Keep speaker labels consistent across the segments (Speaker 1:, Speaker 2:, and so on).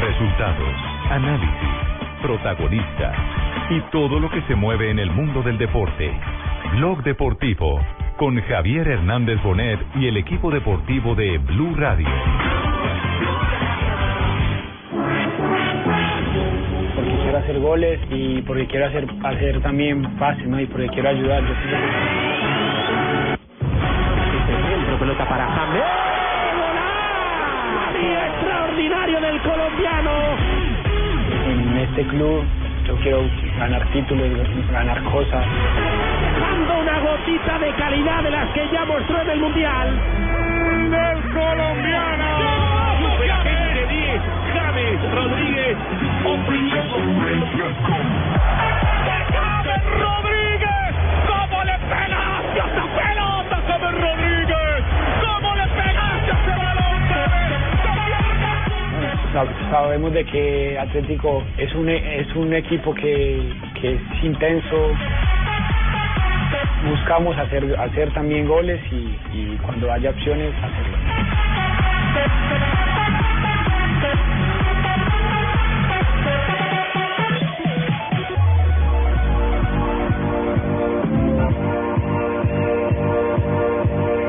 Speaker 1: Resultados, análisis, protagonistas y todo lo que se mueve en el mundo del deporte. Blog Deportivo con Javier Hernández Bonet y el equipo deportivo de Blue Radio.
Speaker 2: Porque quiero hacer goles y porque quiero hacer hacer también pases, ¿no? Y porque quiero ayudar. Yo siento
Speaker 3: Centro, pelota para James.
Speaker 4: Y extraordinario del colombiano.
Speaker 2: que en este club yo quiero ganar títulos, ganar cosas.
Speaker 4: Dando una gotita de calidad de las que ya mostró en el Mundial. Del colombiano.
Speaker 5: Gente 10, James Rodríguez, Rodríguez, ¿cómo le pegaste a esa pelota, James Rodríguez? ¿Cómo le pegaste a ese balón,
Speaker 2: Sab- Sabemos de que Atlético es un, e- es un equipo que, que es intenso. Buscamos hacer, hacer también goles y, y cuando haya opciones, hacerlo.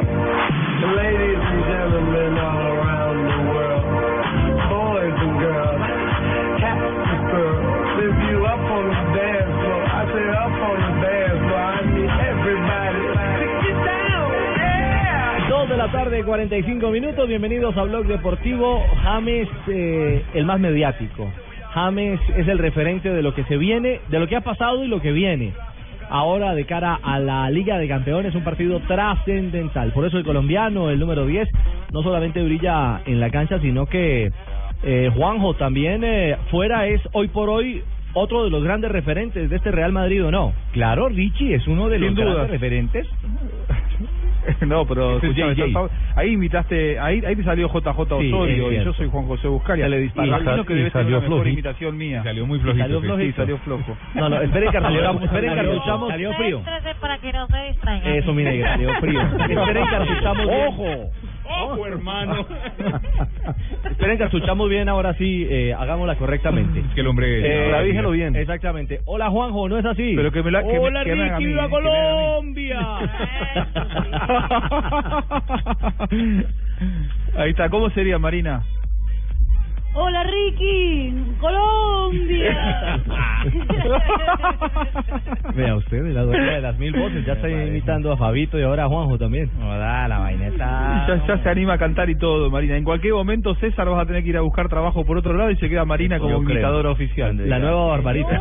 Speaker 6: Ladies and gentlemen all around the world, boys and girls, cats and squirrels, if you up on the dance floor, I say up on the dance floor, I need everybody to get down, yeah.
Speaker 7: Dos de la tarde, 45 minutos. Bienvenidos a Blog Deportivo. James, eh, el más mediático. James es el referente de lo que se viene, de lo que ha pasado y lo que viene. Ahora, de cara a la Liga de Campeones, un partido trascendental. Por eso el colombiano, el número 10, no solamente brilla en la cancha, sino que eh, Juanjo también eh, fuera es hoy por hoy otro de los grandes referentes de este Real Madrid, ¿o no? Claro, Richie es uno de
Speaker 8: Sin
Speaker 7: los
Speaker 8: duda.
Speaker 7: grandes referentes.
Speaker 8: No, pero
Speaker 7: Ese es
Speaker 8: escúchame,
Speaker 7: JJ.
Speaker 8: estás- ahí imitaste, ahí, ahí te salió JJ
Speaker 7: Sí, es
Speaker 8: Osorio y
Speaker 7: cierto.
Speaker 8: yo soy Juan José Buscaria.
Speaker 7: Se le
Speaker 8: Y
Speaker 7: disparó.
Speaker 8: imagino que
Speaker 7: Y
Speaker 8: debe ser
Speaker 7: salió
Speaker 8: una mejor
Speaker 7: flojito.
Speaker 8: imitación mía.
Speaker 1: Salió muy
Speaker 7: Salió
Speaker 8: Sí,
Speaker 7: flojito.
Speaker 8: salió flojo.
Speaker 7: No, no, esperen que arrastramos, esperen que
Speaker 8: Salió-
Speaker 7: arrastramos. Salió
Speaker 9: Céntrese para que no se distraigan.
Speaker 7: Eso, mi negra, salió frío. Esperen que arrastramos bien.
Speaker 8: ¡Ojo!
Speaker 5: Ojo, hermano.
Speaker 7: Esperen que escuchamos bien, ahora sí, eh, hagámosla correctamente.
Speaker 1: Que el hombre.
Speaker 7: Eh,
Speaker 8: la díjelo bien.
Speaker 7: Exactamente. Hola, Juanjo, ¿no es así?
Speaker 8: Pero que me la- que me-
Speaker 7: Hola,
Speaker 8: que me haga a
Speaker 7: Ricky,
Speaker 8: mí,
Speaker 7: viva
Speaker 8: que me haga a mí.
Speaker 7: Colombia.
Speaker 8: Ahí está, ¿cómo sería Marina?
Speaker 9: Hola Ricky, Colombia.
Speaker 7: Vea usted, la dueña de las mil voces, ya está imitando a Fabito y ahora a Juanjo también. Hola, la vaineta.
Speaker 8: Ya, ya se anima a cantar y todo, Marina. En cualquier momento César vas a tener que ir a buscar trabajo por otro lado y se queda Marina como
Speaker 7: Yo creo.
Speaker 8: imitadora oficial.
Speaker 7: La nueva barbarita.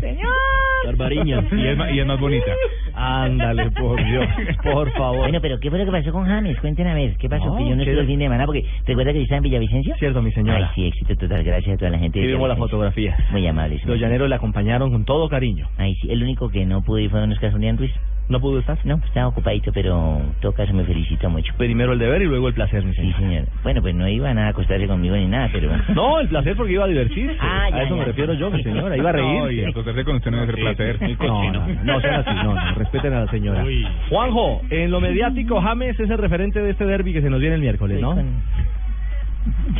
Speaker 9: Señor.
Speaker 7: Barbariña.
Speaker 1: Y es, ma- y es más bonita.
Speaker 7: Ándale, por Dios, por favor.
Speaker 10: Bueno, pero ¿qué fue lo que pasó con James? Cuéntenme a ver, ¿qué pasó?
Speaker 7: No,
Speaker 10: que yo no
Speaker 7: ¿qué-
Speaker 10: estuve el fin de semana porque recuerda que yo estaba en Villavicencio.
Speaker 7: Cierto, mi señora.
Speaker 10: Ay, sí, éxito total, gracias a toda la gente.
Speaker 7: Sí,
Speaker 10: de
Speaker 7: vimos la
Speaker 10: Villavicencio.
Speaker 7: fotografía.
Speaker 10: Muy amables.
Speaker 7: Los llaneros le acompañaron con todo cariño.
Speaker 10: Ay, sí, el único que no pude ir fue don Oscar Julián Ruiz.
Speaker 7: ¿No pudo estar?
Speaker 10: No, estaba ocupadito, pero en todo caso me felicito mucho.
Speaker 7: Primero el deber y luego el placer, mi
Speaker 10: Sí,
Speaker 7: señor.
Speaker 10: señor. Bueno, pues no iba a nada a acostarse conmigo ni nada, pero...
Speaker 7: No, el placer porque iba a divertirse.
Speaker 10: Ah,
Speaker 7: a
Speaker 10: ya,
Speaker 7: eso me
Speaker 10: ya.
Speaker 7: refiero yo, mi señora. Iba a
Speaker 1: No, y
Speaker 7: reír.
Speaker 1: entonces con usted no debe ser
Speaker 7: Ah,
Speaker 1: placer.
Speaker 7: No, no, no, no, sean así, no, no, respeten a la señora.
Speaker 5: Uy.
Speaker 7: Juanjo, en lo mediático, James es el referente de este derby que se nos viene el miércoles, ¿no?
Speaker 10: Con-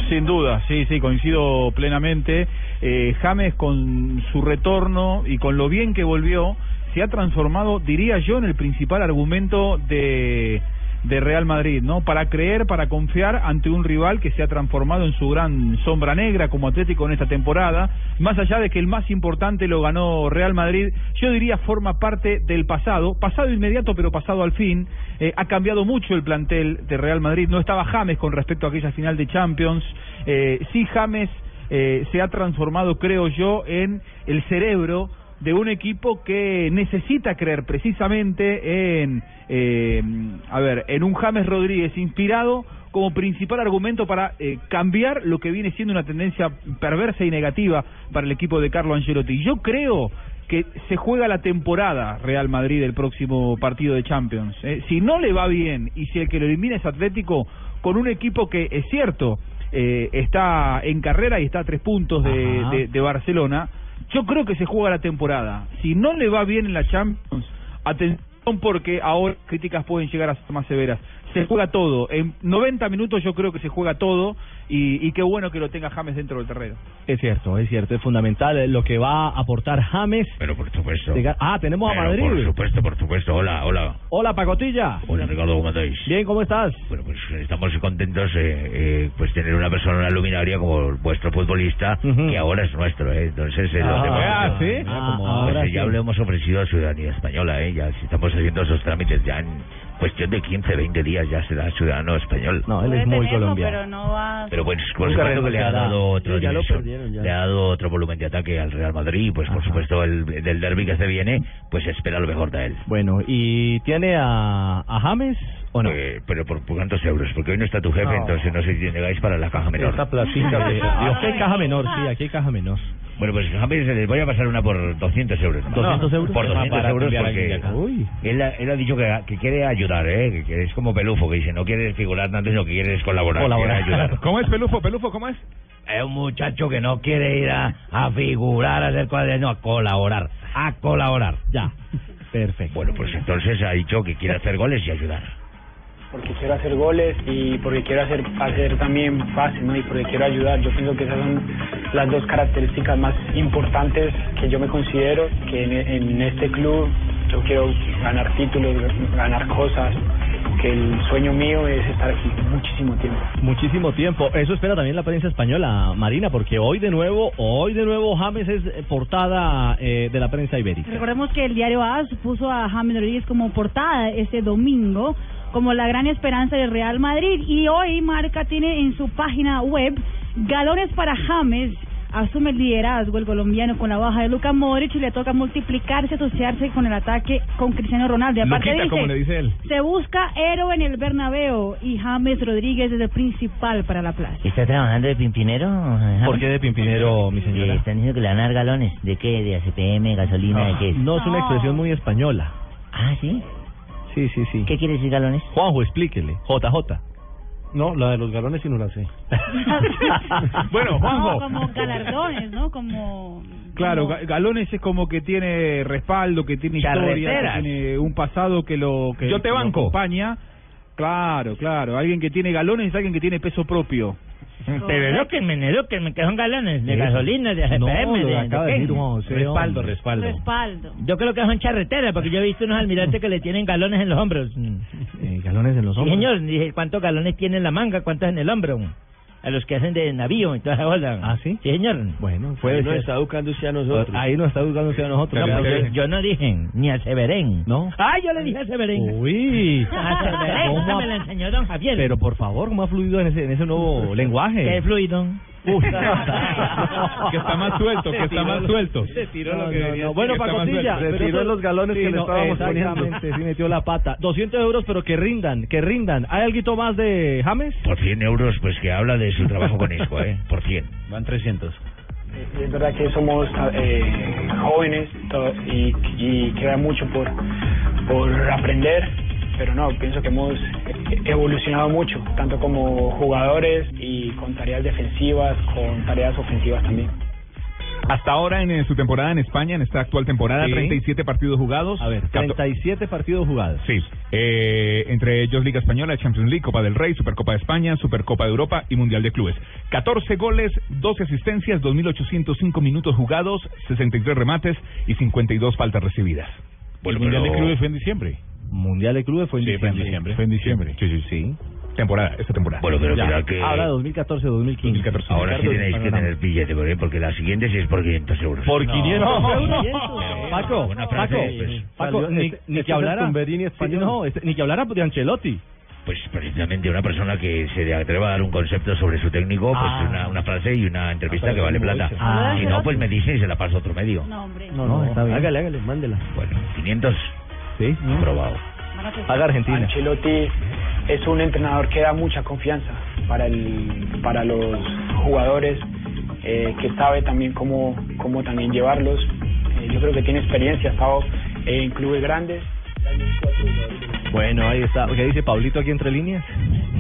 Speaker 8: Sin duda, sí, sí, coincido plenamente. Eh, James con su retorno y con lo bien que volvió, se ha transformado, diría yo, en el principal argumento de, de Real Madrid, ¿no? Para creer, para confiar ante un rival que se ha transformado en su gran sombra negra como Atlético en esta temporada. Más allá de que el más importante lo ganó Real Madrid, yo diría forma parte del pasado, pasado inmediato pero pasado al fin. Eh, ha cambiado mucho el plantel de Real Madrid, no estaba James con respecto a aquella final de Champions. Eh, sí, James eh, se ha transformado, creo yo, en el cerebro de un equipo que necesita creer precisamente en, eh, a ver, en un James Rodríguez inspirado como principal argumento para eh, cambiar lo que viene siendo una tendencia perversa y negativa para el equipo de Carlo Ancelotti. Yo creo que se juega la temporada Real Madrid el próximo partido de Champions. Eh, si no le va bien y si el que lo elimina es Atlético, con un equipo que es cierto, eh, está en carrera y está a tres puntos de,
Speaker 7: Ajá.
Speaker 8: de- de Barcelona, yo creo que se juega la temporada. Si no le va bien en la Champions, atención porque ahora críticas pueden llegar a ser más severas. se juega todo. En 90 minutos yo creo que se juega todo y, y qué bueno que lo tenga James dentro del terreno.
Speaker 7: Es cierto, es cierto, es fundamental eh, lo que va a aportar James.
Speaker 11: Pero por supuesto.
Speaker 7: Diga- Ah, tenemos a
Speaker 11: Pero
Speaker 7: Madrid.
Speaker 11: Por supuesto, por supuesto. Hola, hola.
Speaker 7: Hola, Pacotilla.
Speaker 11: Hola, Ricardo, ¿cómo estáis?
Speaker 7: Bien, ¿cómo estás?
Speaker 11: Bueno, pues estamos contentos eh, eh, pues tener una persona una luminaria como vuestro futbolista, que ahora es nuestro, ¿eh? Entonces, eh, los demás,
Speaker 8: Ah,
Speaker 11: eh,
Speaker 8: ¿sí?
Speaker 11: pues, eh, ya lo hemos ofrecido a Ciudadanía Española, ¿eh? Ya si estamos haciendo esos trámites ya en cuestión de 15, 20 días ya será ciudadano español.
Speaker 7: No,
Speaker 12: Pues
Speaker 3: Puede tenerlo, pero no va...
Speaker 11: Pero pues por
Speaker 7: Nunca
Speaker 11: supuesto que le ha
Speaker 7: renunciará.
Speaker 11: dado otro
Speaker 7: Sí, ya lo
Speaker 11: dimensión.
Speaker 7: perdieron, ya.
Speaker 11: le ha dado otro volumen de ataque al Real Madrid, pues por supuesto el del derby que se viene, pues espera lo mejor de él.
Speaker 7: Bueno, ¿y tiene a, a James o no?
Speaker 11: Eh, pero por, por cuántos euros, porque hoy no está tu jefe,
Speaker 7: No.
Speaker 11: entonces no sé si llegáis para la caja menor.
Speaker 7: Esta platica de...
Speaker 11: Dios.
Speaker 7: Aquí hay caja menor, sí, aquí hay caja menor.
Speaker 11: Bueno, pues James, les voy a pasar una por 200 euros.
Speaker 12: Ah,
Speaker 11: nomás.
Speaker 7: 200 euros.
Speaker 11: Por
Speaker 7: Es
Speaker 11: 200
Speaker 7: más barato
Speaker 11: euros
Speaker 7: enviar a alguien de
Speaker 11: porque
Speaker 7: acá. Uy.
Speaker 11: él, ha- él ha dicho que, que quiere ayudar, ¿eh? Que, que es como Pelufo, que dice, no quiere figurar tanto, sino que quieres colaborar,
Speaker 7: Colaborar.
Speaker 11: quiere ayudar.
Speaker 8: ¿Cómo es Pelufo? ¿Pelufo cómo es?
Speaker 11: Es un muchacho que no quiere ir a, a figurar, a hacer cuadrillas, no, a colaborar, a colaborar.
Speaker 7: Ya, perfecto.
Speaker 11: Bueno, pues entonces ha dicho que quiere hacer goles y ayudar.
Speaker 2: porque quiero hacer goles y porque quiero hacer hacer también pases, ¿no? Y porque quiero ayudar. Yo pienso que esas son las dos características más importantes que yo me considero que en, en este club yo quiero ganar títulos, ganar cosas, que el sueño mío es estar aquí muchísimo tiempo.
Speaker 7: Muchísimo tiempo. Eso espera también la prensa española, Marina, porque hoy de nuevo, hoy de nuevo James es eh, portada eh, de la prensa ibérica.
Speaker 3: Recordemos que el diario AS puso a James Rodríguez como portada este domingo, como la gran esperanza del Real Madrid. Y hoy Marca tiene en su página web galones para James. Asume el liderazgo el colombiano con la baja de Luca Modric y le toca multiplicarse, asociarse con el ataque con Cristiano Ronaldo. Y aparte
Speaker 8: Luquita,
Speaker 3: dice,
Speaker 8: como le dice él.
Speaker 3: se busca héroe en el Bernabéu y James Rodríguez es el principal para la plaza.
Speaker 13: ¿Está trabajando de pimpinero? James?
Speaker 7: ¿Por qué de Pimpinero, mi
Speaker 13: Eh,
Speaker 7: señora?
Speaker 13: están diciendo que le van a dar galones. ¿De qué? ¿De ACPM, gasolina, de qué?
Speaker 7: Ah, No es
Speaker 3: No.
Speaker 7: una expresión muy española.
Speaker 13: Ah, ¿sí?
Speaker 7: Sí, sí, sí.
Speaker 13: ¿Qué quiere decir galones?
Speaker 7: Juanjo, explíquele. JJ. No, la de los galones sí no la sé.
Speaker 8: Bueno, Juanjo.
Speaker 3: No, como galardones, ¿no? Como...
Speaker 8: Claro,
Speaker 3: como-
Speaker 8: Ga- Galones es como que tiene respaldo, que tiene historia,
Speaker 11: Charreteras.
Speaker 8: que tiene un pasado que lo que,
Speaker 11: Yo te
Speaker 8: que lo
Speaker 11: banco.
Speaker 8: acompaña. Claro, claro. Alguien que tiene galones es alguien que tiene peso propio.
Speaker 13: Pero elóquenme, elóquenme, que son galones de
Speaker 7: Sí.
Speaker 13: gasolina, de ACPM,
Speaker 7: No, lo
Speaker 13: de,
Speaker 7: acaba
Speaker 13: de
Speaker 7: de
Speaker 13: qué.
Speaker 7: decir Juan José,
Speaker 13: Respaldo,
Speaker 7: hombre.
Speaker 13: respaldo.
Speaker 3: Respaldo.
Speaker 13: Yo creo que son charreteras, porque yo he visto unos almirantes que le tienen galones en los hombros.
Speaker 7: Eh, galones en los
Speaker 13: Sí,
Speaker 7: hombros.
Speaker 13: señor, dije, ¿cuántos galones tiene en la manga? ¿Cuántos en el hombro? A los que hacen de navío y toda esa bola.
Speaker 7: ¿Ah, sí?
Speaker 13: Sí, señor.
Speaker 7: Bueno, puede ser.
Speaker 14: educándose a
Speaker 7: Ahí nos está educándose a nosotros.
Speaker 13: No,
Speaker 7: ¿verdad?
Speaker 13: porque yo no dije ni a Severén.
Speaker 7: ¿No?
Speaker 13: Ah, yo le dije a Severén.
Speaker 7: Uy.
Speaker 13: A Severén, Ah, esa
Speaker 7: ¿Cómo
Speaker 13: me la
Speaker 7: ha-
Speaker 13: enseñó don Javier.
Speaker 7: Pero por favor, ¿cómo ha fluido en ese, en ese nuevo lenguaje?
Speaker 13: Qué fluido.
Speaker 7: Uy.
Speaker 8: Que está más suelto, que está más suelto.
Speaker 7: No, no,
Speaker 8: debería
Speaker 7: no.
Speaker 8: ser,
Speaker 7: Bueno,
Speaker 8: que está más
Speaker 7: Pacotilla,
Speaker 8: suelto.
Speaker 7: pero
Speaker 14: Retiró
Speaker 7: eso-
Speaker 14: los galones que le estábamos poniendo.
Speaker 7: Exactamente, sí metió la pata. 200 euros, pero que rindan, que rindan. ¿Hay algo más de James?
Speaker 11: Por 100 euros, pues que habla de su trabajo con Isco, ¿eh? Por 100.
Speaker 8: Van 300.
Speaker 2: Es- Es verdad que somos eh, jóvenes to- y, y queda mucho por, por aprender, pero no, pienso que hemos evolucionado mucho, tanto como jugadores y con tareas defensivas, con tareas ofensivas también.
Speaker 15: Hasta ahora en eh, su temporada en España, en esta actual temporada,
Speaker 7: Sí.
Speaker 15: 37 partidos jugados.
Speaker 7: A ver,
Speaker 15: Cato-
Speaker 7: 37 partidos jugados.
Speaker 15: Sí, eh, entre ellos Liga Española, Champions League, Copa del Rey, Supercopa de España, Supercopa de Europa y Mundial de Clubes. 14 goles, 12 asistencias, 2.805 minutos jugados, 63 remates y 52 faltas recibidas.
Speaker 11: Bueno, pero-
Speaker 15: fue en diciembre.
Speaker 7: Mundial de Clubes fue en diciembre.
Speaker 15: Fue en diciembre. Sí, sí, sí. Temporada, esta temporada.
Speaker 11: Bueno, pero
Speaker 7: Ya,
Speaker 11: mira que...
Speaker 7: Ahora 2014-2015.
Speaker 15: 2014.
Speaker 11: Ahora sí
Speaker 7: Ricardo,
Speaker 11: tenéis que
Speaker 7: panorama.
Speaker 11: tener billete, ¿por qué? porque la siguiente sí es por 500 euros.
Speaker 7: Por 500
Speaker 15: No.
Speaker 7: euros.
Speaker 11: No.
Speaker 7: Paco,
Speaker 11: Buena frase,
Speaker 7: Paco,
Speaker 11: pues.
Speaker 7: Paco,
Speaker 14: Este-
Speaker 7: ni, ni
Speaker 14: este
Speaker 7: que
Speaker 14: es el
Speaker 7: hablara.
Speaker 14: Tumberini español.
Speaker 7: Sí, no, este- ni que hablara de Ancelotti.
Speaker 11: Pues precisamente una persona que se le atreva a dar un concepto sobre su técnico, pues
Speaker 7: Ah.
Speaker 11: una, una frase y una entrevista
Speaker 7: Ah,
Speaker 11: que vale
Speaker 7: como
Speaker 11: plata.
Speaker 7: dice.
Speaker 3: Ah.
Speaker 11: si no, pues me dice y se la pasa a otro medio.
Speaker 3: No, hombre.
Speaker 7: está bien.
Speaker 14: Hágale, hágale, mándela.
Speaker 11: Bueno, 500,
Speaker 7: Sí.
Speaker 11: probado.
Speaker 3: Van a ser-
Speaker 7: Haga Argentina.
Speaker 2: Ancelotti es un entrenador que da mucha confianza para el para los jugadores, eh, que sabe también cómo, cómo también llevarlos. Eh, yo creo que tiene experiencia, ha estado en clubes grandes.
Speaker 7: Bueno, ahí está. ¿Qué dice Pablito aquí entre líneas?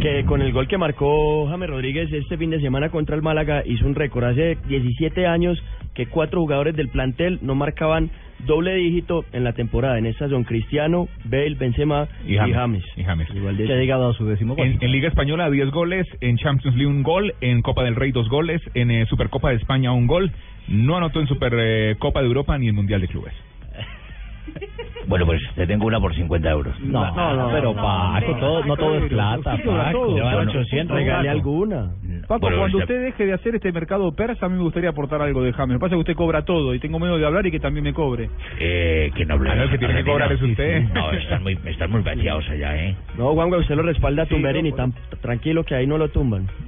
Speaker 14: Que con el gol que marcó James Rodríguez este fin de semana contra el Málaga hizo un récord. Hace 17 años que cuatro jugadores del plantel no marcaban doble dígito en la temporada. En esta son Cristiano, Bale, Benzema y James.
Speaker 15: Y James.
Speaker 14: Que ha llegado
Speaker 7: a su décimo
Speaker 15: En, en Liga Española 10 goles, en Champions League un gol, en Copa del Rey dos goles, en eh, Supercopa de España un gol. No anotó en Supercopa de Europa ni en Mundial de Clubes.
Speaker 11: Bueno, pues
Speaker 13: eh,
Speaker 11: te tengo una por 50 euros.
Speaker 7: No, no, no, pero Paco, todo, no todo es plata,
Speaker 8: Sí, a
Speaker 7: Paco.
Speaker 8: todos, Paco.
Speaker 7: regale
Speaker 8: Paco.
Speaker 7: alguna.
Speaker 8: Paco,
Speaker 11: Bueno,
Speaker 8: cuando
Speaker 11: ya-
Speaker 8: usted deje de hacer este mercado persa, a mí me gustaría aportar algo de James. Lo que pasa es que usted cobra todo y tengo miedo de hablar y que también me cobre.
Speaker 11: Eh, que no hablemos.
Speaker 8: Ah, no, el que tiene que cobrar es usted.
Speaker 11: No, están muy, están muy vaciados allá, ¿eh?
Speaker 14: No, Juan, usted lo respalda a Tumberini, tan tranquilo que ahí no lo tumban. Eh,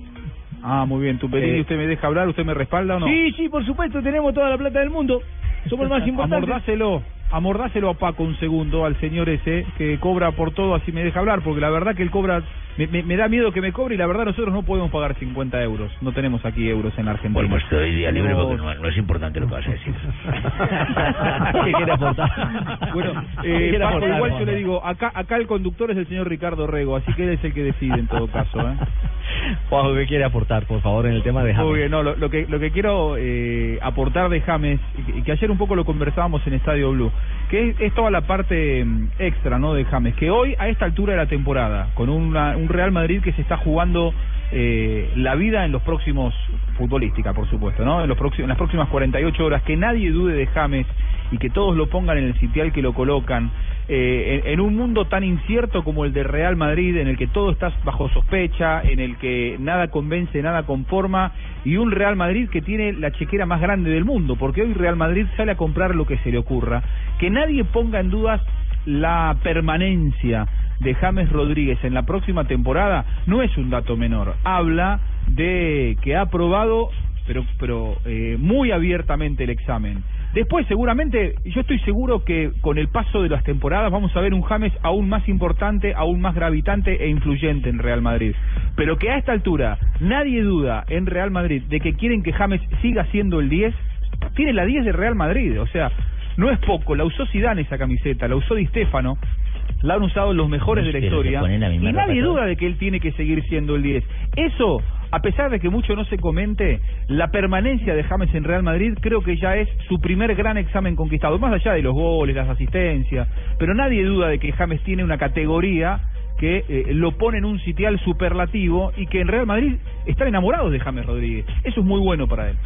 Speaker 8: Ah, muy bien, Tumberini, ¿usted me deja hablar? ¿Usted me respalda o no?
Speaker 7: Sí, sí, por supuesto, tenemos toda la plata del mundo. Somos los más importantes.
Speaker 8: Amordáselo, amordáselo a Paco un segundo, al señor ese, que cobra por todo, así me deja hablar, porque la verdad que él cobra, me, me- me da miedo que me cobre y la verdad nosotros no podemos pagar 50 euros, no tenemos aquí euros en la Argentina.
Speaker 11: Bueno, pues te doy día libre porque no, no es importante lo que vas a decir.
Speaker 7: ¿Qué quiere
Speaker 8: aportar? Bueno,
Speaker 7: ¿Qué
Speaker 8: eh,
Speaker 7: quiere
Speaker 8: Paco,
Speaker 7: aportar,
Speaker 8: igual yo
Speaker 7: Juan?
Speaker 8: le digo, acá, acá el conductor es el señor Ricardo Rego, así que él es el que decide en todo caso, ¿eh?
Speaker 7: Juanjo, ¿qué quiere aportar, por favor, en el tema de James?
Speaker 8: Muy bien, no, lo, lo que, lo que quiero eh, aportar de James, y que, y que ayer un poco lo conversábamos en Estadio Blue, que es, es toda la parte mm, extra ¿no? de James, que hoy a esta altura de la temporada, con una- un Real Madrid que se está jugando eh, la vida en los próximos, futbolística por supuesto, ¿no? en, los próximos, en las próximas 48 horas, que nadie dude de James y que todos lo pongan en el sitial que lo colocan, eh, en, en un mundo tan incierto como el de Real Madrid, en el que todo está bajo sospecha, en el que nada convence, nada conforma, y un Real Madrid que tiene la chequera más grande del mundo, porque hoy Real Madrid sale a comprar lo que se le ocurra, que nadie ponga en dudas la permanencia de James Rodríguez en la próxima temporada no es un dato menor. Habla de que ha aprobado, pero, pero eh, muy abiertamente el examen. Después, seguramente, yo estoy seguro que con el paso de las temporadas vamos a ver un James aún más importante, aún más gravitante e influyente en Real Madrid. Pero que a esta altura nadie duda en Real Madrid de que quieren que James siga siendo el 10, tiene la 10 de Real Madrid. O sea, no es poco. La usó Zidane esa camiseta, la usó Di Stéfano, la han usado los mejores de la
Speaker 11: Pero se
Speaker 8: historia.
Speaker 11: ponen la misma
Speaker 8: Y
Speaker 11: ropa
Speaker 8: nadie
Speaker 11: todos.
Speaker 8: duda de que él tiene que seguir siendo el 10. Eso, a pesar de que mucho no se comente, la permanencia de James en Real Madrid creo que ya es su primer gran examen conquistado, más allá de los goles, las asistencias. Pero nadie duda de que James tiene una categoría que eh, lo pone en un sitial superlativo y que en Real Madrid están enamorados de James Rodríguez. Eso es muy bueno para él.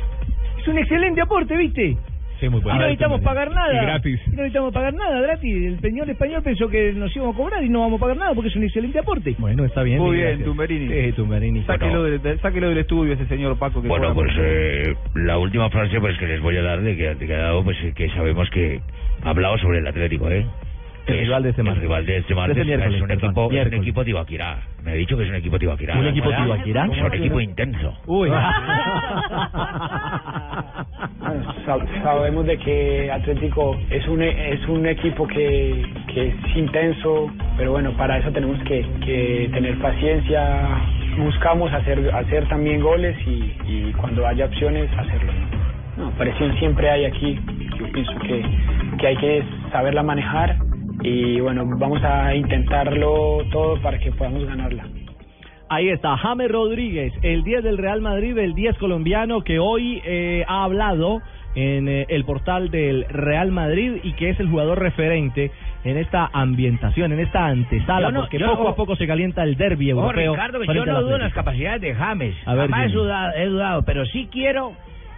Speaker 16: Es un excelente aporte, ¿viste?
Speaker 15: Sí, muy
Speaker 16: y no necesitamos pagar nada.
Speaker 15: Y gratis.
Speaker 16: Y no necesitamos pagar nada, gratis. El señor español pensó que nos íbamos a cobrar y no vamos a pagar nada porque es un excelente aporte.
Speaker 7: Bueno, está bien.
Speaker 8: Muy
Speaker 7: y
Speaker 8: bien,
Speaker 7: gracias.
Speaker 8: Tumberini.
Speaker 7: Sí, Tumberini.
Speaker 8: Sáquelo, del, del- sáquelo del estudio ese señor Paco que
Speaker 11: Bueno,
Speaker 8: cobra
Speaker 11: pues
Speaker 8: mucho.
Speaker 11: eh, la última frase pues que les voy a dar de que, de que ha dado, pues eh, que sabemos que ha hablado sobre el Atlético, ¿eh?
Speaker 7: El
Speaker 11: Es
Speaker 7: rival de este
Speaker 11: el
Speaker 7: martes.
Speaker 11: rival de este martes
Speaker 7: De este
Speaker 11: o sea, es
Speaker 7: miércoles,
Speaker 11: un
Speaker 7: perdón,
Speaker 11: equipo, es un
Speaker 7: miércoles.
Speaker 11: equipo tibaquirá. Me he dicho que es un equipo tibaquirá.
Speaker 7: ¿Un equipo tibaquirá?
Speaker 11: Es un equipo intenso.
Speaker 8: Uy.
Speaker 2: Bueno, sab- sabemos de que Atlético es un, e- es un equipo que, que es intenso, pero bueno, para eso tenemos que, que tener paciencia. Buscamos hacer, hacer también goles y, y cuando haya opciones, hacerlo. ¿no? No, presión siempre hay aquí. Yo pienso que, que hay que saberla manejar y bueno, vamos a intentarlo todo para que podamos ganarla.
Speaker 7: Ahí está, James Rodríguez, el 10 del Real Madrid, el 10 colombiano que hoy eh, ha hablado en eh, el portal del Real Madrid y que es el jugador referente en esta ambientación, en esta antesala,
Speaker 13: Yo no-
Speaker 7: porque
Speaker 13: yo-
Speaker 7: poco a poco se calienta el derby
Speaker 13: Oh,
Speaker 7: europeo.
Speaker 13: Ricardo, que
Speaker 7: frente
Speaker 13: yo
Speaker 7: al
Speaker 13: no dudo en las
Speaker 7: Atlético.
Speaker 13: capacidades de James.
Speaker 7: A ver,
Speaker 13: Jamás he
Speaker 7: Jimmy.
Speaker 13: dudado, he dudado, pero sí quiero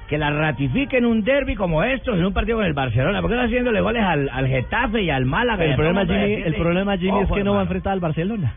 Speaker 13: que la ratifiquen un derby como estos en un partido con el Barcelona. Porque están haciéndole goles al, al Getafe y al Málaga?
Speaker 7: el,
Speaker 13: Y a
Speaker 7: problema,
Speaker 13: todo mundo
Speaker 7: Jimmy,
Speaker 13: decirle,
Speaker 7: el problema, Jimmy, es
Speaker 13: ¿eh? "Ojo,
Speaker 7: que no va a
Speaker 13: hermano".
Speaker 7: enfrentar al Barcelona.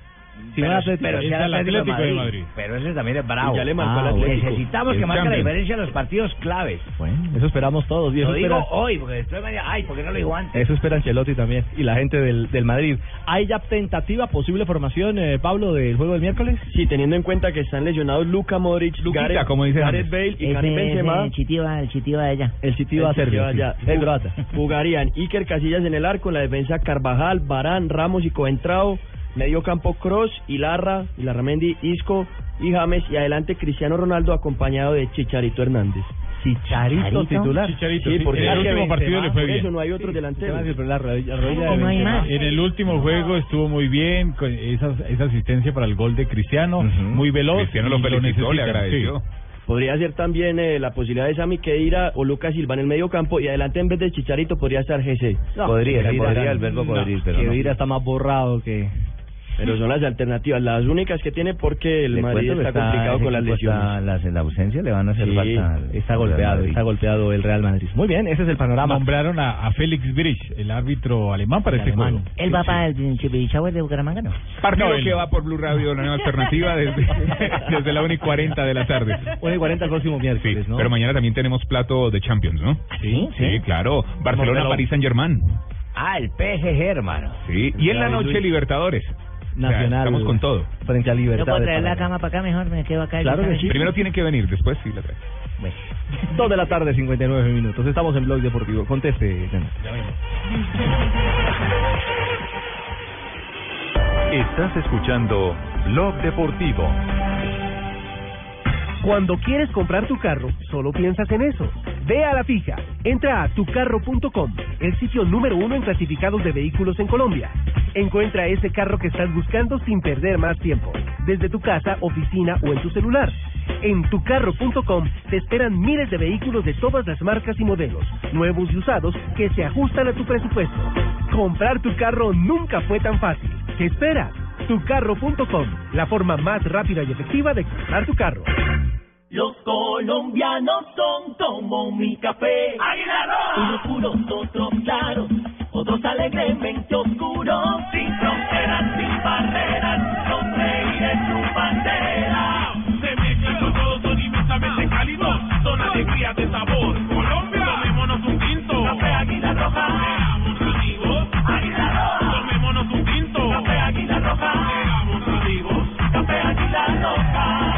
Speaker 7: sino al
Speaker 13: Pero,
Speaker 7: Atlético.
Speaker 13: pero sea el Atlético, de Madrid. Pero ese también es bravo.
Speaker 7: Y ya le marcó al
Speaker 13: Ah,
Speaker 7: Atlético.
Speaker 13: Necesitamos que
Speaker 7: El
Speaker 13: marque la
Speaker 7: Champions.
Speaker 13: diferencia en los partidos claves.
Speaker 7: Bueno, eso esperamos todos. y eso
Speaker 13: Lo digo
Speaker 7: espera-
Speaker 13: hoy, porque después me ay, ¿por qué no lo digo antes?
Speaker 7: Eso espera Ancelotti también y la gente del, del Madrid. ¿Hay ya tentativa, posible formación, eh, Pablo, del juego del miércoles?
Speaker 14: Sí, teniendo en cuenta que están lesionados Luca Modric,
Speaker 15: Luquita,
Speaker 14: Gareth,
Speaker 15: como dice
Speaker 14: Gareth
Speaker 15: James.
Speaker 14: Bale y
Speaker 13: Ese-
Speaker 14: Karim Benzema.
Speaker 13: ese Chitiva, el chitiva de allá.
Speaker 7: El sitio va a
Speaker 14: El
Speaker 7: ser
Speaker 14: Chitiva allá.
Speaker 7: El
Speaker 14: Ju-
Speaker 7: croata.
Speaker 14: Jugarían Iker Casillas en el arco, en la defensa Carvajal, Barán, Ramos y Coentrao, medio campo Cross, Ilarra, Ilarramendi, Isco y James, y adelante Cristiano Ronaldo acompañado de Chicharito Hernández.
Speaker 7: Chicharito titular.
Speaker 14: Sí, porque
Speaker 7: porque
Speaker 14: es
Speaker 7: es que
Speaker 14: Benzema,
Speaker 7: Benzema,
Speaker 14: por eso no hay otro delantero.
Speaker 7: Pero la rodilla, la rodilla de
Speaker 13: No hay
Speaker 7: Benzema.
Speaker 13: más.
Speaker 17: En el último juego estuvo muy bien, con esa, esa asistencia para el gol de Cristiano, muy veloz.
Speaker 15: Cristiano lo
Speaker 17: y
Speaker 15: felicitó, le
Speaker 17: necesitan,
Speaker 15: agradeció.
Speaker 17: sí.
Speaker 14: Podría ser también eh, la posibilidad de Sami Kedira o Lucas Silva en el medio campo y adelante en vez de Chicharito podría estar GC.
Speaker 7: No, Kedira, no, Kedira está más borrado que...
Speaker 14: Pero son las alternativas, las únicas que tiene porque el Madrid está, complicado con las lesiones.
Speaker 11: en la ausencia le van a hacer
Speaker 14: Sí,
Speaker 11: falta. al-
Speaker 7: Está
Speaker 11: al
Speaker 7: golpeado,
Speaker 11: Madrid.
Speaker 7: está golpeado el Real Madrid. Muy bien, ese es el panorama.
Speaker 17: Nombraron a, a Félix Brich, el árbitro alemán para este juego.
Speaker 13: ¿Él va para el Chivichahue de Bucaramanga, no?
Speaker 15: Partido
Speaker 17: No, el-
Speaker 15: que va por Blue Radio, la nueva alternativa, desde, desde la 1 y 40 de la tarde.
Speaker 7: 1 y 40 el próximo miércoles, ¿Ah,
Speaker 15: Pero mañana también tenemos plato de Champions, ¿no?
Speaker 11: sí?
Speaker 15: Sí, claro. Barcelona,
Speaker 11: Mordelón.
Speaker 15: París Saint-Germain.
Speaker 11: Ah, el PSG, hermano.
Speaker 15: Sí. Y en la noche, Libertadores. O sea,
Speaker 7: Nacional.
Speaker 15: estamos con todo.
Speaker 7: Frente a
Speaker 13: Yo puedo
Speaker 7: Libertad.
Speaker 13: traer la cama para acá mejor, me quedo acá.
Speaker 15: Primero tienen que venir, después sí la traen.
Speaker 7: 2 de la tarde, 59 minutos. Estamos en Blog Deportivo. Conteste, Janet.
Speaker 1: Estás escuchando Blog Deportivo.
Speaker 18: Cuando quieres comprar tu carro, solo piensas en eso. Ve a la fija. Entra a tucarro.com, el sitio número uno en clasificados de vehículos en Colombia. Encuentra ese carro que estás buscando sin perder más tiempo, desde tu casa, oficina o en tu celular. En tucarro.com te esperan miles de vehículos de todas las marcas y modelos, nuevos y usados, que se ajustan a tu presupuesto. Comprar tu carro nunca fue tan fácil. ¿Qué esperas? Tucarro.com, la forma más rápida y efectiva de comprar tu carro.
Speaker 12: Los colombianos son como mi café. Unos puros, otros claros, otros alegremente oscuros. Sin fronteras, sin barreras, son reyes su bandera. Se mezclan con todos, son inmensamente cálidos, son alegría de sabor. Colombia, tomémonos un tinto. Café Águila Roja. Seamos amigos. Águila Roja. Tomémonos un tinto. Café Águila Roja. Seamos amigos. Café Águila Roja.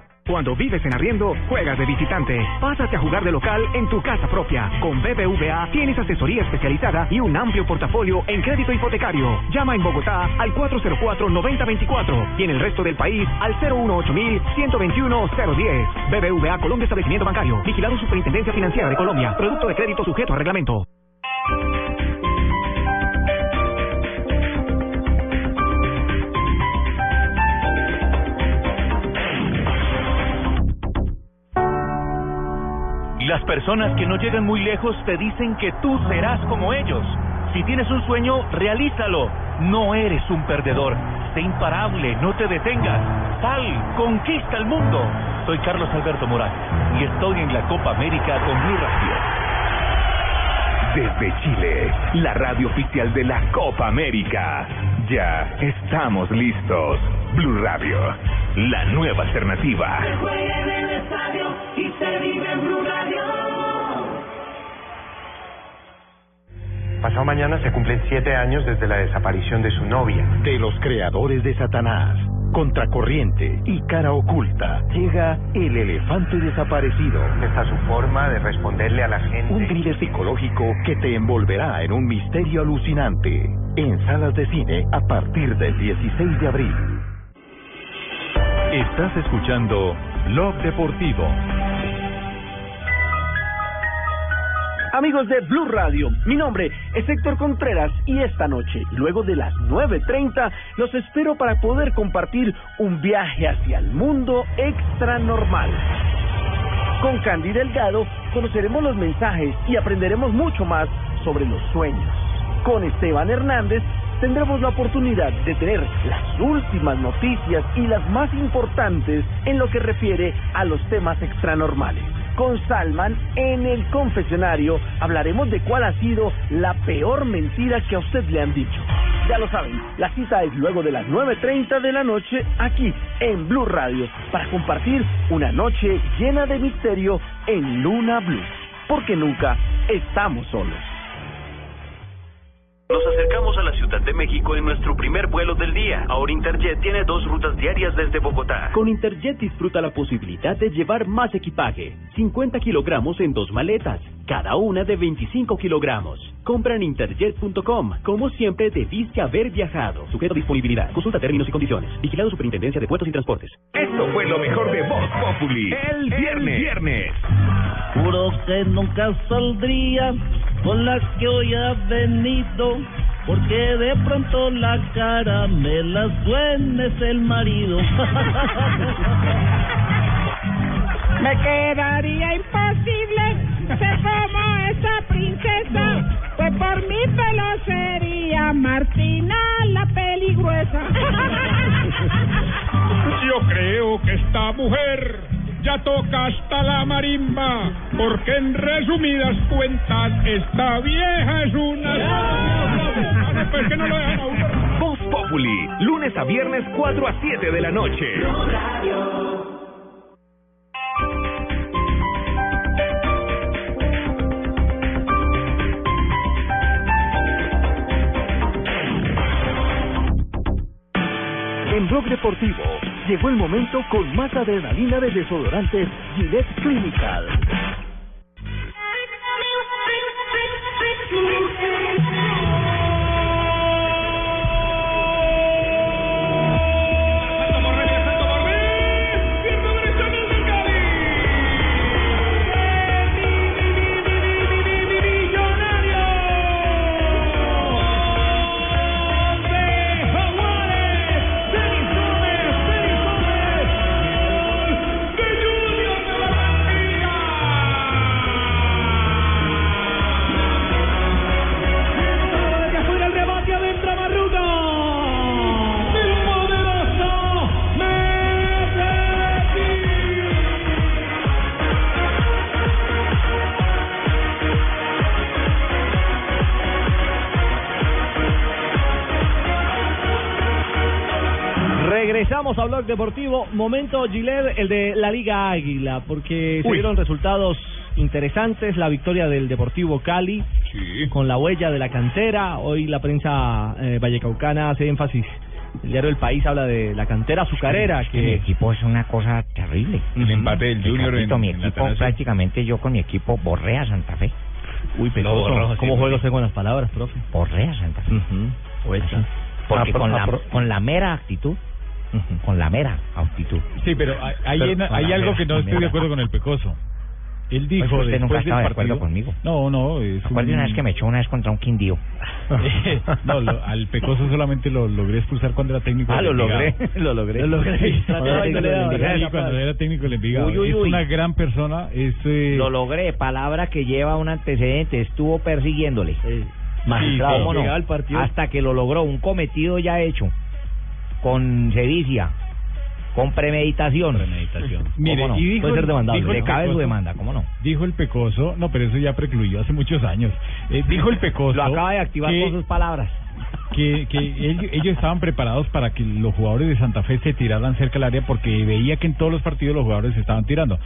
Speaker 19: Cuando vives en arriendo, juegas de visitante. Pásate a jugar de local en tu casa propia. Con BBVA tienes asesoría especializada y un amplio portafolio en crédito hipotecario. Llama en Bogotá al 404-9024 y en el resto del país al 018-121-010. BBVA Colombia Establecimiento Bancario. Vigilado Superintendencia Financiera de Colombia. Producto de crédito sujeto a reglamento.
Speaker 20: Las personas que no llegan muy lejos te dicen que tú serás como ellos. Si tienes un sueño, realízalo. No eres un perdedor. Sé imparable, no te detengas. Sal, conquista el mundo. Soy Carlos Alberto Morales y estoy en la Copa América con Blue Radio.
Speaker 1: Desde Chile, la radio oficial de la Copa América. Ya estamos listos. Blue Radio, la nueva alternativa.
Speaker 12: Se juega en el estadio y se vive en Blue Radio.
Speaker 21: Pasado mañana se cumplen siete años desde la desaparición de su novia. De los creadores de Satanás, Contracorriente y Cara Oculta, llega El Elefante Desaparecido. Esta es su forma de responderle a la gente. Un thriller psicológico que te envolverá en un misterio alucinante. En salas de cine a partir del 16 de abril.
Speaker 1: Estás escuchando Blog Deportivo.
Speaker 16: Amigos de Blue Radio, mi nombre es Héctor Contreras y esta noche, luego de las 9.30, los espero para poder compartir un viaje hacia el mundo extra normal. Con Candy Delgado conoceremos los mensajes y aprenderemos mucho más sobre los sueños. Con Esteban Hernández tendremos la oportunidad de tener las últimas noticias y las más importantes en lo que refiere a los temas extranormales. Con Salman en el confesionario hablaremos de cuál ha sido la peor mentira que a usted le han dicho. Ya lo saben, la cita es luego de las 9.30 de la noche aquí en Blue Radio para compartir una noche llena de misterio en Luna Blue, porque nunca estamos solos.
Speaker 14: Nos acercamos a la Ciudad de México en nuestro primer vuelo del día. Ahora Interjet tiene dos rutas diarias desde Bogotá.
Speaker 11: Con Interjet disfruta la posibilidad de llevar más equipaje. 50 kilogramos en dos maletas, cada una de 25 kilogramos. Compra en interjet.com. Como siempre, debiste haber viajado. Sujeto a disponibilidad. Consulta términos y condiciones. Vigilado Superintendencia de Puertos y Transportes.
Speaker 21: Esto fue lo mejor de Voz Populi. El viernes.
Speaker 12: Juro que nunca saldría con la que hoy ha venido, porque de pronto la cara me la suena es el marido.
Speaker 3: Me quedaría imposible ser como esa princesa, pues por mi pelo sería Martina la peligruesa.
Speaker 22: Yo creo que esta mujer ya toca hasta la marimba, porque en resumidas cuentas esta vieja es una... Ah, no, pues que no lo dejan a uno.
Speaker 21: Voz Populi, lunes a viernes 4 a 7 de la noche.
Speaker 16: En Blog Deportivo llegó el momento con más adrenalina de desodorantes Gillette Clinical.
Speaker 23: afuera el remate, adentro Marruga. El poderoso
Speaker 7: Regresamos a Blog Deportivo. Momento Giler, el de la Liga Águila, porque se
Speaker 24: Uy.
Speaker 7: dieron resultados interesantes. La victoria del Deportivo Cali con la huella de la cantera. Hoy la prensa eh, vallecaucana hace énfasis. El diario El País habla de la cantera azucarera.
Speaker 11: El
Speaker 7: Que...
Speaker 11: equipo es una cosa terrible. El empate del Junior mi en- en la equipo, Atanasio. prácticamente yo con mi equipo borré a Santa Fe.
Speaker 7: Uy,
Speaker 11: No,
Speaker 7: ¿Cómo-
Speaker 11: borró, sí,
Speaker 7: ¿Cómo
Speaker 11: porque-
Speaker 7: juega usted con las palabras, profe?
Speaker 11: Borré a Santa Fe. Así. Porque
Speaker 7: Apro-
Speaker 11: con, la,
Speaker 7: apro-
Speaker 11: con la mera actitud, con la mera actitud.
Speaker 17: Sí, pero hay, hay,
Speaker 11: Pero
Speaker 17: en-
Speaker 11: con
Speaker 17: hay
Speaker 11: la
Speaker 17: algo
Speaker 11: mera,
Speaker 17: que no
Speaker 11: con
Speaker 17: estoy de
Speaker 11: mera.
Speaker 17: acuerdo con el Pecoso. Él
Speaker 11: Pues
Speaker 17: dijo
Speaker 11: que usted nunca
Speaker 17: después del
Speaker 11: estaba de acuerdo
Speaker 17: partido-
Speaker 11: conmigo.
Speaker 17: No, no. Es
Speaker 11: Recuerde una vez que me echó una vez contra un Quindío.
Speaker 17: no, lo- al Pecoso solamente lo logré expulsar cuando era técnico.
Speaker 11: Ah,
Speaker 17: del
Speaker 11: lo
Speaker 17: Envigado.
Speaker 11: logré, lo logré.
Speaker 17: Lo logré.
Speaker 11: Trataba y no le daba,
Speaker 17: Cuando era-
Speaker 11: era capaz.
Speaker 17: Cuando era técnico del Envigado.
Speaker 11: Uy, uy,
Speaker 17: Es
Speaker 11: uy.
Speaker 17: una gran persona. Es, eh,
Speaker 11: Lo logré, palabra que lleva un antecedente, estuvo persiguiéndole.
Speaker 17: Sí,
Speaker 11: Magistrado,
Speaker 17: sí.
Speaker 11: ¿cómo no?
Speaker 17: Llegaba al partido.
Speaker 11: hasta que lo logró, un cometido ya hecho, con sedicia, con premeditación. ¿Cómo
Speaker 17: Mire,
Speaker 11: no?
Speaker 17: y dijo
Speaker 11: Puede
Speaker 17: el-
Speaker 11: ser demandable,
Speaker 17: dijo el
Speaker 11: le cabe su
Speaker 17: Pecoso-
Speaker 11: demanda, ¿cómo no?
Speaker 17: Dijo el Pecoso, no, pero eso ya precluyó hace muchos años. Eh, dijo el Pecoso.
Speaker 11: Lo acaba de activar
Speaker 17: que-
Speaker 11: con sus palabras.
Speaker 17: que, que ellos, ellos estaban preparados para que los jugadores de Santa Fe se tiraran cerca del área porque veía que en todos los partidos los jugadores se estaban tirando.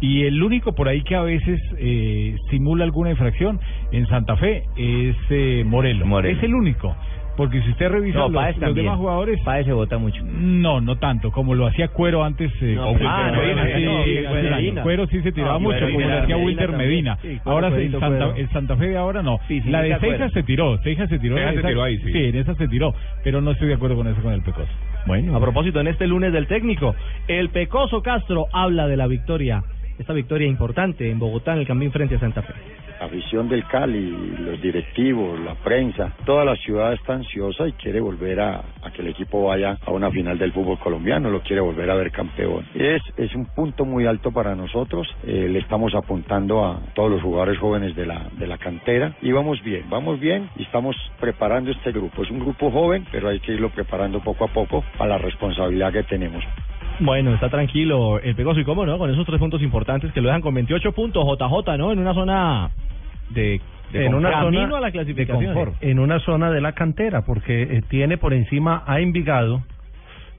Speaker 17: Y el único por ahí que a veces eh, simula alguna infracción en Santa Fe es eh, Morelo.
Speaker 11: Morelo.
Speaker 17: Es el único. Porque si usted revisa
Speaker 11: No,
Speaker 17: los,
Speaker 11: Páez
Speaker 17: los
Speaker 11: también.
Speaker 17: demás jugadores...
Speaker 11: Páez se vota mucho.
Speaker 17: No, no tanto, como lo hacía Cuero antes. eh,
Speaker 11: No,
Speaker 17: con-
Speaker 11: pero- Ah, no,
Speaker 17: Medina,
Speaker 11: Medina,
Speaker 17: sí,
Speaker 11: no,
Speaker 17: sí,
Speaker 11: Medina.
Speaker 17: hace años. Cuero sí se tiraba
Speaker 11: Ah,
Speaker 17: mucho,
Speaker 11: Cuero,
Speaker 17: como lo
Speaker 11: Medina,
Speaker 17: hacía
Speaker 11: Medina
Speaker 17: Wilter
Speaker 11: también.
Speaker 17: Medina.
Speaker 11: Sí, Cuero,
Speaker 17: Ahora el
Speaker 11: Cuerito,
Speaker 17: Santa,
Speaker 11: Cuero.
Speaker 17: el Santa Fe de ahora no.
Speaker 11: Sí, sí,
Speaker 17: La
Speaker 11: sí,
Speaker 17: de
Speaker 11: de acuerdo.
Speaker 17: Ceja se tiró, Ceja se tiró.
Speaker 11: Ceja
Speaker 17: en
Speaker 11: se
Speaker 17: esa-
Speaker 11: tiró ahí, sí.
Speaker 17: Sí, en esa se tiró, pero no estoy de acuerdo con eso con el Pecoso.
Speaker 7: Bueno, a propósito, en este lunes del técnico, el Pecoso Castro habla de la victoria, esta victoria importante en Bogotá en el Campín frente a Santa Fe.
Speaker 25: afición del Cali, los directivos, la prensa, toda la ciudad está ansiosa y quiere volver a, a que el equipo vaya a una final del fútbol colombiano, lo quiere volver a ver campeón. Es, es un punto muy alto para nosotros, eh, le estamos apuntando a todos los jugadores jóvenes de la, de la cantera y vamos bien, vamos bien y estamos preparando este grupo. Es un grupo joven, pero hay que irlo preparando poco a poco a la responsabilidad que tenemos.
Speaker 7: Bueno, está tranquilo el Pecoso y cómo no, con esos tres puntos importantes que lo dejan con 28 puntos, JJ, ¿no? En una zona de,
Speaker 26: en una
Speaker 7: camino
Speaker 26: zona
Speaker 7: a la
Speaker 26: de
Speaker 7: clasificación. ¿eh?
Speaker 26: confort, en una zona de la cantera porque eh, tiene por encima a Envigado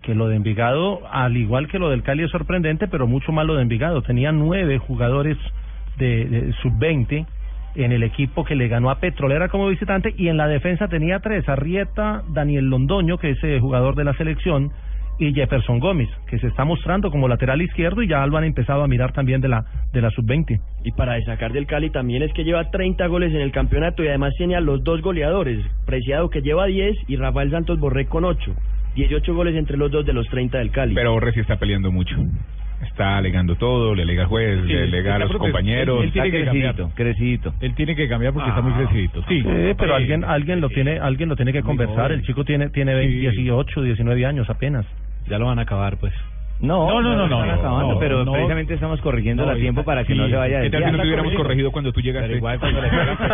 Speaker 26: que lo de Envigado al igual que lo del Cali es sorprendente pero mucho más lo de Envigado tenía nueve jugadores de, de sub 20 en el equipo que le ganó a Petrolera como visitante y en la defensa tenía tres, Arrieta, Daniel Londoño, que es eh, jugador de la selección, y Jefferson Gómez, que se está mostrando como lateral izquierdo y ya lo han empezado a mirar también de la, de la sub-20.
Speaker 14: Y para destacar del Cali también es que lleva 30 goles en el campeonato y además tiene a los dos goleadores, Preciado que lleva 10 y Rafael Santos Borré con 8. 18 goles entre los dos de los 30 del Cali.
Speaker 15: Pero Borre sí está peleando mucho. Está alegando todo, le alega al juez,
Speaker 17: Sí,
Speaker 15: le alega a
Speaker 17: está
Speaker 15: los
Speaker 17: prote-
Speaker 15: compañeros.
Speaker 17: Él, él tiene que
Speaker 15: Está
Speaker 17: cambiar.
Speaker 15: crecidito.
Speaker 17: Él tiene que cambiar porque está muy crecidito. Sí.
Speaker 26: Eh, pero
Speaker 17: Sí.
Speaker 26: alguien alguien lo tiene alguien lo tiene que conversar. El chico tiene tiene 18, 19 años apenas.
Speaker 7: Ya lo van a acabar, pues.
Speaker 26: No,
Speaker 17: No, no, no, no,
Speaker 7: están acabando,
Speaker 17: no,
Speaker 7: pero
Speaker 17: no.
Speaker 7: precisamente estamos corrigiendo
Speaker 17: No,
Speaker 7: a tiempo
Speaker 17: y-
Speaker 7: para que no
Speaker 17: sí,
Speaker 7: se vaya
Speaker 17: ¿Qué tal
Speaker 7: desviar.
Speaker 17: si no te hubiéramos
Speaker 7: Está
Speaker 17: corregido cuando tú llegaste?
Speaker 7: Pero igual cuando le pegan, pues,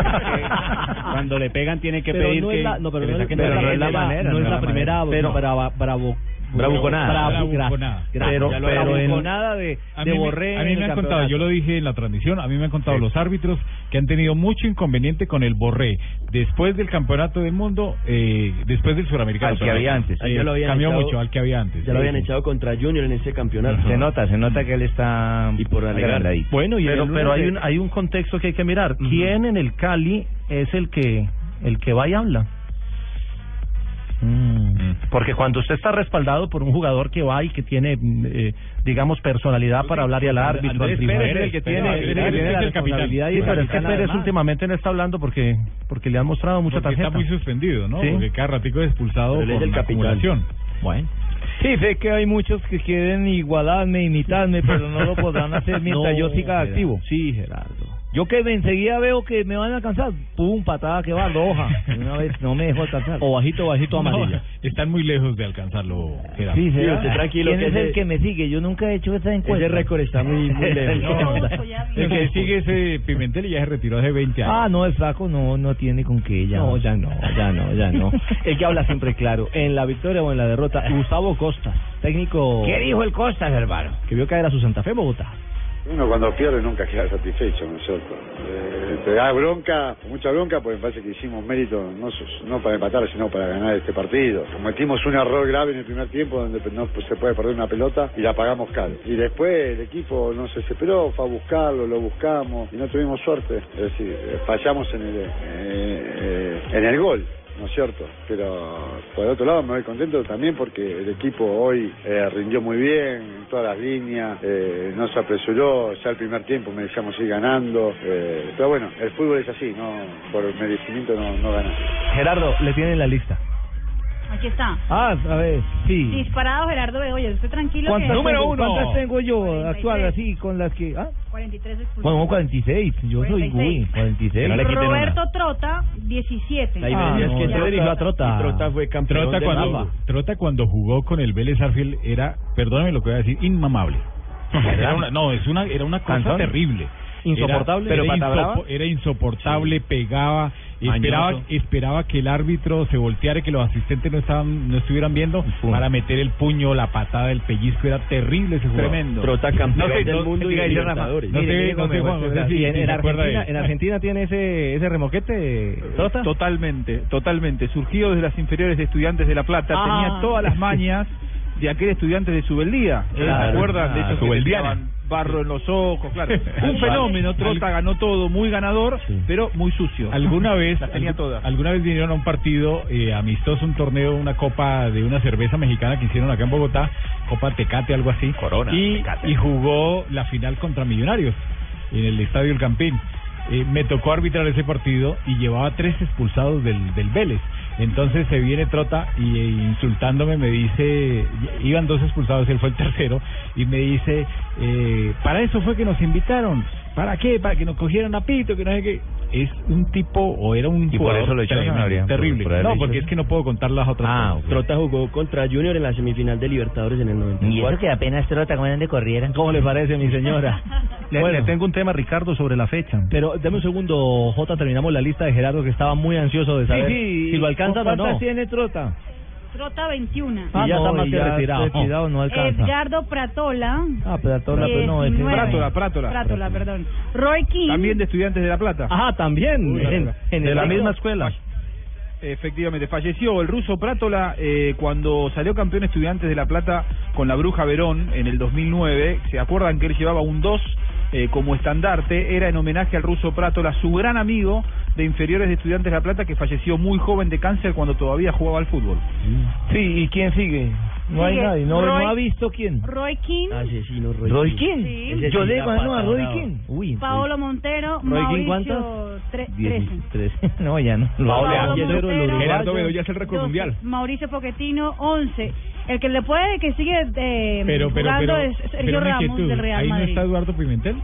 Speaker 7: cuando le pegan tiene que
Speaker 21: Pero
Speaker 7: pedir
Speaker 21: no
Speaker 7: que
Speaker 21: es la- no, pero
Speaker 7: que
Speaker 21: no
Speaker 7: le
Speaker 21: es-
Speaker 7: saquen
Speaker 21: pero
Speaker 7: la
Speaker 21: no es la
Speaker 7: primera,
Speaker 21: manera, no
Speaker 7: no
Speaker 21: es la primera
Speaker 7: pero-
Speaker 21: brava- bravo
Speaker 7: Bravuconada.
Speaker 21: bravo- gracias,
Speaker 17: Bravuconada.
Speaker 21: gracias.
Speaker 17: Pero-
Speaker 21: Ya lo-
Speaker 17: pero en-
Speaker 21: bravuconada de,
Speaker 17: A
Speaker 21: de
Speaker 17: mí me-
Speaker 21: Borré
Speaker 17: a mí
Speaker 21: en
Speaker 17: me
Speaker 21: el
Speaker 17: han contado, yo lo dije en la transmisión, a mí me han contado los árbitros que han tenido mucho inconveniente con el Borré después del Campeonato del Mundo, eh, después del Suramericano.
Speaker 14: Al que había antes.
Speaker 17: Eh,
Speaker 14: Ya lo habían
Speaker 17: cambió
Speaker 14: echado-
Speaker 17: mucho al que había antes.
Speaker 14: Ya lo
Speaker 17: Sí,
Speaker 14: habían
Speaker 17: sí.
Speaker 14: echado contra Junior en ese campeonato.
Speaker 7: Se nota, se nota que él está
Speaker 14: y por alegar.
Speaker 7: agrandadito.
Speaker 26: Bueno,
Speaker 14: y
Speaker 26: pero,
Speaker 14: el
Speaker 26: pero
Speaker 14: lunes
Speaker 26: hay
Speaker 14: de-
Speaker 26: un
Speaker 7: Ah,
Speaker 26: hay un contexto que hay que mirar. ¿Quién en el Cali es el que el que va y habla? Mm, Porque cuando usted está respaldado por un jugador que va y que tiene, mm, eh, digamos, personalidad para hablar y al
Speaker 7: Andrés
Speaker 26: árbitro, al
Speaker 7: Pérez
Speaker 26: tribunal.
Speaker 7: es el que tiene-
Speaker 26: Pero
Speaker 7: es el que tiene la
Speaker 26: es
Speaker 7: responsabilidad
Speaker 26: capitán.
Speaker 7: y
Speaker 26: Sí,
Speaker 7: el
Speaker 26: pero es que
Speaker 7: capitán
Speaker 26: Pérez
Speaker 7: además.
Speaker 26: últimamente no está hablando porque porque le han mostrado mucha
Speaker 17: Porque
Speaker 26: tarjeta.
Speaker 17: está muy suspendido, ¿no?
Speaker 26: Sí.
Speaker 17: Porque cada ratico es expulsado
Speaker 26: Pero
Speaker 17: por
Speaker 26: él es el
Speaker 17: la
Speaker 26: capitán.
Speaker 17: acumulación.
Speaker 26: Bueno.
Speaker 7: Sí, sé que hay muchos que quieren igualarme, imitarme, pero no lo podrán hacer mientras
Speaker 16: No,
Speaker 7: yo siga
Speaker 16: Gerardo.
Speaker 7: activo.
Speaker 16: Sí, Gerardo.
Speaker 7: Yo que me enseguida veo que me van a alcanzar, pum, patada que va, roja. De Una vez no me dejo alcanzar. O bajito, bajito,
Speaker 17: No, están muy lejos de alcanzarlo, Gerardo.
Speaker 7: Sí, será. ¿Quién
Speaker 17: que
Speaker 7: es
Speaker 17: ese-
Speaker 7: el que me sigue? Yo nunca he hecho esa encuesta.
Speaker 17: récord está muy, muy lejos. El que sigue ese Pimentel y ya se retiró hace 20 años.
Speaker 7: Ah, no, el flaco no, no tiene con qué ya. No, ya no, ya no, ya no. El que habla siempre claro, en la victoria o en la derrota, Gustavo Costas, técnico...
Speaker 10: ¿Qué dijo
Speaker 7: el Costas, hermano? Que vio caer a su Santa Fe Bogotá.
Speaker 10: Uno cuando pierde nunca queda satisfecho, ¿no es cierto? Eh, te da bronca, mucha bronca, porque me parece que hicimos mérito no, sos- no para empatar, sino para ganar este partido. Cometimos un error grave en el primer tiempo donde no se puede perder una pelota y la pagamos caro. Y después el equipo nos desesperó, fue a buscarlo, lo buscamos y no tuvimos suerte. Es decir, eh, fallamos en el, eh, eh, en el gol. ¿no es cierto? Pero por otro lado me voy contento también porque el equipo hoy eh, rindió muy bien en todas las líneas, eh, no se apresuró, ya el primer tiempo me dejamos ir ganando, eh, pero bueno, el fútbol es así, no por merecimiento no, no ganas.
Speaker 7: Gerardo, le tienen la lista.
Speaker 8: Aquí está.
Speaker 7: Ah, a ver, sí.
Speaker 8: Disparado Gerardo Bedoya, usted tranquilo.
Speaker 16: ¿Cuántas
Speaker 8: que-
Speaker 16: tengo, ¿Cuántas tengo yo actual así con las que.? ¿ah?
Speaker 8: 43 expulsados.
Speaker 7: Bueno, 46, yo soy
Speaker 8: 46.
Speaker 7: Gui, 46.
Speaker 8: Roberto Trota, 17.
Speaker 17: Ahí me decías que se dirigió a Trota.
Speaker 14: Y Trota fue campeón
Speaker 17: Trota
Speaker 14: de
Speaker 17: cuando,
Speaker 14: Rafa.
Speaker 17: Trota cuando jugó con el Vélez Arfield era, perdóname lo que voy a decir, inmamable. Era una- no, es una, era una cosa
Speaker 26: ¿Cansón?
Speaker 17: terrible.
Speaker 26: ¿Insoportable?
Speaker 17: Era,
Speaker 26: ¿Pero
Speaker 17: era,
Speaker 26: pata brava?
Speaker 17: insopo- era insoportable, pegaba,
Speaker 26: Mañoso.
Speaker 17: esperaba, esperaba que el árbitro se volteara y que los asistentes no estaban, no estuvieran viendo para meter el puño, la patada, el pellizco, era terrible ese jugador.
Speaker 14: Tremendo. Trota campeón del mundo y
Speaker 17: diga,
Speaker 14: de
Speaker 17: dice Rafa,
Speaker 14: Libertadores.
Speaker 17: No
Speaker 14: Mire,
Speaker 17: sé,
Speaker 14: mire
Speaker 17: no
Speaker 14: cómo
Speaker 17: sé,
Speaker 14: me
Speaker 17: Juan,
Speaker 14: va a
Speaker 17: no sé
Speaker 14: quedar.
Speaker 17: si-
Speaker 7: ¿Y en,
Speaker 17: si
Speaker 7: en
Speaker 17: se acuerda de
Speaker 7: Argentina,
Speaker 17: él.
Speaker 7: en Argentina tiene ese, ese remoquete, Trota?
Speaker 8: Totalmente, totalmente. Surgido desde las inferiores de Estudiantes de La Plata,
Speaker 7: Ah.
Speaker 8: tenía todas las mañas de aquel estudiante de Subeldía. ¿Eh? ¿Se Claro, acuerdan? claro. De esos que le Subeldiana. tiraban barro en los ojos, claro.
Speaker 17: Al-
Speaker 8: Un fenómeno,
Speaker 17: al-
Speaker 8: Trota ganó todo, muy ganador, pero muy sucio.
Speaker 17: alguna vez
Speaker 8: Las tenía
Speaker 17: algu-
Speaker 8: todas.
Speaker 17: alguna vez vinieron a un partido eh, amistoso un torneo una copa de una cerveza mexicana que hicieron acá en Bogotá copa Tecate algo así
Speaker 15: Corona,
Speaker 17: y,
Speaker 15: Tecate.
Speaker 17: y jugó la final contra Millonarios en el estadio El Campín Eh, me tocó arbitrar ese partido y llevaba tres expulsados del, del Vélez entonces se viene Trota y eh, insultándome me dice iban dos expulsados él fue el tercero y me dice eh, para eso fue que nos invitaron ¿para qué? para que nos cogieran a pito que no sé qué es un tipo o era un
Speaker 14: Y por
Speaker 17: jugador
Speaker 14: eso lo echaron,
Speaker 17: tremendo,
Speaker 14: Adrián, por-
Speaker 17: terrible
Speaker 14: por haber
Speaker 17: no
Speaker 14: dicho
Speaker 17: porque
Speaker 14: eso. Ah,
Speaker 17: es que no puedo contar las otras cosas.
Speaker 14: Trota jugó contra Junior en la semifinal de Libertadores en el 94.
Speaker 8: Y eso que apenas Trota, ¿cómo de corrieran?
Speaker 7: ¿Cómo le parece, mi señora?
Speaker 26: Le, le tengo un tema, Ricardo, sobre la fecha.
Speaker 7: Pero dame un segundo, J, terminamos la lista de Gerardo que estaba muy ansioso de saber si lo alcanzan o no.
Speaker 16: ¿Cuántas tiene Trota?
Speaker 8: Ah. Trota 21.
Speaker 7: Ah, ya está
Speaker 16: no,
Speaker 7: más
Speaker 16: y
Speaker 7: que
Speaker 16: ya
Speaker 7: retirado.
Speaker 16: retirado, no alcanza.
Speaker 8: Edgardo Pratola.
Speaker 7: Ah, Pratola, pues no, es que-
Speaker 8: 19.
Speaker 7: Prátola,
Speaker 8: Prátola.
Speaker 7: Prátola.
Speaker 8: perdón. Roy King. También de Estudiantes de La Plata.
Speaker 7: Ah, también. en- en el-
Speaker 8: De la misma
Speaker 7: escuela.
Speaker 8: Efectivamente, falleció el ruso Prátola eh, cuando salió campeón estudiantes de La Plata con la Bruja Verón en el 2009. ¿Se acuerdan que él llevaba un 2 eh, como estandarte? Era en homenaje al ruso Prátola, su gran amigo de inferiores de estudiantes de La Plata que falleció muy joven de cáncer cuando todavía jugaba al fútbol.
Speaker 7: Sí, ¿y quién sigue? No hay
Speaker 8: Sigue
Speaker 7: nadie, no, no
Speaker 8: Roy-
Speaker 7: ha visto quién.
Speaker 3: Roy King,
Speaker 7: Ah,
Speaker 14: Asesino Roy,
Speaker 7: ¿Roy
Speaker 14: King.
Speaker 7: quién?
Speaker 3: Sí.
Speaker 14: Ese
Speaker 7: Yo
Speaker 14: sí
Speaker 7: le
Speaker 14: la
Speaker 7: digo, ah, no, a
Speaker 14: pasa
Speaker 7: Roy
Speaker 14: bravo.
Speaker 7: quién. Uy,
Speaker 3: Paolo Montero,
Speaker 7: Roy King,
Speaker 3: Mauricio tre- trece.
Speaker 7: 13. No, ya no. Lo
Speaker 3: Paolo
Speaker 7: hago.
Speaker 3: Montero,
Speaker 11: Gerardo Bedoya es el récord
Speaker 3: doce.
Speaker 11: mundial.
Speaker 3: Mauricio Poquetino, 11. El que le puede que sigue eh,
Speaker 17: Pero, pero,
Speaker 3: jugando
Speaker 17: pero,
Speaker 3: es Sergio
Speaker 17: pero una
Speaker 3: Ramos
Speaker 17: inquietud,
Speaker 3: del Real
Speaker 17: ¿ahí no
Speaker 3: Madrid.
Speaker 17: está Eduardo Pimentel?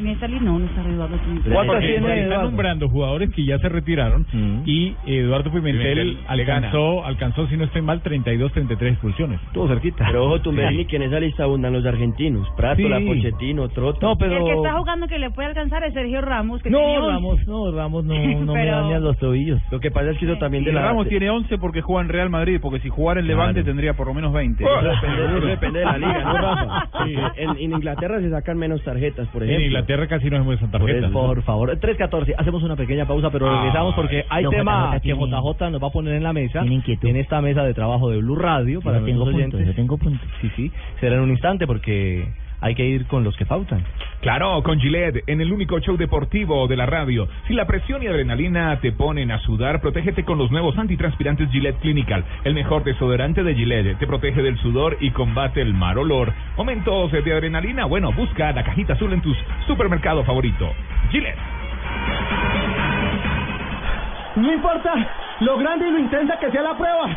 Speaker 3: En esta lista no, no está Eduardo Pimentel.
Speaker 17: Porque están nombrando jugadores que ya se retiraron
Speaker 11: Mm.
Speaker 17: y Eduardo Pimentel,
Speaker 14: Pimentel le
Speaker 17: alcanzó, alcanzó, si no estoy mal, 32, 33 expulsiones. Todo cerquita.
Speaker 14: Pero ojo, Tumberini,
Speaker 17: Sí.
Speaker 14: que en esa lista abundan los argentinos. Prato, la
Speaker 17: Sí.
Speaker 14: Pochettino, Trotta.
Speaker 3: El que está jugando que le puede alcanzar es Sergio Ramos. Que tiene
Speaker 14: No,
Speaker 3: 11.
Speaker 14: Ramos, no, Ramos no,
Speaker 3: no me Pero- daña
Speaker 14: los tobillos. Lo que pasa es que eso también de
Speaker 8: Y
Speaker 14: la...
Speaker 8: Ramos tiene 11 porque juega en Real Madrid, porque si jugara en
Speaker 14: Claro.
Speaker 8: Levante tendría por lo menos 20.
Speaker 14: Eso depende, eso depende de la liga, ¿no, Rafa? Porque En, en Inglaterra se sacan menos tarjetas, por
Speaker 17: En
Speaker 14: ejemplo.
Speaker 17: Inglaterra casi no es muy
Speaker 14: Por eso,
Speaker 17: tarjetas.
Speaker 14: por
Speaker 27: favor. 3.14, hacemos una pequeña pausa, pero regresamos porque hay
Speaker 7: No,
Speaker 27: tema
Speaker 7: JJ
Speaker 27: que
Speaker 7: tiene-
Speaker 27: JJ nos va a poner en la mesa, en esta mesa de trabajo de Blue Radio, para
Speaker 7: Yo tengo
Speaker 27: nuestros
Speaker 7: puntos,
Speaker 27: oyentes. Sí, sí, será en un instante porque hay que ir con los que faltan.
Speaker 15: Claro, con Gillette, en el único show deportivo de la radio. Si la presión y adrenalina te ponen a sudar, protégete con los nuevos antitranspirantes Gillette Clinical, el mejor desodorante de Gillette. Te protege del sudor y combate el mal olor. Momentos de adrenalina, bueno, busca la cajita azul en tu supermercado favorito. Gillette.
Speaker 28: No importa lo grande y lo intensa que sea la prueba.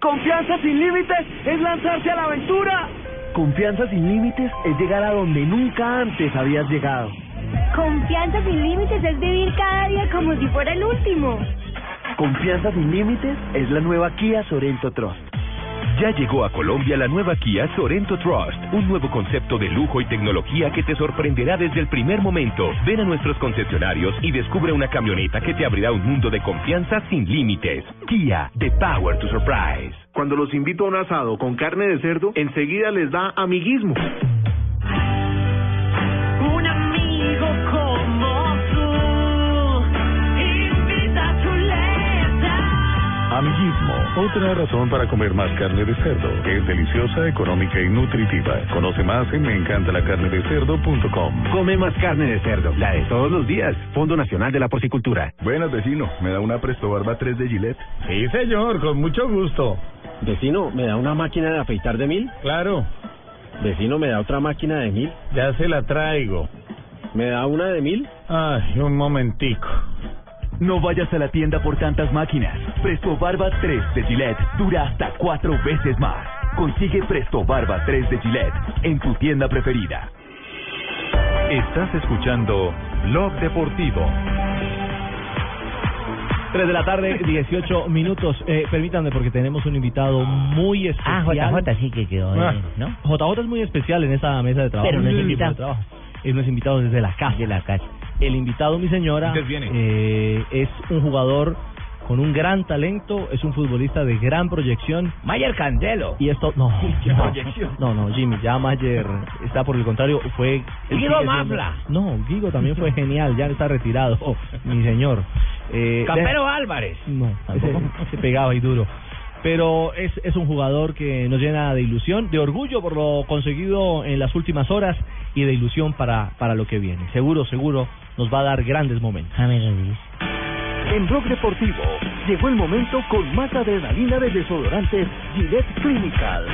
Speaker 28: Confianza sin límites es lanzarse a la aventura.
Speaker 21: Confianza sin límites es llegar a donde nunca antes habías llegado.
Speaker 29: Confianza sin límites es vivir cada día como si fuera el último.
Speaker 21: Confianza sin límites es la nueva Kia Sorento Trust.
Speaker 15: Ya llegó a Colombia la nueva Kia Sorento Trust, un nuevo concepto de lujo y tecnología que te sorprenderá desde el primer momento. Ven a nuestros concesionarios y descubre una camioneta que te abrirá un mundo de confianza sin límites. Kia, the power to surprise.
Speaker 30: Cuando los invito a un asado con carne de cerdo, enseguida les da amiguismo.
Speaker 12: Un amigo como tú invita a chuleta.
Speaker 1: Amiguismo, otra razón para comer más carne de cerdo. Es deliciosa, económica y nutritiva. Conoce más en meencantalacarnedecerdo.com.
Speaker 30: Come más carne de cerdo, la de todos los días. Fondo Nacional de la Porcicultura.
Speaker 13: Buenas, vecino. ¿Me da una Presto Barba 3 de Gillette?
Speaker 30: Sí, señor, con mucho gusto. Vecino, ¿me da una máquina de afeitar de mil? Claro. Vecino, ¿me da otra máquina de mil? Ya se la traigo. ¿Me da una de mil? Ay, un momentico.
Speaker 21: No vayas a la tienda por tantas máquinas. Presto Barba 3 de Gillette dura hasta cuatro veces más. Consigue Presto Barba 3 de Gillette en tu tienda preferida.
Speaker 31: Estás escuchando Blog Deportivo.
Speaker 7: 3 de la tarde, 18 minutos. Eh, permítanme, porque tenemos un invitado muy especial. Ah,
Speaker 13: JJ Ah, sí que quedó, eh,
Speaker 14: Ah.
Speaker 13: ¿no?
Speaker 7: JJ es muy especial en esa mesa de trabajo.
Speaker 13: Pero no es
Speaker 7: en el
Speaker 13: invitado.
Speaker 7: equipo de trabajo. Él no es invitado desde la casa. De la casa. El invitado, mi señora, eh, es un jugador con un gran talento, es un futbolista de gran proyección. Mayer Candelo. Y esto, no. no, No, no, Jimmy, ya Mayer está por el contrario, fue... él sigue
Speaker 13: Guido
Speaker 7: siendo-
Speaker 13: Mafla.
Speaker 7: No, Guido también fue genial, ya está retirado, oh, mi señor. Eh,
Speaker 13: Campero
Speaker 7: de-
Speaker 13: Álvarez.
Speaker 7: No, ese, ese pegaba y duro. Pero es, es un jugador que nos llena de ilusión, de orgullo por lo conseguido en las últimas horas y de ilusión para, para lo que viene. Seguro, seguro nos va a dar grandes momentos.
Speaker 13: James Rodríguez.
Speaker 16: En Rock Deportivo llegó el momento con más adrenalina de desodorantes Gillette Clinical.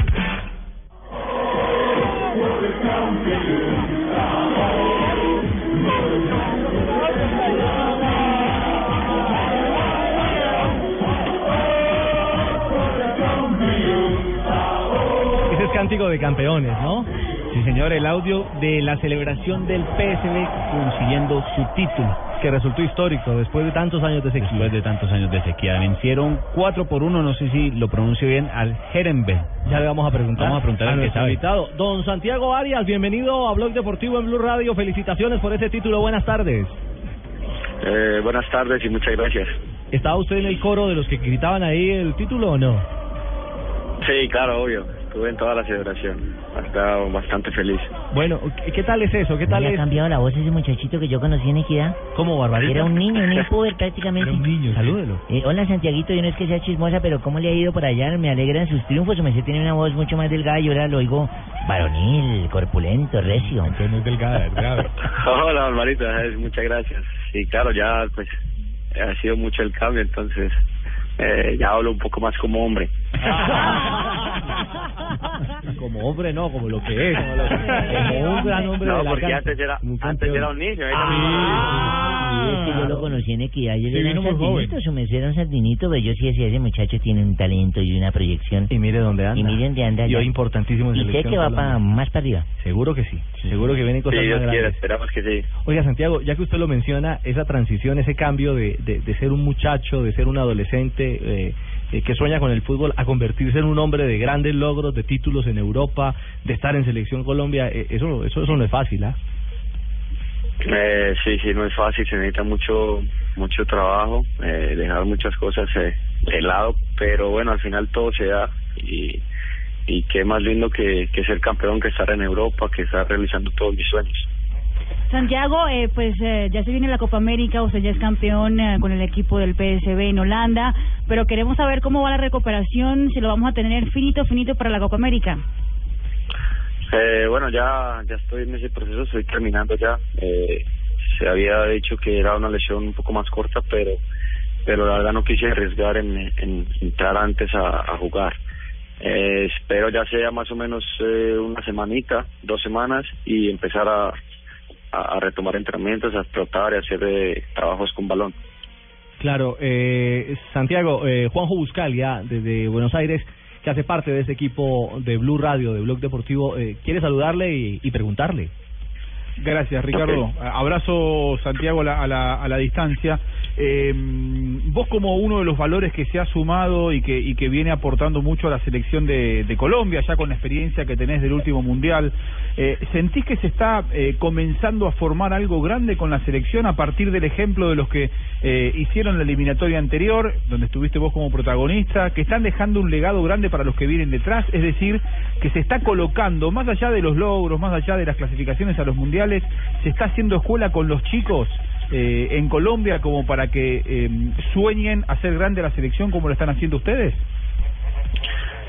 Speaker 7: Ese es cántico de campeones, ¿no?
Speaker 5: Sí, señor, el audio de la celebración del PSV consiguiendo su título.
Speaker 7: Que resultó histórico después de tantos años de sequía.
Speaker 5: Después de tantos años de sequía. Vencieron 4 por 1, no sé si lo pronuncio bien, al Jerembe.
Speaker 7: Ya le vamos a preguntar.
Speaker 5: Vamos a preguntar al que
Speaker 7: nuestro
Speaker 5: sabe.
Speaker 7: invitado. Don Santiago Arias, bienvenido a Blog Deportivo en Blue Radio. Felicitaciones por ese título. Buenas tardes.
Speaker 9: Eh, buenas tardes y muchas gracias.
Speaker 7: ¿Estaba usted en el coro de los que gritaban ahí el título o no?
Speaker 9: Sí, claro, obvio. Estuve en toda la celebración. Ha estado bastante feliz.
Speaker 7: Bueno, ¿qué- ¿qué tal es eso? ¿Qué tal
Speaker 13: ¿Le ha
Speaker 7: es?
Speaker 13: cambiado la voz a ese muchachito que yo conocí en Equidad?
Speaker 7: ¿Cómo, Barbarita?
Speaker 13: Era un niño, un impuber prácticamente.
Speaker 7: Era un niño, sí. Salúdelo.
Speaker 13: Eh, hola, Santiaguito, yo no es que sea chismosa, pero ¿cómo le ha ido por allá? Me alegran sus triunfos, o me sé tiene una voz mucho más delgada y ahora lo oigo varonil, corpulento, recio. Entonces no es delgada, es
Speaker 9: Hola, Barbarita, eh, muchas gracias. Y claro, ya pues ha sido mucho el cambio, entonces eh, ya hablo un poco más como hombre.
Speaker 7: Como hombre no, como lo que es. Como un gran hombre
Speaker 9: no,
Speaker 7: de la
Speaker 9: porque
Speaker 7: cancha. Ah,
Speaker 9: antes era, antes era un niño. era-
Speaker 13: Sí, es que yo lo conocí en Equidad y él
Speaker 9: Sí,
Speaker 13: era
Speaker 9: vino
Speaker 13: un
Speaker 9: muy
Speaker 13: sardinito,
Speaker 9: joven.
Speaker 13: su mesero era un sardinito, pero yo sí decía, ese muchacho tiene un talento y una proyección. Y mire dónde anda. Y mire dónde anda.
Speaker 5: Y
Speaker 13: ya.
Speaker 5: hoy importantísimo en
Speaker 13: Y sé
Speaker 5: selección
Speaker 13: que va
Speaker 5: Colombia.
Speaker 13: para más para arriba.
Speaker 5: Seguro que sí. Seguro que vienen
Speaker 9: Sí,
Speaker 5: cosas más
Speaker 9: Dios quiera,
Speaker 5: grandes.
Speaker 9: esperamos que sí.
Speaker 5: Oiga, Santiago, ya que usted lo menciona, esa transición, ese cambio de, de, de ser un muchacho, de ser un adolescente eh, eh, que sueña con el fútbol, a convertirse en un hombre de grandes logros, de títulos en Europa, de estar en Selección Colombia, eh, eso, eso, eso no es fácil, ¿ah?
Speaker 9: Eh, sí, sí, no es fácil, se necesita mucho mucho trabajo, eh, dejar muchas cosas eh, de lado, pero bueno, al final todo se da y, y qué más lindo que, que ser campeón, que estar en Europa, que estar realizando todos mis sueños.
Speaker 3: Santiago, eh, pues eh, ya se viene la Copa América, usted ya es campeón eh, con el equipo del PSV en Holanda, pero queremos saber cómo va la recuperación, si lo vamos a tener finito, finito para la Copa América.
Speaker 9: Eh, bueno, ya, ya estoy en ese proceso, estoy terminando ya. Eh, se había dicho que era una lesión un poco más corta, pero pero la verdad no quise arriesgar en, en entrar antes a, a jugar. Eh, espero ya sea más o menos eh, una semanita, dos semanas y empezar a, a, a retomar entrenamientos, a tratar y hacer eh, trabajos con balón.
Speaker 7: Claro, eh, Santiago, eh, Juanjo Buscalia, desde Buenos Aires, que hace parte de este equipo de Blue Radio, de Blog Deportivo, eh, quiere saludarle y, y preguntarle.
Speaker 8: Gracias, Ricardo.
Speaker 7: Ok.
Speaker 8: Abrazo, Santiago, a la, a la, a la distancia. Eh, vos como uno de los valores que se ha sumado y que, y que viene aportando mucho a la selección de, de Colombia, ya con la experiencia que tenés del último Mundial, eh, ¿sentís que se está eh, comenzando a formar algo grande con la selección a partir del ejemplo de los que eh, hicieron la eliminatoria anterior, donde estuviste vos como protagonista, que están dejando un legado grande para los que vienen detrás? Es decir, que se está colocando, más allá de los logros, más allá de las clasificaciones a los mundiales, se está haciendo escuela con los chicos eh, en Colombia como para que eh, sueñen hacer grande la selección como lo están haciendo ustedes?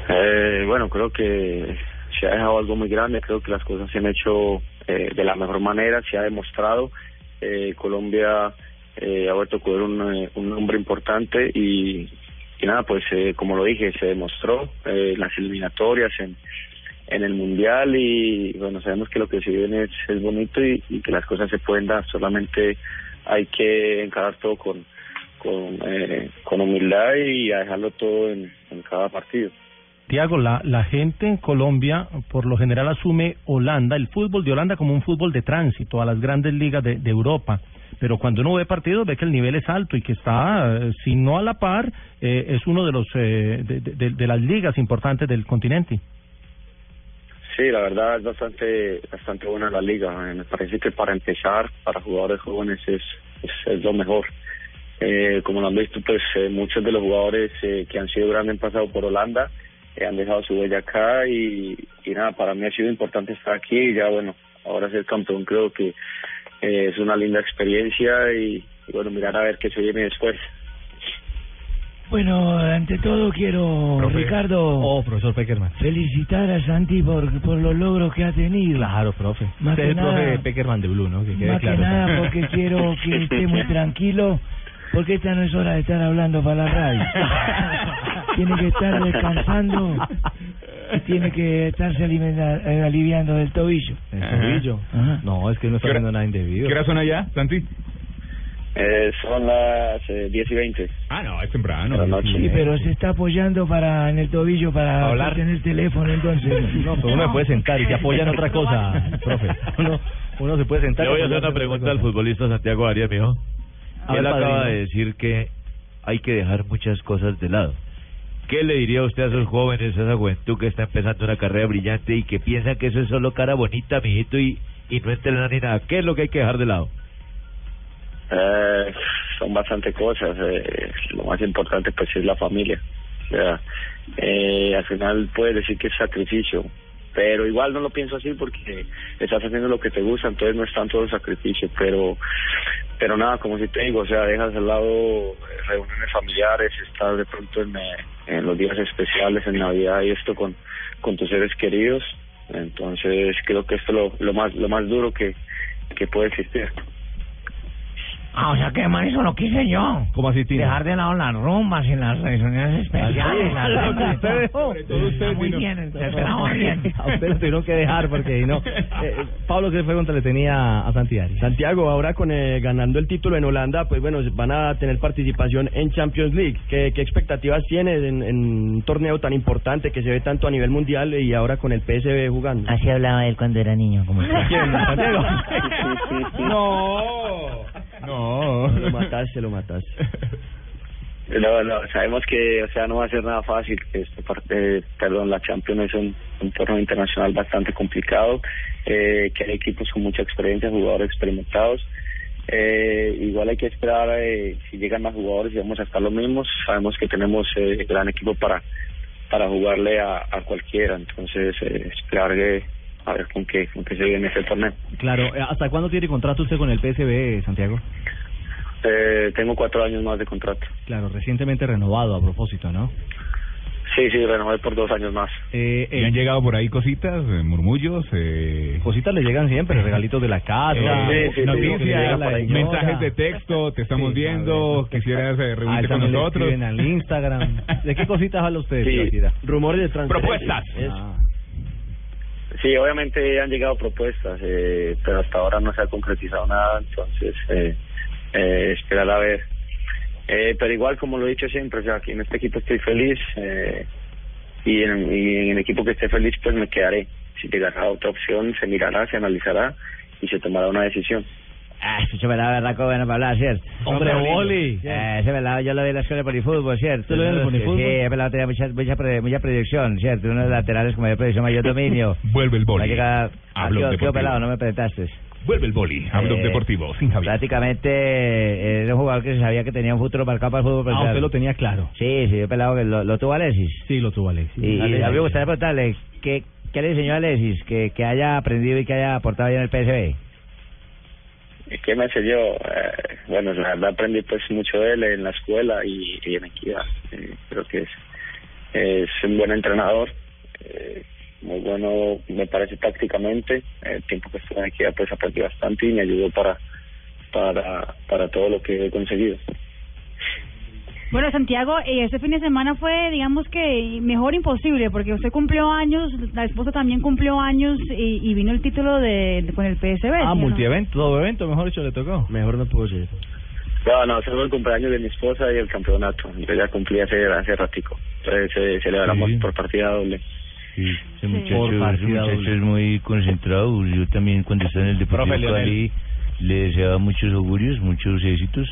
Speaker 9: Eh, bueno, creo que se ha dejado algo muy grande, creo que las cosas se han hecho eh, de la mejor manera, se ha demostrado. Eh, Colombia eh, ha vuelto a coger un, eh, un nombre importante y, y nada, pues eh, como lo dije, se demostró eh, en las eliminatorias, en, en el Mundial y bueno, sabemos que lo que se viene es, es bonito y, y que las cosas se pueden dar, solamente hay que encarar todo con, con, eh, con humildad y a dejarlo todo en- en cada partido.
Speaker 26: Tiago, la, la gente en Colombia por lo general asume Holanda, el fútbol de Holanda como un fútbol de tránsito a las grandes ligas de, de Europa. Pero cuando uno ve partidos ve que el nivel es alto y que está, eh, si no a la par, eh, es uno de los eh, de, de- de- de las ligas importantes del continente.
Speaker 9: Sí, la verdad es bastante bastante buena la liga. Eh, Me parece que para empezar, para jugadores jóvenes es, es, es lo mejor. Eh, como lo han visto, pues eh, muchos de los jugadores eh, que han sido grandes han pasado por Holanda, eh, han dejado su huella acá y, y nada, para mí ha sido importante estar aquí y ya bueno, ahora ser campeón creo que eh, es una linda experiencia y, y bueno, mirar a ver qué se viene después.
Speaker 11: Bueno, ante todo quiero, Ricardo,
Speaker 7: Oh, profesor Peckerman.
Speaker 11: felicitar a Santi por, por los logros que ha tenido.
Speaker 7: Claro, profe.
Speaker 11: Más
Speaker 7: Usted
Speaker 11: que
Speaker 7: es el profe
Speaker 11: nada-
Speaker 7: Peckerman de Blue, ¿no? Que quede
Speaker 11: Más
Speaker 7: claro.
Speaker 11: que nada porque quiero que esté muy tranquilo
Speaker 12: Porque esta no es hora de estar hablando para la radio. tiene que estar descansando y tiene que estarse alimenta- eh, aliviando del tobillo.
Speaker 32: El
Speaker 15: Ajá.
Speaker 32: tobillo. No, es que no está
Speaker 15: ¿Qué hora-
Speaker 32: haciendo nada indebido.
Speaker 15: ¿Qué hora son allá, Santi?
Speaker 9: Eh, son las eh, 10 y 20.
Speaker 15: Ah, no, es temprano.
Speaker 9: De la noche.
Speaker 12: Sí, pero se está apoyando para en el tobillo para
Speaker 9: Hablar.
Speaker 12: tener el teléfono entonces.
Speaker 7: No, pero uno se puede sentar y se apoya en otra cosa, profe. Uno, uno se puede sentar.
Speaker 33: Le voy a hacer una
Speaker 7: apoyarse en otra
Speaker 33: pregunta
Speaker 7: cosa.
Speaker 33: al futbolista Santiago Arias, mijo.
Speaker 7: A
Speaker 33: Él
Speaker 7: ver,
Speaker 33: acaba
Speaker 7: padrino.
Speaker 33: de decir que hay que dejar muchas cosas de lado. ¿Qué le diría usted a esos jóvenes, a esa juventud que está empezando una carrera brillante y que piensan que eso es solo cara bonita, mijito, y, y no entrenar ni nada? ¿Qué es lo que hay que dejar de lado?
Speaker 9: Eh, son bastante cosas. eh, lo más importante pues es la familia. O sea, eh, al final puedes decir que es sacrificio, pero igual no lo pienso así porque estás haciendo lo que te gusta, entonces no es tanto el sacrificio, pero pero nada, como si te digo, o sea, dejas al lado eh, reuniones familiares, estar de pronto en, eh, en los días especiales, en Navidad y esto con, con tus seres queridos. Entonces creo que esto es lo, lo más lo más duro que, que puede existir.
Speaker 12: Ah, o sea que man, eso lo quise yo.
Speaker 7: ¿Cómo así, Tino?
Speaker 12: Dejar de lado las rumbas y las reuniones especiales. las
Speaker 7: Lo que
Speaker 12: cosas.
Speaker 7: usted dejó.
Speaker 12: Ah, muy bien, entonces, bravo, bien.
Speaker 7: A usted lo tuvieron que dejar porque si no. eh, Pablo, ¿qué pregunta le tenía a Santi Arias?
Speaker 14: Santiago, ahora con eh, ganando el título en Holanda, pues bueno, van a tener participación en Champions League. ¿Qué, qué expectativas tienes en, en un torneo tan importante que se ve tanto a nivel mundial y ahora con el PSV jugando?
Speaker 13: Así hablaba él cuando era niño. Como usted.
Speaker 15: no.
Speaker 14: No. Lo mataste, lo mataste.
Speaker 9: No, no, sabemos que, o sea, no va a ser nada fácil. Este parte, eh, perdón, la Champions es un, un torneo internacional bastante complicado, eh, que hay equipos con mucha experiencia, jugadores experimentados. Eh, igual hay que esperar eh, si llegan más jugadores y vamos a estar los mismos. Sabemos que tenemos eh, gran equipo para para jugarle a, a cualquiera, entonces eh, esperar que, a ver con qué, con qué se viene este torneo.
Speaker 7: Claro, eh, ¿hasta cuándo tiene contrato usted con el PSB, Santiago?
Speaker 9: Eh, tengo cuatro años más de contrato.
Speaker 7: Claro, recientemente renovado a propósito, ¿no?
Speaker 9: Sí, sí, renové por dos años más.
Speaker 7: Eh,
Speaker 15: ¿Le han llegado por ahí cositas, eh, murmullos? Eh...
Speaker 7: Cositas le llegan siempre, regalitos de la casa, sí,
Speaker 15: Eh,
Speaker 7: sí, sí, sí,
Speaker 15: noticias,
Speaker 7: la señora.
Speaker 15: mensajes de texto, te estamos viendo, quisieras eh,
Speaker 7: Ah,
Speaker 15: reunirte con
Speaker 7: también le
Speaker 15: nosotros.
Speaker 7: escriben al Instagram. ¿De qué cositas habla usted, Ah,
Speaker 9: Sí.
Speaker 7: Tibaquira?
Speaker 14: Rumores de
Speaker 9: Propuestas.
Speaker 11: Ah.
Speaker 9: Sí, obviamente han llegado propuestas, eh, pero hasta ahora no se ha concretizado nada, entonces eh, eh, esperar a ver. Eh, pero igual, como lo he dicho siempre, o sea, aquí en este equipo estoy feliz eh, y, en, y en el equipo que esté feliz, pues me quedaré. Si llegará otra opción, se mirará, se analizará y se tomará una decisión.
Speaker 11: Ah, ese pelado es raco bueno para hablar, ¿cierto?
Speaker 9: Hombre, Hombre, Boli.
Speaker 11: Eh, ese pelado yo lo vi en la escuela de polifútbol, ¿cierto?
Speaker 7: ¿Tú lo viste en el polifútbol?
Speaker 11: Sí, ese pelado tenía mucha, mucha, pre- mucha proyección, ¿cierto? Uno de los laterales con mayor proyección, mayor dominio.
Speaker 15: Vuelve el
Speaker 11: Va a
Speaker 15: boli.
Speaker 11: llegar... Ah,
Speaker 15: Hablo
Speaker 11: ¿qué- ¿Qué
Speaker 15: deportivo.
Speaker 11: pelado? No me presentaste.
Speaker 15: Vuelve el boli. Hablo
Speaker 11: Eh,
Speaker 15: deportivo, sin Javier.
Speaker 11: Prácticamente eh, era un jugador que se sabía que tenía un futuro marcado para el fútbol.
Speaker 7: Ah,
Speaker 11: profesional.
Speaker 7: usted lo tenía claro.
Speaker 11: Sí, sí, yo pelado que lo, lo tuvo Alexis.
Speaker 7: Sí, lo tuvo Alexis.
Speaker 11: Y, y a mí me gustaría preguntarle, ¿qué, qué le enseñó a Alexis que, que haya aprendido y que haya aportado ya en el PSB?
Speaker 9: ¿Qué me enseñó? Eh, bueno, la verdad aprendí pues mucho de él en la escuela y, y en Equidad. Eh, creo que es, es un buen entrenador, eh, muy bueno me parece tácticamente. El tiempo que estuve en Equidad pues aprendí bastante y me ayudó para para para todo lo que he conseguido.
Speaker 3: Bueno, Santiago, eh, este fin de semana fue, digamos que mejor imposible, porque usted cumplió años, la esposa también cumplió años y, y vino el título de, de- con el PSV. ¿sí o
Speaker 7: Ah,
Speaker 3: no?
Speaker 7: multievento, todo evento, mejor dicho, le tocó.
Speaker 14: Mejor no pudo ser.
Speaker 9: No, no, solo el cumpleaños de mi esposa y el campeonato. Yo ya cumplí hace, hace ratico. Entonces eh, celebramos
Speaker 33: Sí.
Speaker 9: por partida doble.
Speaker 33: Ese
Speaker 9: Por
Speaker 33: muchacho, ese
Speaker 9: partida
Speaker 33: muchacho
Speaker 9: doble.
Speaker 33: es muy concentrado. Yo también cuando estaba en el Deportivo
Speaker 9: Profe,
Speaker 33: Cali le deseaba muchos augurios, muchos éxitos.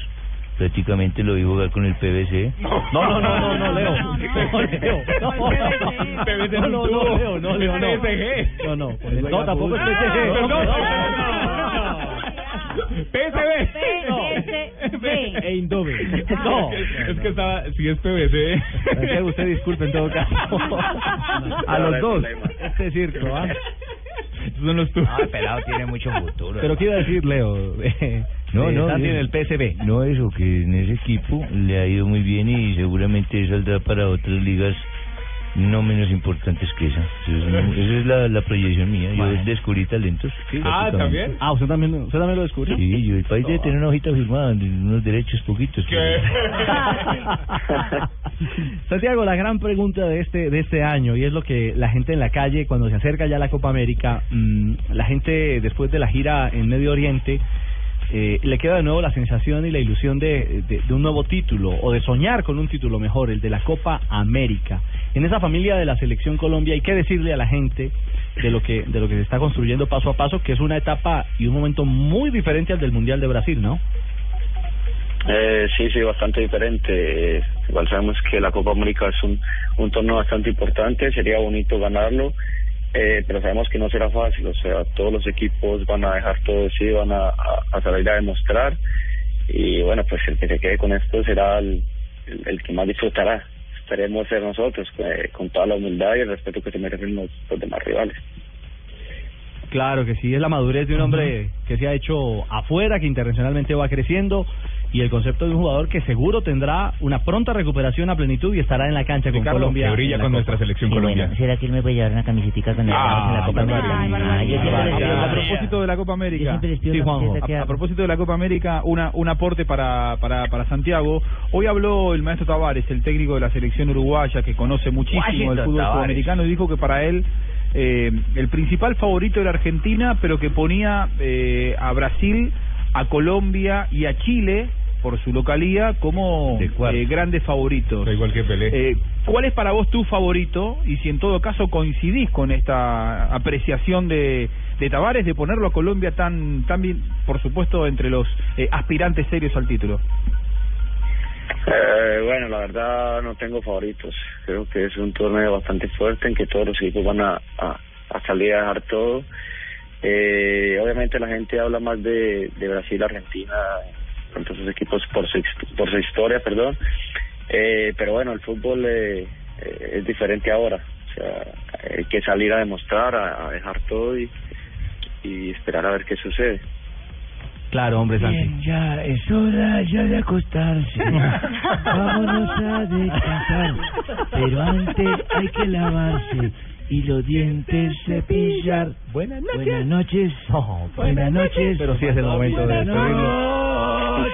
Speaker 33: Prácticamente lo vi jugar con el PVC.
Speaker 7: No, no, no, no, no, Leo. No, Leo. No, no, no, Leo, no, Leo, no. No, no, no, tampoco es PSG.
Speaker 15: PSV.
Speaker 7: E Indove. No.
Speaker 15: Es que estaba, si es PVC.
Speaker 7: Santiago, usted disculpe en todo caso. A los dos. Este circo, ¿ah?
Speaker 15: Son los tuyos.
Speaker 11: No, el pelado tiene mucho futuro.
Speaker 7: Pero qué iba a decir, Leo.
Speaker 33: No,
Speaker 7: Eh,
Speaker 33: no.
Speaker 7: Santi en
Speaker 33: yo-
Speaker 7: el PSV.
Speaker 33: No, eso, que en ese equipo le ha ido muy bien y seguramente saldrá para otras ligas
Speaker 11: no menos importantes que esa. Esa es, esa es la, la proyección mía. Yo
Speaker 7: Bueno.
Speaker 11: descubrí talentos.
Speaker 7: Ah, ¿también?
Speaker 11: Ah, usted también, usted también lo descubrió. Sí, yo el país debe tener una hojita firmada, unos derechos poquitos.
Speaker 7: Santiago, la gran pregunta de este de este año y es lo que la gente en la calle cuando se acerca ya la Copa América, mm, la gente después de la gira en Medio Oriente eh, le queda de nuevo la sensación y la ilusión de, de- de un nuevo título o de soñar con un título mejor, el de la Copa América. En esa familia de la selección Colombia hay que decirle a la gente de lo que de lo que se está construyendo paso a paso, que es una etapa y un momento muy diferente al del Mundial de Brasil, ¿no?
Speaker 9: Eh, sí, sí, bastante diferente. Eh, igual sabemos que la Copa América es un, un torneo bastante importante, sería bonito ganarlo, eh, pero sabemos que no será fácil. O sea, todos los equipos van a dejar todo de sí, van a, a- a salir a demostrar. Y bueno, pues el que se quede con esto será el, el- el que más disfrutará. Esperemos ser nosotros, eh, con toda la humildad y el respeto que se merecen los- los demás rivales.
Speaker 7: Claro que sí, es la madurez de un hombre que se ha hecho afuera, que internacionalmente va creciendo y el concepto de un jugador que seguro tendrá una pronta recuperación a plenitud y estará en la cancha con
Speaker 15: Ricardo,
Speaker 7: Colombia.
Speaker 15: que brilla
Speaker 7: en la
Speaker 15: con
Speaker 7: Copa.
Speaker 15: nuestra selección colombiana.
Speaker 13: ¿Será que él me puede llevar una camisetica cuando
Speaker 15: Ah,
Speaker 13: llegamos a la Copa
Speaker 8: Barbaridad.
Speaker 13: América? Ay, yo siempre les pido
Speaker 8: A
Speaker 13: la
Speaker 8: propósito de la Copa América,
Speaker 13: Sí, Juanjo.
Speaker 8: a- a, propósito de la Copa América, una, un aporte para, para, para Santiago. Hoy habló el maestro Tavares, el técnico de la selección uruguaya que conoce muchísimo el
Speaker 11: Washington
Speaker 8: fútbol
Speaker 11: Tabárez.
Speaker 8: sudamericano y dijo que para él eh, el principal favorito era Argentina, pero que ponía eh, a Brasil, a Colombia y a Chile por su localía como eh, grandes favoritos.
Speaker 15: igual que Pelé.
Speaker 8: Eh, ¿Cuál es para vos tu favorito? Y si en todo caso coincidís con esta apreciación de, de Tavares de ponerlo a Colombia tan, tan bien, por supuesto, entre los eh, aspirantes serios al título.
Speaker 9: Eh, bueno, la verdad no tengo favoritos. Creo que es un torneo bastante fuerte en que todos los equipos van a, a, a salir a dejar todo. Eh, obviamente la gente habla más de, de Brasil, Argentina, pronto esos equipos por su, hist- por su historia, perdón. Eh, pero bueno, el fútbol eh, eh, es diferente ahora. O sea, hay que salir a demostrar, a, a dejar todo y, y esperar a ver qué sucede.
Speaker 7: Claro, hombre, Santi.
Speaker 12: Bien, ya es hora ya de acostarse. Vámonos a descansar. Pero antes hay que lavarse y los dientes cepillar. Buenas noches. Buenas noches. Buenas noches.
Speaker 7: Pero sí es el momento de
Speaker 12: Buenas
Speaker 7: despedirnos.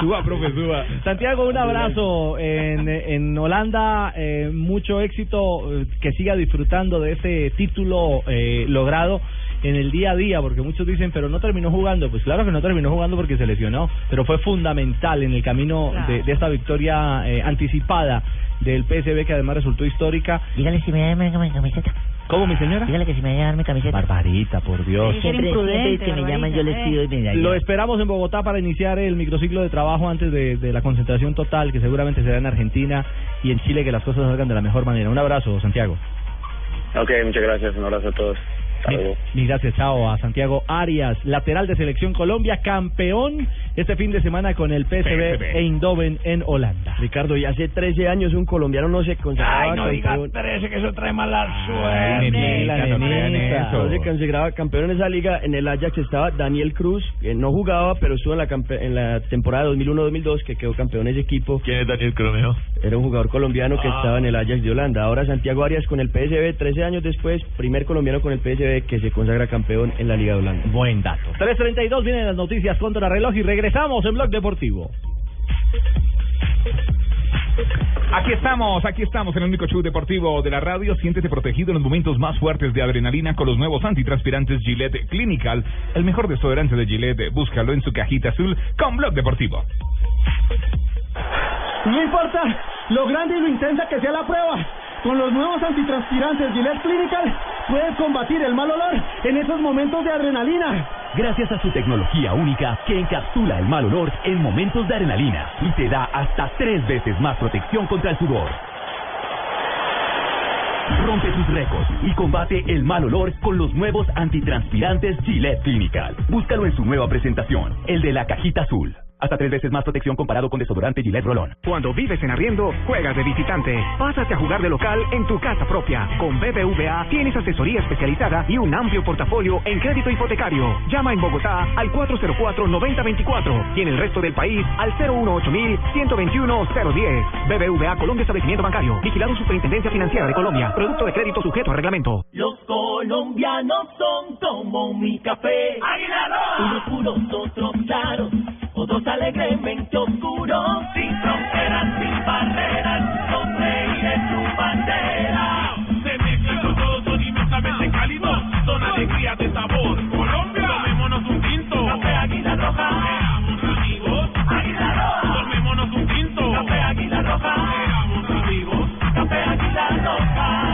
Speaker 15: Suba, profe, suba.
Speaker 7: Santiago, un abrazo en, en Holanda, eh, mucho éxito, eh, que siga disfrutando de ese título eh, logrado en el día a día, porque muchos dicen, pero no terminó jugando, pues claro que no terminó jugando porque se lesionó, pero fue fundamental en el camino de, de esta victoria eh, anticipada del PSB que además resultó histórica.
Speaker 13: Dígale si me va a llevar mi camiseta.
Speaker 7: ¿Cómo, mi señora?
Speaker 13: Dígale que si me va a llevar mi camiseta.
Speaker 7: Barbarita, por Dios.
Speaker 13: Siempre, siempre que me llaman yo les pido y me la
Speaker 7: Lo
Speaker 13: llevo.
Speaker 7: esperamos en Bogotá para iniciar el microciclo de trabajo antes de, de la concentración total, que seguramente será en Argentina y en Chile, que las cosas salgan de la mejor manera. Un abrazo, Santiago.
Speaker 9: Ok, muchas gracias. Un abrazo a todos. Hasta luego.
Speaker 7: Mil gracias, chao, a Santiago Arias, lateral de Selección Colombia, campeón este fin de semana con el PSV
Speaker 14: PSV.
Speaker 7: Eindhoven en Holanda.
Speaker 14: Ricardo, y hace 13 años un colombiano no se consagraba
Speaker 7: Ay, no diga
Speaker 14: campeón.
Speaker 7: 13,
Speaker 14: que eso trae mala
Speaker 7: suerte. nenita, no crean eso.
Speaker 14: No se consagraba campeón en esa liga. En el Ajax estaba Daniel Cruz, que no jugaba, pero estuvo en la, campe- en la temporada 2001-2002, que quedó campeón ese equipo.
Speaker 11: ¿Quién es Daniel Cromeo?
Speaker 14: Era un jugador colombiano que
Speaker 11: Ah.
Speaker 14: estaba en el Ajax de Holanda. Ahora Santiago Arias con el PSV, 13 años después, primer colombiano con el PSV que se consagra campeón en la Liga de Holanda.
Speaker 7: Buen dato. 3.32 vienen las noticias contra reloj y regresamos en Blog Deportivo.
Speaker 15: Aquí estamos, aquí estamos en el único show deportivo de la radio. Siéntete protegido en los momentos más fuertes de adrenalina con los nuevos antitranspirantes Gillette Clinical. El mejor desodorante de Gillette, búscalo en su cajita azul con Blog Deportivo.
Speaker 16: No importa lo grande y lo intensa que sea la prueba. Con los nuevos antitranspirantes Gillette Clinical puedes combatir el mal olor en esos momentos de adrenalina.
Speaker 21: Gracias a su tecnología única que encapsula el mal olor en momentos de adrenalina y te da hasta tres veces más protección contra el sudor. Rompe tus récords y combate el mal olor con los nuevos antitranspirantes Gillette Clinical. Búscalo en su nueva presentación, el de la cajita azul.
Speaker 34: Hasta tres veces más protección comparado con desodorante Gillette Rolón.
Speaker 16: Cuando vives en arriendo, juegas de visitante. Pásate a jugar de local en tu casa propia. Con BBVA tienes asesoría especializada y un amplio portafolio en crédito hipotecario. Llama en Bogotá al 404-9024 y en el resto del país al 018-121-010. BBVA Colombia Establecimiento Bancario. Vigilado Superintendencia Financiera de Colombia. Producto de crédito sujeto a reglamento.
Speaker 35: Los colombianos son como mi café. Unos puros, otros claros, otros alegremente oscuros. Sin fronteras, sin barreras, son reyes su bandera. Se mezclan los dos, son inmensamente cálidos, son alegría de sabor. Colombia, tomémonos un tinto. Café Águila Roja. Seamos amigos. Águila Roja. Tomémonos un tinto. Café Águila Roja. Seamos amigos. Café Águila Roja.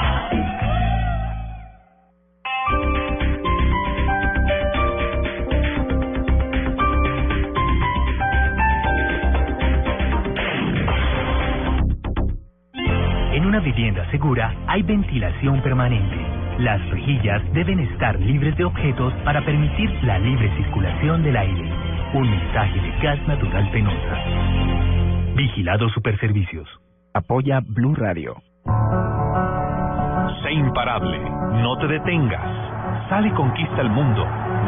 Speaker 36: En una vivienda segura hay ventilación permanente. Las rejillas deben estar libres de objetos para permitir la libre circulación del aire. Un mensaje de gas natural penosa. Vigilado Superservicios. Apoya Blue Radio.
Speaker 21: Sé imparable, no te detengas. Sale y conquista el mundo.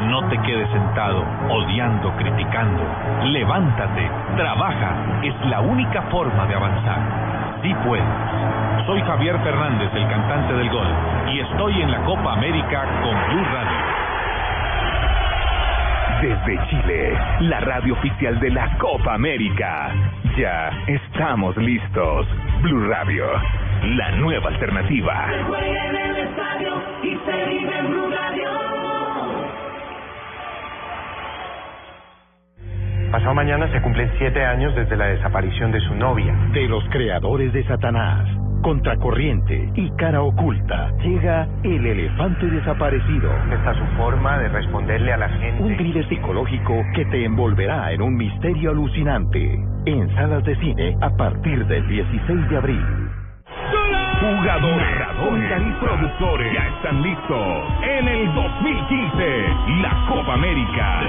Speaker 21: No te quedes sentado, odiando, criticando. Levántate, trabaja. Es la única forma de avanzar. Sí puedes. Soy Javier Fernández, el cantante del gol, y estoy en la Copa América con Blue Radio.
Speaker 15: Desde Chile, la radio oficial de la Copa América. Ya estamos listos. Blue Radio, la nueva alternativa.
Speaker 35: Se juega en el estadio y se vive en Blue Radio.
Speaker 37: Pasado mañana se cumplen siete años desde la desaparición de su novia.
Speaker 38: De los creadores de Satanás, Contracorriente y Cara Oculta, llega El Elefante Desaparecido.
Speaker 37: Esta es su forma de responderle a la gente.
Speaker 38: Un thriller psicológico que te envolverá en un misterio alucinante. En salas de cine a partir del 16 de abril.
Speaker 15: Jugadores, narradores y productores ya están listos. En el 2015, la Copa América.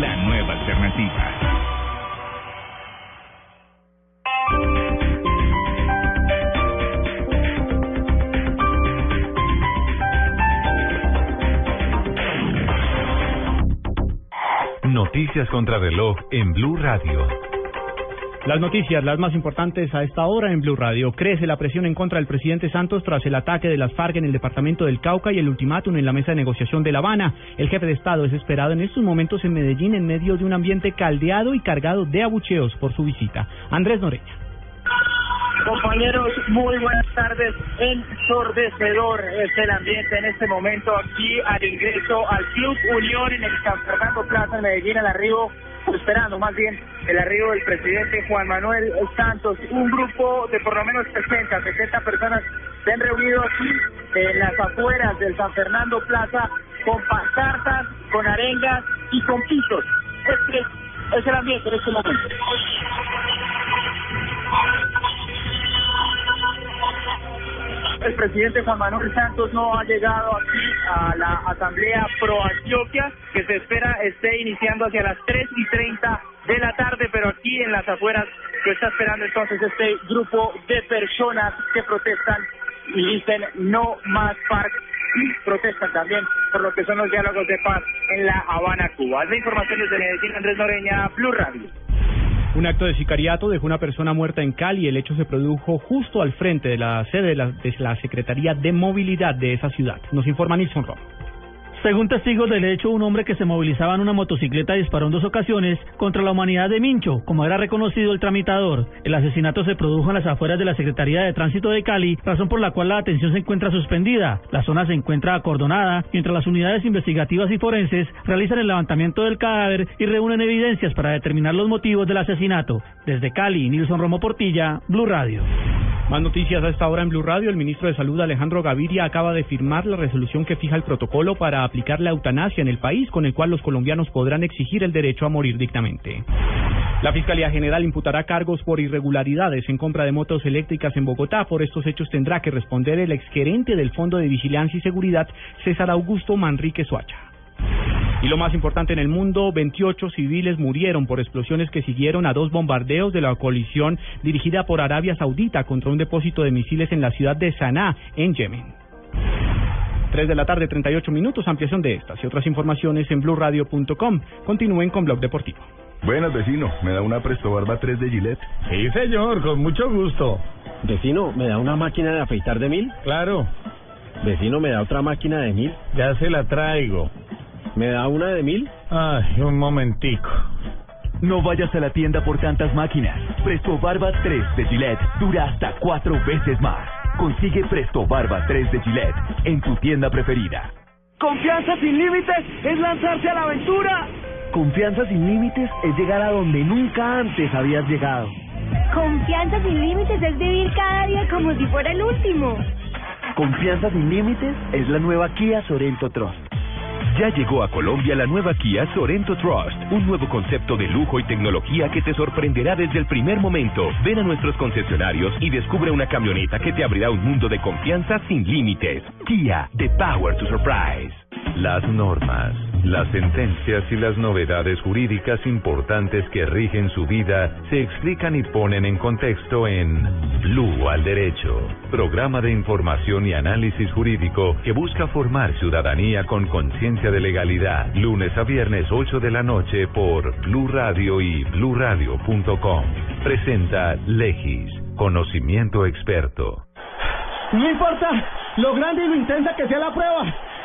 Speaker 15: La nueva alternativa.
Speaker 39: Noticias contra reloj en Blue Radio.
Speaker 40: Las noticias, las más importantes a esta hora en Blue Radio. Crece la presión en contra del presidente Santos tras el ataque de las FARC en el departamento del Cauca y el ultimátum en la mesa de negociación de La Habana. El jefe de Estado es esperado en estos momentos en Medellín en medio de un ambiente caldeado y cargado de abucheos por su visita. Andrés Noreña.
Speaker 12: Compañeros, muy buenas tardes. Ensordecedor es el ambiente en este momento aquí al ingreso al Club Unión en el San Fernando Plaza en Medellín, al arribo, esperando más bien el arribo del presidente Juan Manuel Santos. Un grupo de por lo menos 60, 60 personas se han reunido aquí en las afueras del San Fernando Plaza con pastartas, con arengas y con pisos. Este es el ambiente en este momento. El presidente Juan Manuel Santos no ha llegado aquí a la Asamblea Pro Antioquia, que se espera esté iniciando hacia las 3 y 30 de la tarde, pero aquí en las afueras lo está esperando entonces este grupo de personas que protestan y dicen no más parques y protestan también por lo que son los diálogos de paz en La Habana, Cuba. Es la información desde Medellín, Andrés Noreña, Blue Radio.
Speaker 40: Un acto de sicariato dejó una persona muerta en Cali. El hecho se produjo justo al frente de la sede de la, de la Secretaría de Movilidad de esa ciudad. Nos informa Nilson Rob.
Speaker 7: Según testigos del hecho, un hombre que se movilizaba en una motocicleta disparó en dos ocasiones contra la humanidad de Mincho, como era reconocido el tramitador. El asesinato se produjo en las afueras de la Secretaría de Tránsito de Cali, razón por la cual la atención se encuentra suspendida. La zona se encuentra acordonada mientras las unidades investigativas y forenses realizan el levantamiento del cadáver y reúnen evidencias para determinar los motivos del asesinato. Desde Cali, Nilson Romo Portilla, Blue Radio.
Speaker 40: Más noticias a esta hora en Blue Radio. El ministro de Salud Alejandro Gaviria acaba de firmar la resolución que fija el protocolo para aplicar la eutanasia en el país, con el cual los colombianos podrán exigir el derecho a morir dignamente. La Fiscalía General imputará cargos por irregularidades en compra de motos eléctricas en Bogotá. Por estos hechos tendrá que responder el exgerente del Fondo de Vigilancia y Seguridad, César Augusto Manrique Suacha. Y lo más importante en el mundo, 28 civiles murieron por explosiones que siguieron a dos bombardeos de la coalición dirigida por Arabia Saudita contra un depósito de misiles en la ciudad de Sanaa, en Yemen. 3 de la tarde, 38 minutos, ampliación de estas y otras informaciones en blurradio.com. Continúen con Blog Deportivo.
Speaker 41: Buenas, vecino. ¿Me da una Presto Barba 3 de Gillette?
Speaker 42: Sí, señor, con mucho gusto. Vecino, ¿me da una máquina de afeitar de mil? Claro. Vecino, ¿me da otra máquina de mil? Ya se la traigo. ¿Me da una de mil? Ay, un momentico.
Speaker 43: No vayas a la tienda por tantas máquinas. Presto Barba 3 de Gillette dura hasta cuatro veces más. Consigue Presto Barba 3 de Gillette en tu tienda preferida.
Speaker 12: Confianza sin límites es lanzarse a la aventura.
Speaker 44: Confianza sin límites es llegar a donde nunca antes habías llegado.
Speaker 3: Confianza sin límites es vivir cada día como si fuera el último.
Speaker 44: Confianza sin límites es la nueva Kia Sorento Trust.
Speaker 21: Ya llegó a Colombia la nueva Kia Sorento Trust, un nuevo concepto de lujo y tecnología que te sorprenderá desde el primer momento. Ven a nuestros concesionarios y descubre una camioneta que te abrirá un mundo de confianza sin límites. Kia, the power to surprise.
Speaker 1: Las normas, las sentencias y las novedades jurídicas importantes que rigen su vida se explican y ponen en contexto en Blue al Derecho, programa de información y análisis jurídico que busca formar ciudadanía con conciencia de legalidad, lunes a viernes 8 de la noche por Blue Radio y bluradio.com. Presenta Legis, conocimiento experto.
Speaker 16: No importa lo grande y lo intensa que sea la prueba.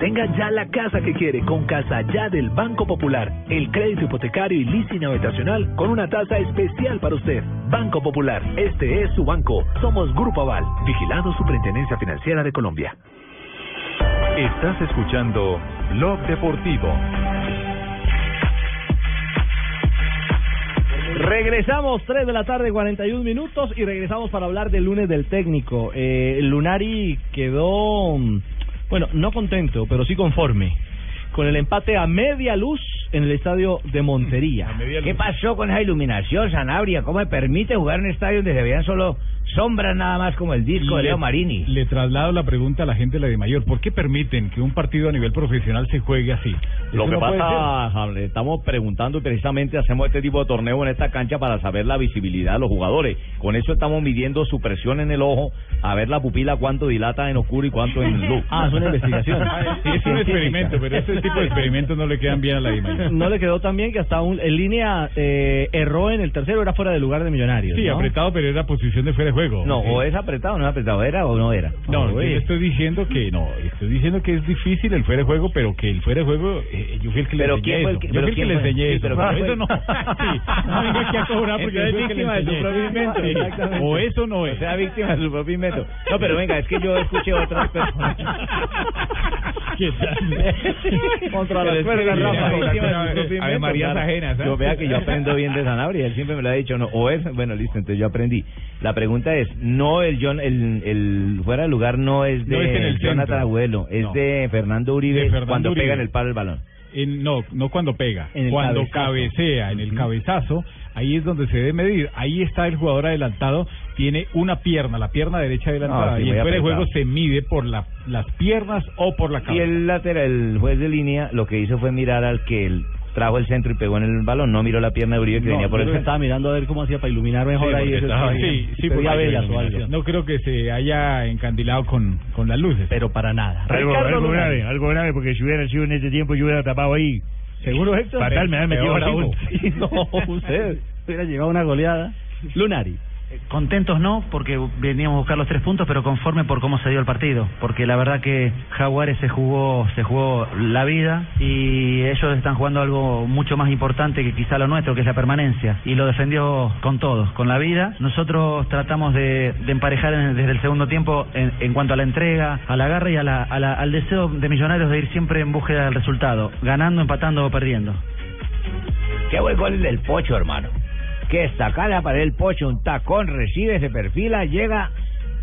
Speaker 21: Tenga ya la casa que quiere con Casa Ya del Banco Popular. El crédito hipotecario y leasing habitacional con una tasa especial para usted. Banco Popular, este es su banco. Somos Grupo Aval, vigilado Superintendencia Financiera de Colombia.
Speaker 1: Estás escuchando Blog Deportivo.
Speaker 7: Regresamos 3 de la tarde, 41 minutos y regresamos para hablar del lunes del técnico. Eh, Lunari quedó, mm, bueno, no contento, pero sí conforme con el empate a media luz en el estadio de Montería.
Speaker 45: ¿Qué pasó con esa iluminación, Sanabria? ¿Cómo me permite jugar en un estadio donde se vean solo sombras nada más como el disco de
Speaker 17: Le-
Speaker 45: Leo Marini?
Speaker 17: Le traslado la pregunta a la gente de la de mayor. ¿Por qué permiten que un partido a nivel profesional se juegue así?
Speaker 11: Lo que
Speaker 17: Eso no puede
Speaker 11: pasa, Hamlet, estamos preguntando y precisamente hacemos este tipo de torneo en esta cancha para saber la visibilidad de los jugadores. Con eso estamos midiendo su presión en el ojo, a ver la pupila cuánto dilata en oscuro y cuánto en luz.
Speaker 7: Ah, es una investigación.
Speaker 17: Ah, es- es un experimento, pero ese tipo de experimentos no le quedan bien a la de mayor.
Speaker 7: No le quedó tan bien que hasta un, en línea eh, erró en el tercero, era fuera de lugar de Millonarios.
Speaker 17: Sí,
Speaker 7: ¿no?
Speaker 17: apretado, pero era posición de fuera de juego.
Speaker 11: No,
Speaker 17: Eh,
Speaker 11: o es apretado o no es apretado, era o no era.
Speaker 17: No, yo
Speaker 11: Oye.
Speaker 17: le estoy diciendo que no, estoy diciendo que es difícil el fuera de juego, pero que el fuera de juego, eh, yo fui el que le
Speaker 11: Pero
Speaker 17: enseñé
Speaker 11: ¿quién fue el
Speaker 17: eso.
Speaker 11: que-
Speaker 17: Yo
Speaker 11: pero
Speaker 17: fui el que
Speaker 11: quién
Speaker 17: le
Speaker 11: fue?
Speaker 17: enseñé
Speaker 11: Sí,
Speaker 17: eso.
Speaker 16: Ah,
Speaker 11: pero
Speaker 17: No,
Speaker 11: ¿quién
Speaker 17: eso
Speaker 11: fue?
Speaker 17: no. Sí, no venga aquí a cobrar porque
Speaker 11: Entonces,
Speaker 17: yo fui el que
Speaker 11: víctima
Speaker 17: le
Speaker 11: de su
Speaker 17: enseñé.
Speaker 11: propio invento.
Speaker 17: Sí,
Speaker 11: Exactamente.
Speaker 17: O eso no es.
Speaker 11: O sea, víctima de su propio invento. No, pero venga, es que yo escuché a otras personas.
Speaker 17: ¿Qué tal?
Speaker 11: Contra
Speaker 17: las cuerdas, Rafa, víctima de su propio
Speaker 11: A ver,
Speaker 17: invento,
Speaker 11: María ¿eh?
Speaker 17: claro.
Speaker 11: ajenas. Yo vea que yo aprendo bien de Sanabria, él siempre me lo ha dicho, no, o es, bueno, listo, entonces yo aprendí. La pregunta es, no el John, el, el fuera de lugar no es de
Speaker 17: No es en el
Speaker 11: Jonathan
Speaker 17: centro.
Speaker 11: Abuelo, es
Speaker 17: No.
Speaker 11: de Fernando Uribe
Speaker 17: De Fernando
Speaker 11: cuando
Speaker 17: Uribe.
Speaker 11: pega en el palo el balón.
Speaker 17: En- no, no cuando pega,
Speaker 11: En el
Speaker 17: cuando
Speaker 11: cabezazo.
Speaker 17: cabecea, en el cabezazo, ahí es donde se debe medir. Ahí está el jugador adelantado, tiene una pierna, la pierna derecha adelantada,
Speaker 11: Ah, sí,
Speaker 17: y el
Speaker 11: muy
Speaker 17: fuera de juego
Speaker 11: apretado.
Speaker 17: se mide por la- las piernas o por la
Speaker 11: Y
Speaker 17: cabeza.
Speaker 11: el lateral, el juez de línea, lo que hizo fue mirar al que el
Speaker 21: trajo el centro y pegó en el balón, no miró la pierna de Uribe que
Speaker 40: No,
Speaker 21: venía por el
Speaker 40: yo creo que
Speaker 21: centro.
Speaker 40: estaba mirando a ver cómo hacía para iluminar mejor ahí.
Speaker 17: porque
Speaker 40: eso
Speaker 17: estaba-
Speaker 40: sí,
Speaker 17: sí, sí, porque
Speaker 40: Sería
Speaker 17: hay
Speaker 40: bella su
Speaker 17: iluminación.
Speaker 40: acción.
Speaker 17: No creo que se haya encandilado con, con las luces. Pero para nada.
Speaker 12: Algo, algo grave, algo grave, porque si hubiera sido en este tiempo, yo hubiera tapado ahí.
Speaker 40: Seguro
Speaker 12: Héctor. Fatal, me había metido
Speaker 40: Peor
Speaker 12: al
Speaker 40: aún. No, usted hubiera llevado una goleada. Lunari.
Speaker 7: Eh, Contentos no, porque veníamos a buscar los tres puntos, pero conforme por cómo se dio el partido, porque la verdad que Jaguares se jugó, se jugó la vida y ellos están jugando algo mucho más importante que quizá lo nuestro, que es la permanencia y lo defendió con todos, con la vida. Nosotros tratamos de, de emparejar en- desde el segundo tiempo en, en cuanto a la entrega, al agarre y a la- a la- al deseo de Millonarios de ir siempre en búsqueda del resultado, ganando, empatando o perdiendo.
Speaker 11: Qué buen gol el del Pocho, hermano. Que estacada para el Pocho, un tacón, recibe, se perfila, llega.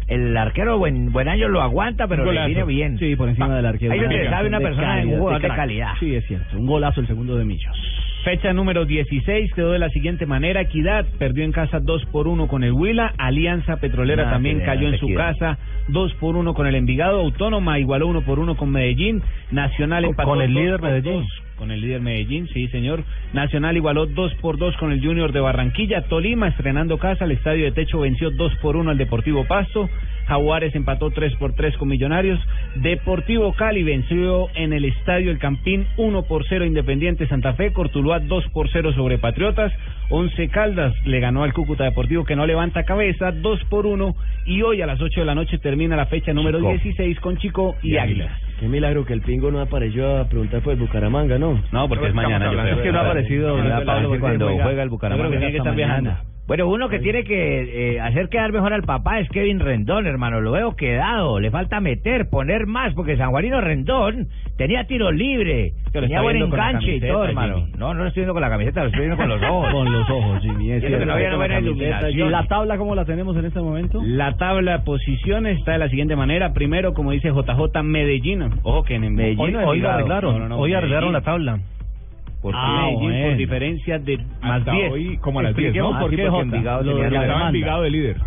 Speaker 11: El arquero buen, buen año lo aguanta, Ah, pero le viene bien. Ah,
Speaker 40: Sí, por encima del arquero.
Speaker 11: ahí lo que
Speaker 40: Una
Speaker 11: sabe una
Speaker 40: de
Speaker 11: persona de un jugador de
Speaker 40: crack.
Speaker 11: calidad.
Speaker 40: Sí, es cierto. Un golazo el segundo de Millos.
Speaker 16: Fecha número 16 quedó de la siguiente manera. Equidad perdió en casa 2 por 1 con el Huila. Alianza Petrolera
Speaker 11: Nada
Speaker 16: también
Speaker 11: que ver,
Speaker 16: cayó en su
Speaker 11: Equidad.
Speaker 16: casa 2 por 1 con el Envigado. Autónoma igualó 1 por 1 con Medellín. Nacional empató.
Speaker 40: con el
Speaker 16: dos
Speaker 40: líder
Speaker 16: por
Speaker 40: Medellín.
Speaker 16: dos Con el líder Medellín, sí señor. Nacional igualó 2 por 2 con el Junior de Barranquilla. Tolima estrenando casa. El Estadio de Techo venció 2 por 1 al Deportivo Pasto. Jaguares empató 3 por 3 con Millonarios. Deportivo Cali venció en el Estadio El Campín 1 por 0 Independiente Santa Fe. Cortuluá 2 por 0 sobre Patriotas. Once Caldas le ganó al Cúcuta Deportivo que no levanta cabeza 2 por 1. Y hoy a las 8 de la noche termina la fecha número
Speaker 14: Chico.
Speaker 16: 16 con Chico y, Águilas.
Speaker 14: Qué milagro que el pingo no apareció a preguntar por el Bucaramanga, ¿no?
Speaker 16: No,
Speaker 21: porque es mañana, yo creo.
Speaker 14: Es que no ha aparecido.
Speaker 21: Ya,
Speaker 14: ¿verdad,
Speaker 21: Pablo,
Speaker 14: Pablo?
Speaker 21: cuando
Speaker 14: Porque
Speaker 21: juega el
Speaker 11: Yo
Speaker 21: Bucaramanga.
Speaker 11: creo que tiene que estar
Speaker 21: Hasta
Speaker 11: viajando.
Speaker 21: mañana.
Speaker 11: Bueno, uno que tiene que eh, hacer quedar mejor al papá es Kevin Rendón, hermano. Lo veo quedado. Le falta meter, poner más, porque San Juanino Rendón tenía tiro libre. Que lo Tenía está buen viendo con la enganche y camiseta, todo, hermano. Jimmy. No, no lo estoy viendo con la camiseta, lo estoy viendo con los ojos.
Speaker 16: Con los ojos, Jimmy.
Speaker 11: Es que no había una buena iluminación.
Speaker 40: ¿La tabla cómo la tenemos en este momento?
Speaker 16: La tabla de posiciones está de la siguiente manera. Primero, como dice JJ, Medellín. Ojo que en
Speaker 26: Medellín
Speaker 16: hoy,
Speaker 26: o
Speaker 16: hoy lo
Speaker 26: Envigado.
Speaker 16: arreglaron.
Speaker 26: No, no, no,
Speaker 16: hoy arreglaron
Speaker 26: Medellín.
Speaker 16: la tabla. Por Ah, Medellín bueno. por diferencia de más Hasta 10. hoy, como a las 10, Expliquemos ¿no? por Ah, sí, qué porque Jota. Envigado Lo tenía de la la demanda. Envigado de líder.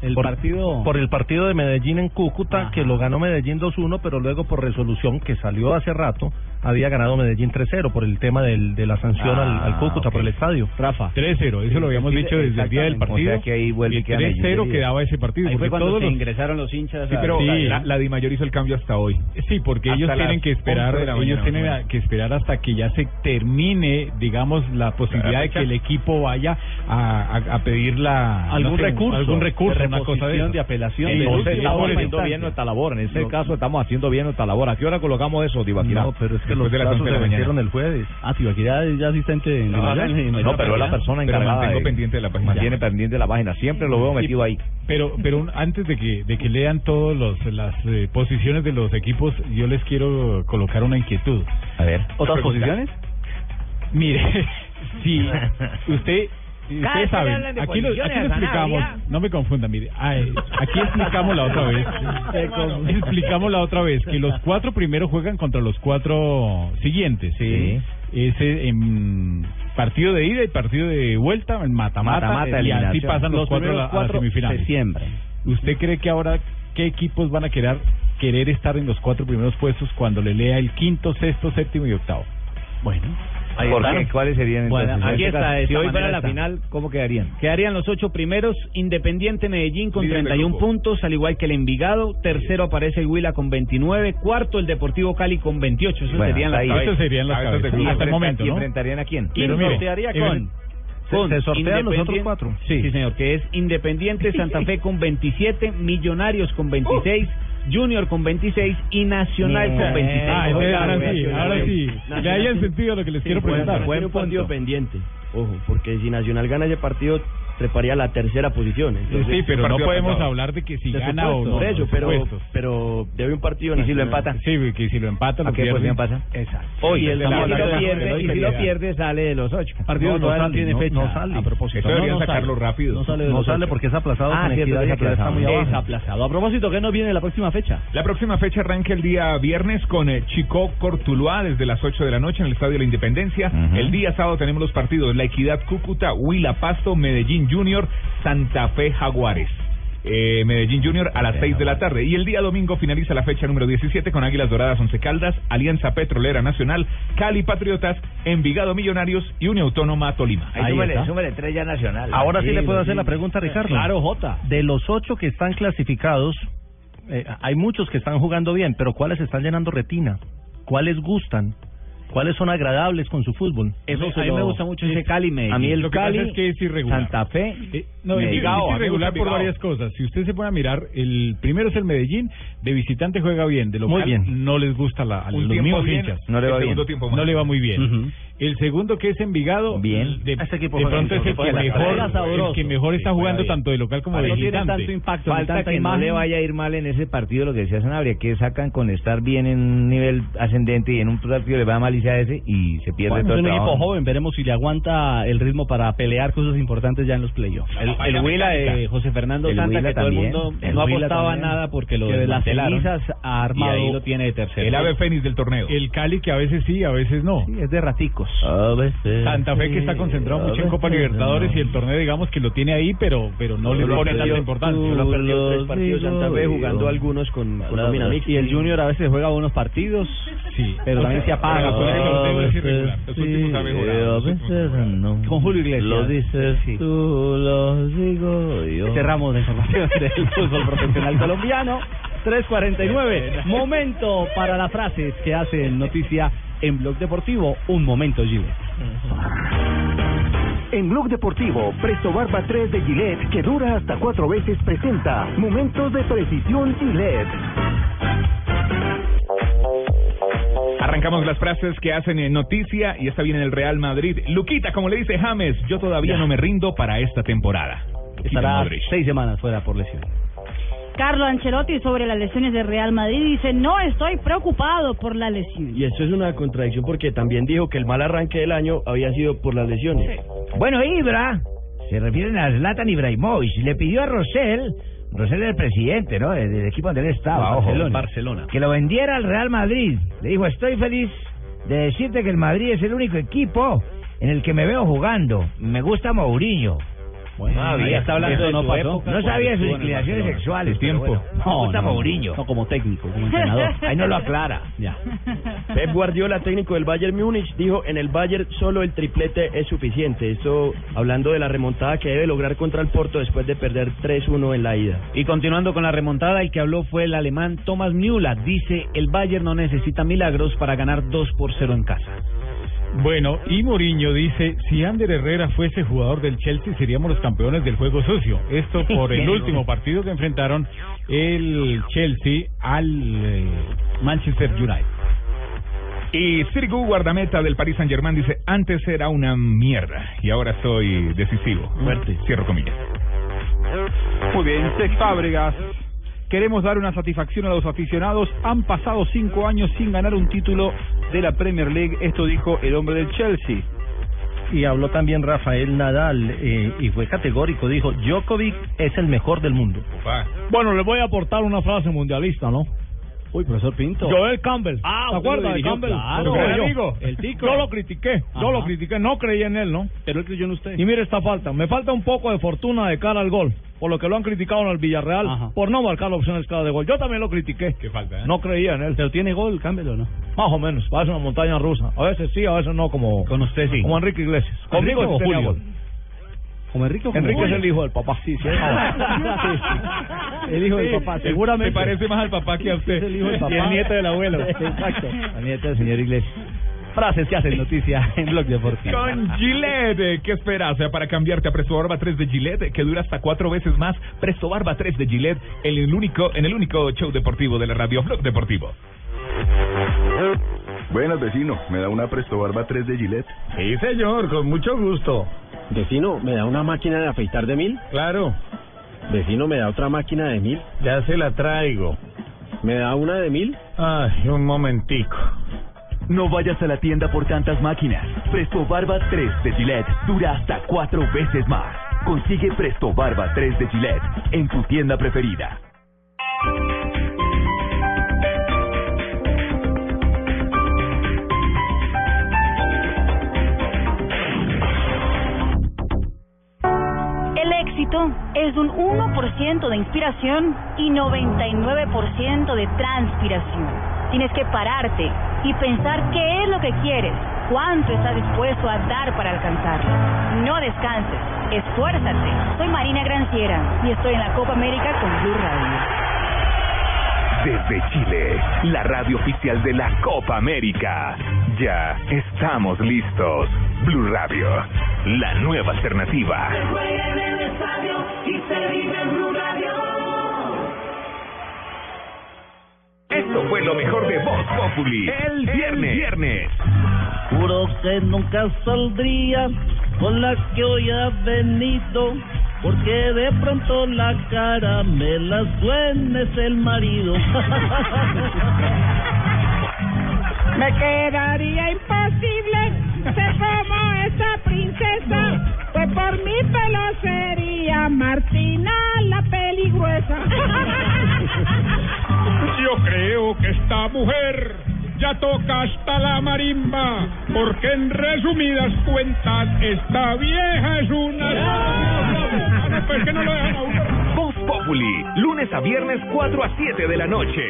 Speaker 16: El
Speaker 26: por,
Speaker 16: partido-
Speaker 26: por el partido de Medellín en Cúcuta que lo ganó Medellín 2-1 pero luego por resolución que salió hace rato había ganado Medellín 3-0 por el tema del, de la sanción al,
Speaker 16: Ah,
Speaker 26: al Cúcuta por el estadio Rafa
Speaker 17: 3-0, eso lo habíamos dicho desde el día del partido.
Speaker 16: O sea que ahí vuelve y
Speaker 17: y
Speaker 16: queda Medellín
Speaker 17: 3-0
Speaker 16: de
Speaker 17: quedaba ese partido.
Speaker 16: Ahí fue
Speaker 17: porque
Speaker 16: cuando
Speaker 17: todos
Speaker 16: se
Speaker 17: los-
Speaker 16: ingresaron los hinchas.
Speaker 17: Sí,
Speaker 16: a-
Speaker 17: pero
Speaker 16: Sí.
Speaker 17: la, la Di Mayor hizo el cambio hasta hoy. Sí, porque ellos
Speaker 16: Hasta
Speaker 17: tienen
Speaker 16: las
Speaker 17: que esperar,
Speaker 16: 11 de la
Speaker 17: ellos
Speaker 16: mañana,
Speaker 17: tienen
Speaker 16: más o menos.
Speaker 17: que esperar hasta que ya se termine, digamos, la posibilidad de que el equipo vaya a, a- a pedir
Speaker 16: Ah,
Speaker 17: la
Speaker 21: Algún
Speaker 17: no sé,
Speaker 21: recurso,
Speaker 17: algún
Speaker 21: de
Speaker 17: recurso, una cosa
Speaker 21: reposición,
Speaker 17: de, esas.
Speaker 21: de apelación,
Speaker 17: Sí,
Speaker 21: de-
Speaker 17: entonces,
Speaker 21: de-
Speaker 17: estamos
Speaker 21: de-
Speaker 17: haciendo
Speaker 21: de-
Speaker 17: bien
Speaker 21: de-
Speaker 17: nuestra labor. En ese
Speaker 21: No.
Speaker 17: caso estamos haciendo bien nuestra labor. ¿A qué hora colocamos eso, Tibaquirá?
Speaker 16: No, pero es que
Speaker 17: Después
Speaker 16: los
Speaker 17: de las
Speaker 16: plazos
Speaker 17: 11 de la
Speaker 16: se
Speaker 17: mañana.
Speaker 16: vencieron
Speaker 26: el jueves.
Speaker 16: Ah, Tibaquirá es ya asistente de
Speaker 7: Ah,
Speaker 17: No,
Speaker 16: Millonarios,
Speaker 17: no,
Speaker 16: y
Speaker 17: no,
Speaker 16: Millonarios
Speaker 17: pero es la
Speaker 16: Pereira.
Speaker 17: persona encargada.
Speaker 16: mantengo
Speaker 17: de-
Speaker 16: pendiente de la página.
Speaker 17: Mantiene pendiente la página. Siempre lo veo metido ahí. Pero, pero un- antes de que, de que lean todas las eh, posiciones de los equipos, yo les quiero colocar una inquietud.
Speaker 21: A ver.
Speaker 17: Pregunta. Mire, si usted.
Speaker 21: Cada vez
Speaker 17: Ustedes
Speaker 21: que hablan
Speaker 17: saben,
Speaker 21: de
Speaker 17: aquí, lo, aquí
Speaker 21: posiciones,
Speaker 17: lo explicamos,
Speaker 21: Sanabria.
Speaker 17: no me confundan, mire, ay, aquí explicamos la otra vez,
Speaker 21: Hermano.
Speaker 17: explicamos la otra vez que los cuatro primeros juegan contra los cuatro siguientes, sí. ese en partido de ida y partido de vuelta, en mata-mata,
Speaker 16: Mata-mata,
Speaker 17: y así
Speaker 16: eliminación.
Speaker 17: pasan los,
Speaker 16: Los
Speaker 17: cuatro a la,
Speaker 16: primeros
Speaker 17: a la
Speaker 16: cuatro
Speaker 17: semifinal.
Speaker 16: se siembran.
Speaker 17: ¿Usted cree que ahora qué equipos van a querer querer estar en los cuatro primeros puestos cuando le lea el quinto, sexto, séptimo y octavo? Bueno,
Speaker 16: Ahí
Speaker 21: ¿Por
Speaker 16: está.
Speaker 21: qué? ¿Cuáles serían entonces?
Speaker 16: Bueno, aquí
Speaker 21: En este
Speaker 16: está,
Speaker 21: caso,
Speaker 16: de
Speaker 21: Si
Speaker 16: esta
Speaker 21: hoy
Speaker 16: manera
Speaker 21: fuera la
Speaker 16: está.
Speaker 21: final, ¿cómo quedarían?
Speaker 16: Quedarían los ocho primeros, Independiente Medellín con
Speaker 21: Líder de
Speaker 16: 31
Speaker 21: grupo.
Speaker 16: puntos, al igual que el Envigado. Tercero aparece el Huila con 29. Cuarto el Deportivo Cali con 28. Eso
Speaker 21: Bueno,
Speaker 16: serían las
Speaker 21: ahí.
Speaker 16: cabezas.
Speaker 21: Esas serían las
Speaker 16: Cabezas
Speaker 21: cabezas.
Speaker 16: de grupo.
Speaker 21: Hasta el momento,
Speaker 16: ¿Y
Speaker 21: ¿no?
Speaker 16: enfrentarían a quién?
Speaker 21: Pero
Speaker 16: ¿Quién
Speaker 21: mire,
Speaker 16: sortearía
Speaker 21: eh,
Speaker 16: con?
Speaker 26: se- se sortean los otros
Speaker 16: Independiente-
Speaker 26: cuatro.
Speaker 16: Sí. señor, que es Independiente Santa Fe con 27, Millonarios con 26, Junior con 26 y Nacional con 26.
Speaker 17: Ah, entonces, ahora sí, ahora sí. Ya hayan sentido lo que les quiero preguntar.
Speaker 14: Fue un partido pendiente. Ojo, porque si Nacional gana ese partido, treparía la tercera posición. Entonces,
Speaker 17: sí, pero no podemos hablar de que si
Speaker 14: De
Speaker 17: gana
Speaker 14: supuesto,
Speaker 17: o no.
Speaker 14: por eso,
Speaker 17: por
Speaker 14: pero-
Speaker 17: supuesto.
Speaker 14: Pero debe un partido.
Speaker 17: ¿Y si lo
Speaker 14: Nacional.
Speaker 17: empata? Sí, que si lo empata,
Speaker 14: ¿A
Speaker 17: lo
Speaker 14: qué
Speaker 17: pierde.
Speaker 14: posición
Speaker 21: pasa?
Speaker 14: Exacto.
Speaker 21: Hoy,
Speaker 14: Y el
Speaker 21: de la
Speaker 14: Nacional
Speaker 21: jornada
Speaker 14: lo
Speaker 21: de
Speaker 14: pierde,
Speaker 21: hoy
Speaker 14: y si lo
Speaker 21: pelea.
Speaker 14: pierde, sale de los ocho.
Speaker 16: Partido
Speaker 14: No,
Speaker 16: no sale, no- no sale. A propósito. Eso deberían sacarlo rápido.
Speaker 14: No sale, de
Speaker 16: No
Speaker 14: los
Speaker 16: sale
Speaker 14: ocho.
Speaker 16: porque es aplazado
Speaker 14: Ah,
Speaker 16: con
Speaker 14: cierto,
Speaker 16: Equidad
Speaker 14: es
Speaker 16: y Equidad está
Speaker 14: aplazado.
Speaker 16: muy abajo.
Speaker 14: Es
Speaker 16: aplazado. A propósito, ¿qué nos viene la próxima fecha?
Speaker 15: La próxima fecha arranca el día viernes con eh, Chico Cortuluá desde las 8 de la noche en el Estadio de la Independencia. El día sábado tenemos los partidos La Equidad Cúcuta, Huila Pasto, Medellín Junior, Santa Fe Jaguares. eh, Medellín Junior a las 6 de la tarde. Y el día domingo finaliza la fecha número 17 con Águilas Doradas Once Caldas, Alianza Petrolera Nacional, Cali Patriotas, Envigado Millonarios y Uniautónoma Autónoma Tolima.
Speaker 11: Ahí, súmele, súmele tres ya nacional.
Speaker 26: Ahora sí le puedo
Speaker 11: Tranquilo,
Speaker 26: hacer la
Speaker 11: sí.
Speaker 26: pregunta, Ricardo.
Speaker 11: Claro,
Speaker 26: Jota. De los ocho que están clasificados, eh, hay muchos que están jugando bien, pero ¿cuáles están llenando retina? ¿Cuáles gustan? ¿Cuáles son agradables con su fútbol?
Speaker 14: Eso se lo-
Speaker 26: ese Cali Medellín.
Speaker 14: A mí el
Speaker 15: Lo que
Speaker 14: Cali,
Speaker 15: pasa es que es irregular.
Speaker 14: Santa
Speaker 11: Fe,
Speaker 15: Eh, no, es
Speaker 14: Medellín.
Speaker 15: es irregular por
Speaker 14: Envigado.
Speaker 15: varias cosas. Si usted se pone a mirar, el primero es el Medellín, de visitante juega bien, de local
Speaker 46: Muy bien.
Speaker 15: no les gusta la, a
Speaker 46: Un
Speaker 15: los
Speaker 46: tiempo
Speaker 15: mismos
Speaker 46: bien,
Speaker 15: hinchas.
Speaker 46: no le
Speaker 15: El
Speaker 46: va
Speaker 15: segundo
Speaker 46: bien.
Speaker 15: tiempo mal. No le va muy bien.
Speaker 46: Ujú.
Speaker 15: El segundo que es Envigado,
Speaker 46: Bien.
Speaker 15: de,
Speaker 46: Ese equipo
Speaker 15: de
Speaker 46: juega
Speaker 15: pronto
Speaker 46: bien,
Speaker 15: es el
Speaker 46: juega
Speaker 15: que,
Speaker 46: bien.
Speaker 15: mejor,
Speaker 46: Juega
Speaker 15: el
Speaker 46: sabroso.
Speaker 15: que mejor está
Speaker 46: Sí, juega
Speaker 15: jugando
Speaker 46: bien.
Speaker 15: tanto de local como
Speaker 46: Ahora
Speaker 15: de
Speaker 46: no tiene
Speaker 15: visitante.
Speaker 46: tanto impacto,
Speaker 11: Falta que no le vaya a ir mal en ese partido lo que decía Sanabria, que sacan con estar bien en un nivel ascendente y en un partido le va mal y sea ese y se pierde
Speaker 7: Bueno,
Speaker 11: todo
Speaker 7: es
Speaker 11: el
Speaker 7: un equipo
Speaker 11: trabajo.
Speaker 7: joven, veremos si le aguanta el ritmo para pelear cosas importantes ya en los playoffs.
Speaker 14: El- el Huila de José Fernando
Speaker 7: El
Speaker 14: Santa,
Speaker 7: Huila
Speaker 14: que todo el
Speaker 7: también.
Speaker 14: mundo
Speaker 7: El
Speaker 14: no
Speaker 7: Huila
Speaker 14: apostaba
Speaker 7: también.
Speaker 14: nada porque lo
Speaker 7: Que de las
Speaker 14: desmantelaron.
Speaker 7: cenizas ha armado
Speaker 14: Y ahí lo tiene de tercero.
Speaker 15: El ave fénix del torneo. El Cali que a veces sí, a veces no.
Speaker 7: es de raticos.
Speaker 11: A veces.
Speaker 15: Santa Fe que está concentrado mucho en Copa Libertadores y el torneo digamos que lo tiene ahí, pero pero no
Speaker 7: Yo
Speaker 15: le
Speaker 7: lo
Speaker 15: pone tanta
Speaker 7: perdió,
Speaker 15: importancia.
Speaker 7: Lo ha perdido tres partidos Santa Fe jugando algunos con, con nómina mixta. Y el Junior a veces juega buenos partidos, pero también se apaga.
Speaker 11: Con Julio Iglesias. Lo dices tú, lo digo yo.
Speaker 7: Cerramos la Este información del fútbol profesional colombiano. 3.49. Momento para las frases que hacen noticia en Blog Deportivo. Un momento, Gilles.
Speaker 16: En Blog Deportivo, Presto Barba 3 de Gillette, que dura hasta cuatro veces, presenta Momentos de Precisión Gillette.
Speaker 15: Arrancamos las frases que hacen en noticia y esta viene el Real Madrid. Luquita, como le dice James, yo todavía no me rindo para esta temporada. Luquita
Speaker 7: Estará
Speaker 15: Modric.
Speaker 7: seis semanas fuera por lesión.
Speaker 3: Carlo Ancelotti sobre las lesiones de Real Madrid dice, no estoy preocupado por la lesión.
Speaker 7: Y eso es una contradicción porque también dijo que el mal arranque del año había sido por las lesiones.
Speaker 11: Bueno, Ibra, se refieren a Zlatan Ibrahimovic, le pidió a Rosell, Rosell era el presidente, ¿no? Del, del equipo donde él
Speaker 21: Ah,
Speaker 11: estaba, ojo, que lo vendiera al Real Madrid. Le dijo, estoy feliz de decirte que el Madrid es el único equipo en el que me veo jugando. Me gusta Mourinho.
Speaker 7: Bueno,
Speaker 11: Ah, bien.
Speaker 7: ahí está hablando de
Speaker 11: Eso
Speaker 7: no
Speaker 11: tu
Speaker 7: pasó.
Speaker 11: época, No sabía cuando sus estuvo en el inclinaciones Barcelona. sexuales,
Speaker 7: El
Speaker 11: pero bueno, me
Speaker 7: no,
Speaker 11: gusta
Speaker 7: no,
Speaker 11: Mourinho.
Speaker 7: No como técnico, como entrenador.
Speaker 11: Ahí no lo aclara.
Speaker 7: Ya. Pep Guardiola, técnico del Bayern Múnich, dijo, en el Bayern solo el triplete es suficiente. Esto hablando de la remontada que debe lograr contra el Porto después de perder 3-1 en la ida.
Speaker 14: Y continuando con la remontada, el que habló fue el alemán Thomas Müller. Dice, el Bayern no necesita milagros para ganar 2 por 0 en casa.
Speaker 15: Bueno, y Mourinho dice, si Ander Herrera fuese jugador del Chelsea seríamos los campeones del juego sucio. Esto por el último partido que enfrentaron el Chelsea al eh, Manchester United. Y Sirigu, guardameta del Paris Saint Germain, dice, antes era una mierda y ahora soy decisivo. Fuerte. Cierro comillas.
Speaker 8: Muy bien, Tex Fábregas. Queremos dar una satisfacción a los aficionados. Han pasado cinco años sin ganar un título de la Premier League. Esto dijo el hombre del Chelsea.
Speaker 26: Y habló también Rafael Nadal eh, y fue categórico, dijo, Djokovic es el mejor del mundo.
Speaker 17: Bueno, le voy a aportar una frase mundialista, ¿no?
Speaker 7: Uy, profesor Pinto.
Speaker 17: Joel Campbell.
Speaker 7: Ah,
Speaker 17: ¿Te
Speaker 7: usted lo
Speaker 17: acuerdas de
Speaker 7: dirigió,
Speaker 17: Campbell?
Speaker 7: claro.
Speaker 17: Lo
Speaker 7: Su gran
Speaker 17: yo.
Speaker 7: amigo, el tico.
Speaker 17: Yo lo critiqué,
Speaker 7: Ajá.
Speaker 17: yo lo critiqué, no creía en él, ¿no?
Speaker 7: Pero él creyó en usted.
Speaker 17: Y mire esta falta, me falta un poco de fortuna de cara al gol, por lo que lo han criticado en el Villarreal por no marcar opciones claras de gol. Yo también lo critiqué.
Speaker 7: ¿eh?
Speaker 17: No creía en él. ¿Pero tiene gol Campbell o no? Más o menos, parece una montaña rusa. A veces sí, a veces no, como con usted sí. Como Enrique Iglesias. Conmigo
Speaker 7: Enrique
Speaker 17: sí
Speaker 7: o
Speaker 17: tenía
Speaker 7: Julio.
Speaker 17: gol.
Speaker 7: Como Enrique, o como
Speaker 17: Enrique es
Speaker 7: Julio.
Speaker 17: el hijo del papá. Sí, sí.
Speaker 7: El hijo del
Speaker 17: Sí,
Speaker 7: papá,
Speaker 17: te-
Speaker 7: seguramente.
Speaker 17: te parece más al papá que a usted.
Speaker 7: Es el hijo del
Speaker 17: Y
Speaker 7: papá.
Speaker 17: el nieto del abuelo.
Speaker 7: Exacto.
Speaker 11: La nieta del señor Iglesias.
Speaker 7: Frases que hacen noticia en Blog Deportivo.
Speaker 15: Con Gillette, ¿qué esperas para cambiarte a Presto Barba 3 de Gillette? Que dura hasta cuatro veces más. Presto Barba 3 de Gillette, en el único, en el único show deportivo de la radio Blog Deportivo.
Speaker 47: Buenas, vecino. ¿Me da una Presto Barba 3 de Gillette?
Speaker 21: Sí, señor, con mucho gusto. Vecino, ¿me da una máquina de afeitar de mil? Claro. Vecino, ¿me da otra máquina de mil? Ya se la traigo. ¿Me da una de mil? Ay, un momentico.
Speaker 48: No vayas a la tienda por tantas máquinas. Presto Barba 3 de Gillette dura hasta cuatro veces más. Consigue Presto Barba 3 de Gillette en tu tienda preferida.
Speaker 49: El ex
Speaker 3: éxito es un 1% de inspiración y 99% de transpiración. Tienes que pararte y pensar qué es lo que quieres, cuánto estás dispuesto a dar para alcanzarlo. No descanses, esfuérzate. Soy Marina Granciera y estoy en la Copa América con Blue Radio.
Speaker 1: Desde Chile, la radio oficial de la Copa América. Ya estamos listos. Blue Radio, la nueva alternativa. Esto fue lo mejor de Voz Populi. El viernes. viernes.
Speaker 50: Juro que nunca saldría con la que hoy ha venido, porque de pronto la cara me la suena es el marido.
Speaker 9: Me quedaría imposible ser como esa princesa. Pues por mi pelo sería Martina la peligruesa.
Speaker 22: Yo creo que esta mujer ya toca hasta la marimba, porque en resumidas cuentas esta vieja es una... Ah, no, pues que no lo dejan a uno.
Speaker 1: Voz Populi, lunes a viernes 4 a 7 de la noche.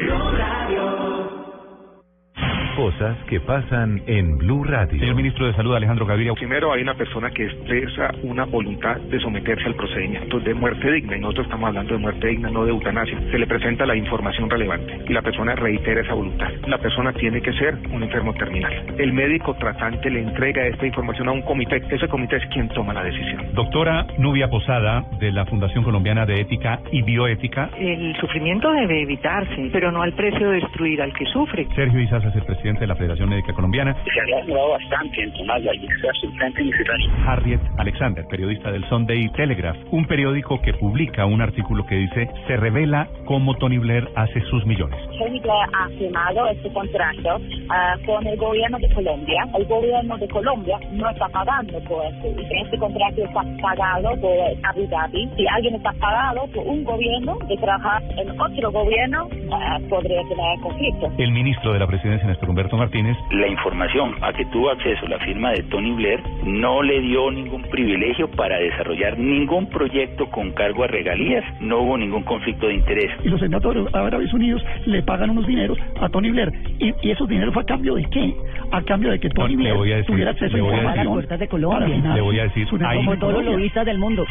Speaker 1: Cosas que pasan en Blue Radio. Señor ministro de Salud Alejandro Gaviria.
Speaker 15: Primero hay una persona que expresa una voluntad de someterse al procedimiento de muerte digna y nosotros estamos hablando de muerte digna, no de eutanasia. Se le presenta la información relevante y la persona reitera esa voluntad. La persona tiene que ser un enfermo terminal. El médico tratante le entrega esta información a un comité. Ese comité es quien toma la decisión.
Speaker 1: Doctora Nubia Posada, de la Fundación Colombiana de Ética y Bioética.
Speaker 11: El sufrimiento debe evitarse, pero no al precio de destruir al que sufre.
Speaker 1: Sergio Isas es el presidente de la Federación Médica Colombiana.
Speaker 51: Se ha jugado bastante en tomar la absolutamente necesaria.
Speaker 1: Harriet Alexander, periodista del Sunday Telegraph, un periódico que publica un artículo que dice se revela cómo Tony Blair hace sus millones.
Speaker 12: Tony Blair ha firmado este contrato ah, con el gobierno de Colombia. El gobierno de Colombia no está pagando por esto. Este contrato está pagado por Abu Dhabi. Si alguien está pagado por un gobierno de trabajar en otro gobierno, ah, podría tener conflicto.
Speaker 1: El ministro de la Presidencia, Néstor Humberto Martínez,
Speaker 21: La información a que tuvo acceso la firma de Tony Blair no le dio ningún privilegio para desarrollar ningún proyecto con cargo a regalías. No hubo ningún conflicto de interés.
Speaker 16: y los Emiratos Árabes Unidos le pagan unos dineros a Tony Blair. ¿Y, y esos dineros fue a cambio de qué? A cambio de que Tony
Speaker 1: le voy a
Speaker 16: Blair
Speaker 1: decir,
Speaker 16: tuviera acceso
Speaker 1: le
Speaker 16: a
Speaker 1: voy a
Speaker 16: información.
Speaker 1: decir.
Speaker 16: de Colombia.
Speaker 1: Le voy a decir, ahí-
Speaker 16: como todos los
Speaker 3: lobistas del mundo.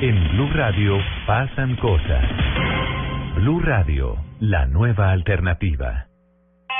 Speaker 1: En Blue Radio pasan cosas. Blue Radio, la nueva alternativa.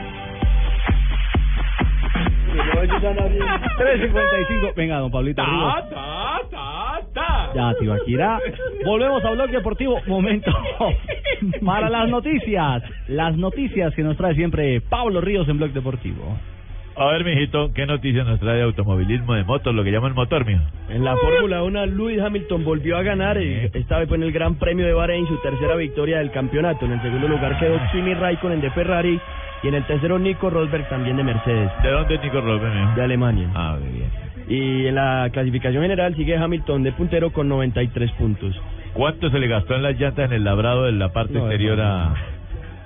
Speaker 7: 3.55. Venga, don Pablito. Rivas. Ya, Tibaquirá. Volvemos a Blog Deportivo. Momento para las noticias. Las noticias que nos trae siempre Pablo Ríos en Blog Deportivo.
Speaker 33: A ver, mijito, ¿qué noticias nos trae de automovilismo de motos, lo que llaman motor, mijo?
Speaker 14: En la Fórmula 1, Lewis Hamilton volvió a ganar, eh, esta vez fue en el Gran Premio de Bahrein, su tercera victoria del campeonato. En el segundo lugar quedó Kimi Raikkonen de Ferrari y en el tercero Nico Rosberg también de Mercedes.
Speaker 33: ¿De dónde es Nico Rosberg, mijo?
Speaker 14: De Alemania.
Speaker 33: Ah, muy bien.
Speaker 14: Y en la clasificación general sigue Hamilton de puntero con 93 puntos.
Speaker 33: ¿Cuánto se le gastó en las llantas en el labrado de la parte
Speaker 14: No,
Speaker 33: exterior a...?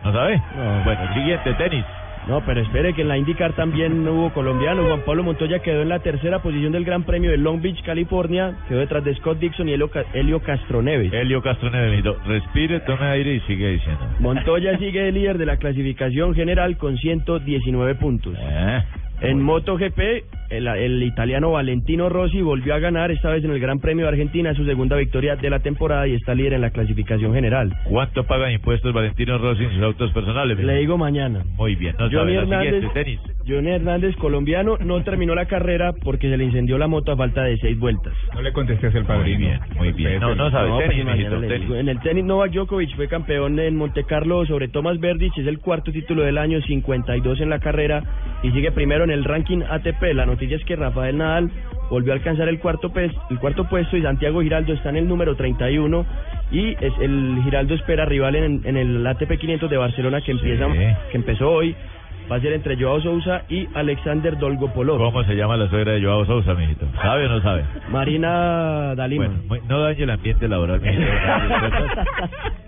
Speaker 33: ¿No sabe? Bueno, siguiente, tenis.
Speaker 14: No, pero espere que en la IndyCar también hubo colombianos. Juan Pablo Montoya quedó en la tercera posición del Gran Premio de Long Beach, California. Quedó detrás de Scott Dixon y Helio, Ca- Helio Castroneves.
Speaker 33: Helio Castroneves, mijito, respire, tome aire y sigue diciendo.
Speaker 14: Montoya sigue líder de la clasificación general con 119 puntos. En MotoGP, el, el italiano Valentino Rossi volvió a ganar, esta vez en el Gran Premio de Argentina, su segunda victoria de la temporada y está líder en la clasificación general.
Speaker 33: ¿Cuánto pagan impuestos Valentino Rossi en sus autos personales? mijo?
Speaker 14: Le digo mañana.
Speaker 33: Muy bien, no sabe,
Speaker 14: Johnny
Speaker 33: la
Speaker 14: Hernández,
Speaker 33: siguiente, tenis.
Speaker 14: Johnny Hernández, colombiano, no terminó la carrera porque se le incendió la moto a falta de seis vueltas.
Speaker 33: No le contestes el padrino. Muy bien, muy bien. No, no sabe,
Speaker 14: No, pues
Speaker 33: tenis,
Speaker 14: imagínate,
Speaker 33: mijito,
Speaker 14: le
Speaker 33: tenis.
Speaker 14: digo. En el tenis, Novak Djokovic fue campeón en Monte Carlo sobre Tomás Verdich. Es el cuarto título del año, 52 en la carrera. Y sigue primero en el ranking ATP. La noticia es que Rafael Nadal volvió a alcanzar el cuarto, pes- el cuarto puesto y Santiago Giraldo está en el número 31. Y es el Giraldo espera rival en, en el ATP 500 de Barcelona que, empieza, que empezó hoy. va a ser entre Joao Sousa y Alexander Dolgopolov.
Speaker 33: ¿Cómo se llama la suegra de Joao Sousa, mijito? ¿Sabe o no sabe?
Speaker 14: Marina Dalima.
Speaker 33: Bueno, muy- no dañe el ambiente laboral, mijito.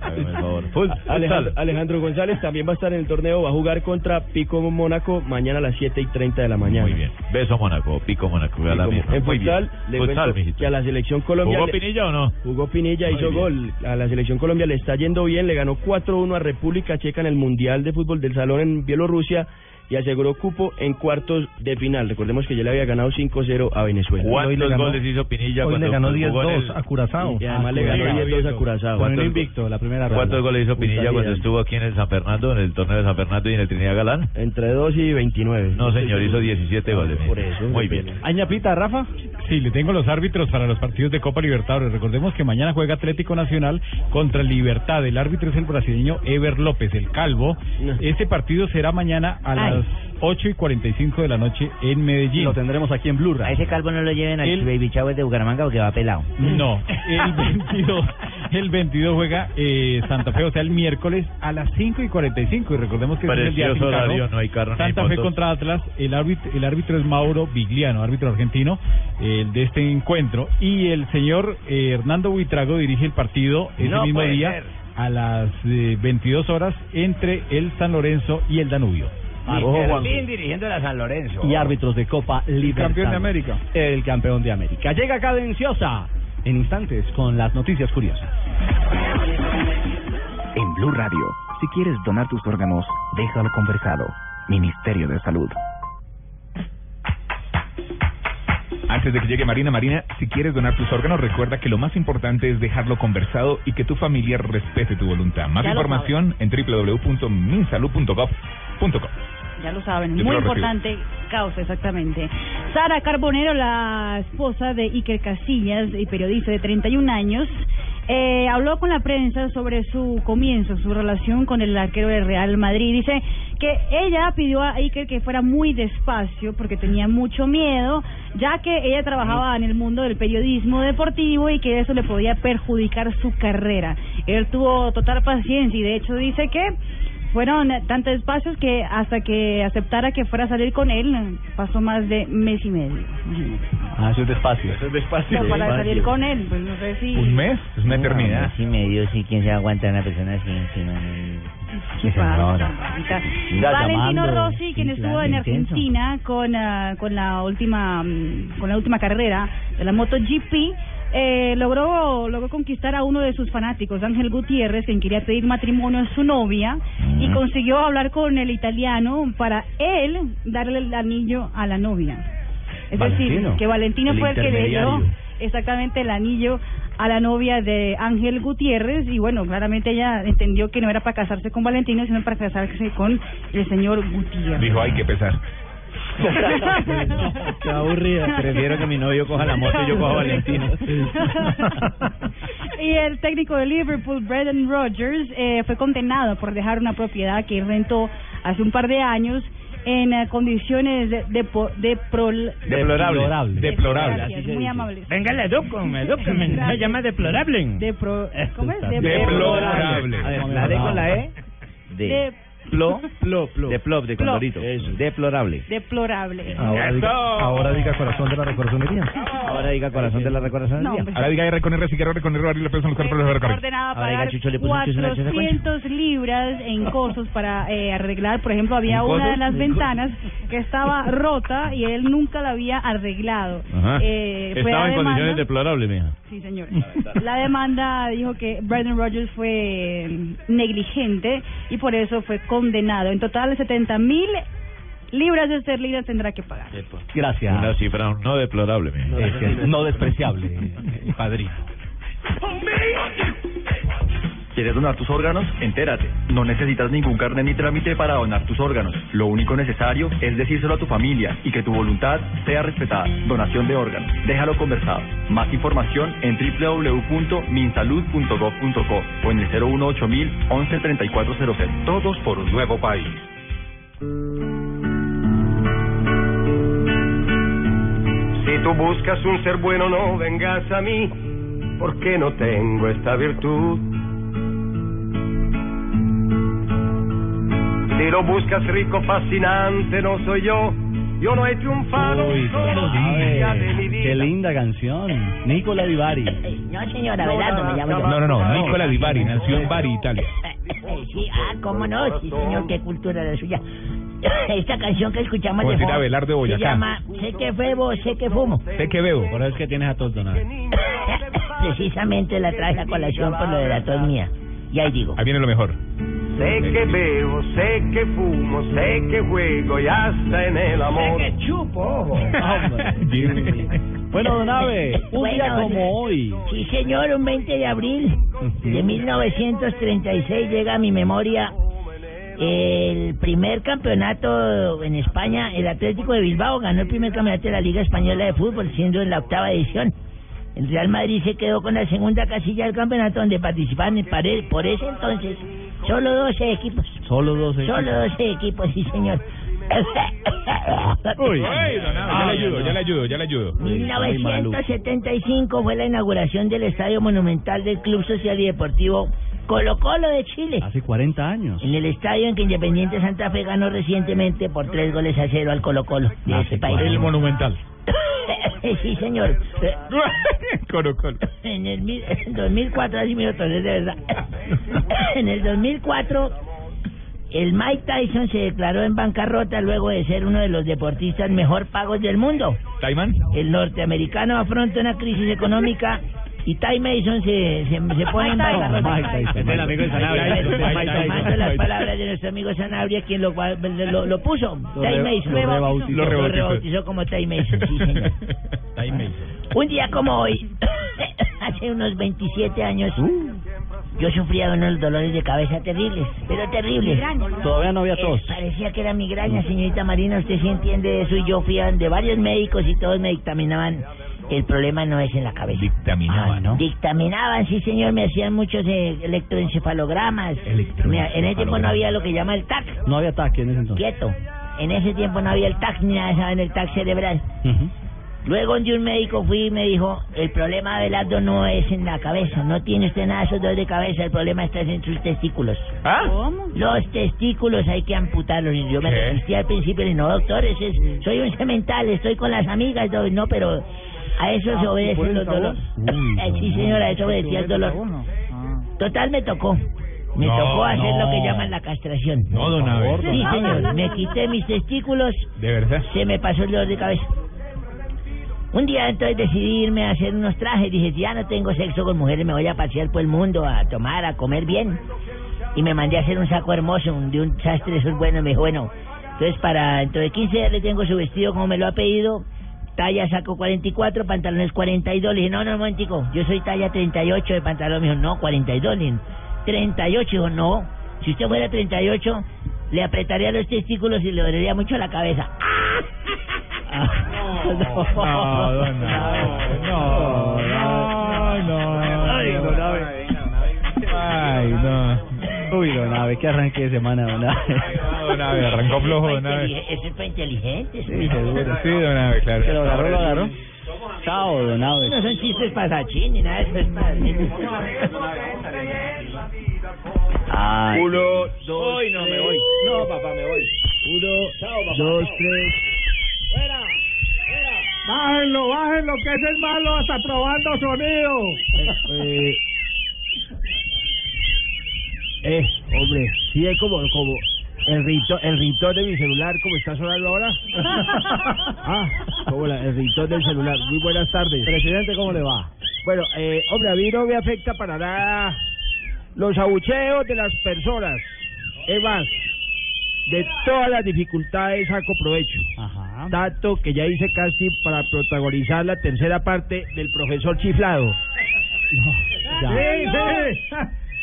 Speaker 33: Hágame el favor. Fut-
Speaker 14: Alejandro, Alejandro González también va a estar en el torneo, va a jugar contra Pico Mónaco mañana a las 7 y 30 de la mañana.
Speaker 33: Muy bien. Beso Mónaco, pico Mónaco. a la
Speaker 14: Pico-
Speaker 33: mierda.
Speaker 14: En
Speaker 33: Muy bien.
Speaker 14: futsal, le
Speaker 33: Futsal,
Speaker 14: cuento
Speaker 33: mijito.
Speaker 14: que a la selección Colombia...
Speaker 33: ¿Jugó
Speaker 14: le-
Speaker 33: Pinilla o no?
Speaker 14: Jugó Pinilla,
Speaker 33: Muy
Speaker 14: hizo
Speaker 33: bien.
Speaker 14: gol. A la selección Colombia le está yendo bien, le ganó 4-1 a República Checa en el Mundial de Fútbol del Salón en Bielorrusia y aseguró cupo en cuartos de final. Recordemos que ya le había ganado 5-0 a Venezuela.
Speaker 33: ¿Cuántos goles hizo Pinilla
Speaker 14: hoy le
Speaker 33: cuando
Speaker 14: ganó
Speaker 33: jugó en
Speaker 14: 10-2
Speaker 33: el-
Speaker 14: a Curazao. Y además le ganó
Speaker 33: Curazao.
Speaker 14: 10-2 a Curazao.
Speaker 33: ¿Cuántos-
Speaker 14: la primera
Speaker 33: ¿Cuántos goles hizo Pinilla cuando
Speaker 14: Brutalidad.
Speaker 33: estuvo aquí en el San Fernando, en el torneo de San Fernando y en el Trinidad Galán?
Speaker 14: Entre 2 y 29.
Speaker 33: No, señor, hizo 17 goles. Ah, Por eso. Muy bien.
Speaker 17: ¿Añapita, Rafa? Sí, le tengo los árbitros para los partidos de Copa Libertadores. Recordemos que mañana juega Atlético Nacional contra Libertad. El árbitro es el brasileño Ever López, el calvo. Este partido será mañana a
Speaker 11: Ay.
Speaker 17: las 8 y 45 de la noche en Medellín. Lo tendremos aquí en Blue
Speaker 11: A ese calvo no lo lleven al Baby Chávez de Bucaramanga porque va pelado.
Speaker 17: No, el 22, el 22 juega eh, Santa Fe, o sea, el miércoles a las 5 y 45. Y recordemos que ese es el día sin
Speaker 33: Precioso
Speaker 17: carro.
Speaker 33: horario, no hay carro ni
Speaker 17: Santa Fe
Speaker 33: motos.
Speaker 17: contra Atlas, el árbitro, el árbitro es Mauro Vigliano, árbitro argentino el de este encuentro. Y el señor eh, Hernando Buitrago dirige el partido ese
Speaker 52: No
Speaker 17: mismo
Speaker 52: puede
Speaker 17: día
Speaker 52: ser.
Speaker 17: a las eh, 22 horas entre el San Lorenzo y el Danubio.
Speaker 33: Ah,
Speaker 11: dirigiendo a San Lorenzo.
Speaker 16: y árbitros de Copa Libertadores.
Speaker 17: campeón de América.
Speaker 16: El campeón de América. Llega cadenciosa en instantes con las noticias curiosas.
Speaker 7: En Blue Radio, si quieres donar tus órganos, déjalo conversado. Ministerio de Salud.
Speaker 33: Antes de que llegue Marina, Marina, si quieres donar tus órganos, recuerda que lo más importante es dejarlo conversado y que tu familia respete tu voluntad. Más
Speaker 3: Ya lo
Speaker 33: información en www.minsalud.gov.co.
Speaker 3: Ya lo saben,
Speaker 33: Yo te
Speaker 3: muy
Speaker 33: lo repito.
Speaker 3: importante causa, exactamente. Sara Carbonero, la esposa de Iker Casillas y periodista de 31 años, eh, habló con la prensa sobre su comienzo, su relación con el arquero de Real Madrid. Dice que ella pidió a Iker que fuera muy despacio porque tenía mucho miedo, ya que ella trabajaba en el mundo del periodismo deportivo y que eso le podía perjudicar su carrera. Él tuvo total paciencia y de hecho dice que fueron tantos espacios que hasta que aceptara que fuera a salir con él, pasó más de mes y medio. imagínate.
Speaker 16: Ah, eso es despacio. Eso es despacio.
Speaker 3: Pero para salir con él, pues no sé si...
Speaker 16: mes? Es una
Speaker 11: eternidad. Sí, medio, sí, quién se aguanta a una persona así encima. no.
Speaker 3: Qué raro,
Speaker 11: No, no.
Speaker 3: Ahorita,
Speaker 11: Siga
Speaker 3: Valentino
Speaker 11: llamando.
Speaker 3: Rossi, quien
Speaker 11: Sí,
Speaker 3: estuvo
Speaker 11: claro,
Speaker 3: en
Speaker 11: intenso.
Speaker 3: Argentina con, ah, con la última mm, con la última carrera de la MotoGP, eh, logró logró conquistar a uno de sus fanáticos, Ángel Gutiérrez, quien quería pedir matrimonio a su novia y consiguió hablar con el italiano para él darle el anillo a la novia. Es
Speaker 12: Valentino,
Speaker 3: decir, que Valentino
Speaker 12: el
Speaker 3: fue el que le dio
Speaker 12: intermediario.
Speaker 3: exactamente el anillo a la novia de Ángel Gutiérrez y bueno, claramente ella entendió que no era para casarse con Valentino, sino para casarse con el señor Gutiérrez.
Speaker 33: Dijo, hay que pesar.
Speaker 16: Qué aburrida. Prefiero que mi novio coja la moto y yo coja a Valentino.
Speaker 3: y el técnico de Liverpool, Brendan Rodgers, eh, fue condenado por dejar una propiedad que rentó hace un par de años en eh, condiciones de, de, po- de prol-
Speaker 33: Deplorable. Deplorable.
Speaker 3: Gracias, muy amable.
Speaker 11: Venga, le educo, me educo, me me llama deplorable.
Speaker 3: Depro, ¿Cómo es?
Speaker 11: Pues, Deplorable. A ver, la D con la E.
Speaker 3: De-
Speaker 11: Plo, plo, plo. De plop, de
Speaker 3: Plop.
Speaker 11: condorito. Deplorable.
Speaker 3: Deplorable.
Speaker 11: Ahora diga-
Speaker 33: ahora
Speaker 11: diga corazón de la recorazonería. Ahora diga corazón de la recorazonería.
Speaker 3: No,
Speaker 33: Ahora diga R con R, si quiere R con R, le pesan los controles de R.
Speaker 3: ordenada
Speaker 33: Ahora
Speaker 3: pagar
Speaker 33: diga, Chucho, le puse un chucho en la chucha, Juancho.
Speaker 3: 400 libras en cosos para eh, arreglar. Por ejemplo, había
Speaker 53: ¿En
Speaker 3: una de
Speaker 53: cosos?
Speaker 3: las
Speaker 53: ¿En
Speaker 3: ventanas que estaba rota y él nunca la había arreglado.
Speaker 33: Ajá.
Speaker 3: Eh, fue la
Speaker 33: Estaba en
Speaker 3: demanda-
Speaker 33: condiciones deplorables, mija.
Speaker 3: Sí, señor. La demanda dijo que Brendan Rogers fue mm, negligente y por eso fue condenado. En total, 70 mil libras esterlinas tendrá que pagar.
Speaker 33: Gracias. Una cifra no deplorable, mija.
Speaker 16: No despreciable,
Speaker 11: eh,
Speaker 16: padrino.
Speaker 21: ¿Quieres donar tus órganos? Entérate. No necesitas ningún carnet ni trámite para donar tus órganos. Lo único necesario es decírselo a tu familia y que tu voluntad sea respetada. Donación de órganos. Déjalo conversado. Más información en www.minsalud.gov.co o en el 018000 113400. Todos por un nuevo país. Si tú buscas un ser bueno, no vengas a mí, porque no tengo esta virtud. Si lo buscas rico, fascinante, no soy yo. Yo no he triunfado.
Speaker 16: Uy,
Speaker 21: solo día de mi vida.
Speaker 16: qué linda canción. Nicola Di Bari.
Speaker 5: No, señora, Belardo, me llamo yo.
Speaker 7: No, no, no, Nicola Di Bari, nació en Bari, Italia.
Speaker 5: Eh, Sí, ah, cómo no, sí, señor, qué cultura la suya. Esta canción que escuchamos de
Speaker 7: Juancita
Speaker 5: fondo
Speaker 7: Velarde,
Speaker 5: se
Speaker 7: Boyacá.
Speaker 5: llama Sé que bebo, sé que fumo.
Speaker 7: Sé que veo.
Speaker 16: Por eso es que tienes a todos donados.
Speaker 5: Precisamente la traje a colación por lo de la tos mía. Y ahí digo.
Speaker 7: Ahí viene lo mejor.
Speaker 21: Sé que bebo, sé que fumo, sé que juego y hasta en el amor.
Speaker 5: Sé que chupo,
Speaker 16: Bueno, don Abe, un día
Speaker 5: Bueno,
Speaker 16: como hoy.
Speaker 5: Sí, señor, un 20 de abril de 1936 llega a mi memoria el primer campeonato en España. El Atlético de Bilbao ganó el primer campeonato de la Liga Española de Fútbol, siendo en la octava edición. El Real Madrid se quedó con la segunda casilla del campeonato, donde participaban en pared, por ese entonces solo 12 equipos.
Speaker 16: Solo 12
Speaker 5: Solo 12 equipos, sí, señor.
Speaker 7: Uy, ya le ayudo, ya le ayudo, ya le ayudo.
Speaker 5: 1975 fue la inauguración del Estadio Monumental del Club Social y Deportivo Colo Colo de Chile.
Speaker 16: Hace 40 años.
Speaker 5: En el estadio en que Independiente Santa Fe ganó recientemente por tres goles a cero al Colo Colo de ese país.
Speaker 11: El monumental.
Speaker 5: sí, señor. Eh,
Speaker 7: Colo Colo.
Speaker 5: En el mil- en 2004, así me lo tomé de verdad. En el 2004, el Mike Tyson se declaró en bancarrota luego de ser uno de los deportistas mejor pagos del mundo.
Speaker 7: ¿Taiman?
Speaker 5: El norteamericano afronta una crisis económica y Ty Mason se, se, se pone en bancarrota.
Speaker 16: Es el amigo de Sanabria.
Speaker 5: Mike Tyson,
Speaker 16: Mike Tyson.
Speaker 5: Tomando las palabras de nuestro amigo Sanabria, quien lo, lo, lo puso,
Speaker 16: Lo
Speaker 5: Ty
Speaker 16: re-
Speaker 5: Mason.
Speaker 16: lo rebautizó. Lo
Speaker 5: Lo
Speaker 16: rebautizó.
Speaker 5: rebautizó como Ty Mason, sí, señor. Un día como hoy, hace unos 27 años,
Speaker 16: Uh.
Speaker 5: yo sufría de unos dolores de cabeza terribles, pero terribles.
Speaker 3: Migraña.
Speaker 16: Todavía no había
Speaker 5: Eh,
Speaker 16: tos. Uh.
Speaker 5: parecía que era migraña, señorita Marina, usted sí entiende de eso y yo fui a donde varios médicos y todos me dictaminaban el problema no es en la cabeza. Ah,
Speaker 7: Dictaminaba, ¿no?
Speaker 5: Dictaminaban, sí señor, me hacían muchos eh, electroencefalogramas.
Speaker 16: Electroencefalograma.
Speaker 5: Me- en ese tiempo no había lo que llama el TAC,
Speaker 16: No había ataque en ese entonces.
Speaker 5: quieto. En ese tiempo no había el TAC ni nada, ¿saben? El TAC cerebral.
Speaker 16: Ujú.
Speaker 5: Luego donde un médico fui y me dijo, el problema de Belardo no es en la cabeza, no tiene usted nada de esos dolores de cabeza, el problema está en sus testículos.
Speaker 7: ¿Ah?
Speaker 3: ¿Cómo?
Speaker 5: Los testículos hay que amputarlos. Y yo me
Speaker 3: ¿Qué?
Speaker 5: resistí al principio y dije, no, doctor, ese es- soy un cemental, estoy con las amigas, do- no, pero a eso
Speaker 7: Ah,
Speaker 5: se obedecen los dolores. Eh, sí, señora, a eso obedecía el dolor. Total, me tocó. Me
Speaker 7: No,
Speaker 5: tocó hacer
Speaker 7: no.
Speaker 5: lo que llaman la castración.
Speaker 7: No, don Abel.
Speaker 5: Sí, señor, me quité mis testículos,
Speaker 7: ¿De verdad?
Speaker 5: se me pasó el dolor de cabeza. Un día entonces decidí irme a hacer unos trajes. Dije, ya no tengo sexo con mujeres, me voy a pasear por el mundo, a tomar, a comer bien. Y me mandé a hacer un saco hermoso un- de un sastre, eso es bueno. Y me dijo, bueno, entonces para dentro de 15 días le tengo su vestido como me lo ha pedido. Talla saco 44, pantalones 42. Le dije, no, no, un momentico, yo soy talla 38 de pantalón. Me dijo, no, 42. Le dije, 38. Dijo, no, si usted fuera 38, le apretaría los testículos y le dolería mucho la cabeza.
Speaker 11: No, don Abel, no, no, no.
Speaker 16: Ay, don Abe. Ay, no. Uy, don Abe, qué arranque de semana, don Abe.
Speaker 7: Don Abe, arrancó flojo, don Abe.
Speaker 5: Eso es para inteligentes.
Speaker 7: Sí, seguro. Sí, don Abe, claro.
Speaker 16: Que lo agarró, lo agarró. Chao, don Abe.
Speaker 5: No son chistes pasachín ni nada de eso. Es para...
Speaker 16: Ay.
Speaker 12: Uno,
Speaker 16: dos,
Speaker 12: Hoy no me voy. No, papá, me voy.
Speaker 16: Uno, dos, tres.
Speaker 22: Bájenlo, bájenlo, que ese es malo hasta probando sonido.
Speaker 16: Eh, eh, hombre, sí es como, como el rito, el ringtone de mi celular, como está sonando ahora. Ah, como la- el ringtone del celular. Muy buenas tardes.
Speaker 12: Presidente, ¿cómo le va?
Speaker 16: Bueno, eh, hombre, a mí no me afecta para nada los abucheos de las personas. Es más, de todas las dificultades saco provecho.
Speaker 12: Ajá.
Speaker 16: Tanto que ya hice casting para protagonizar la tercera parte del profesor chiflado.
Speaker 22: Sí, sí.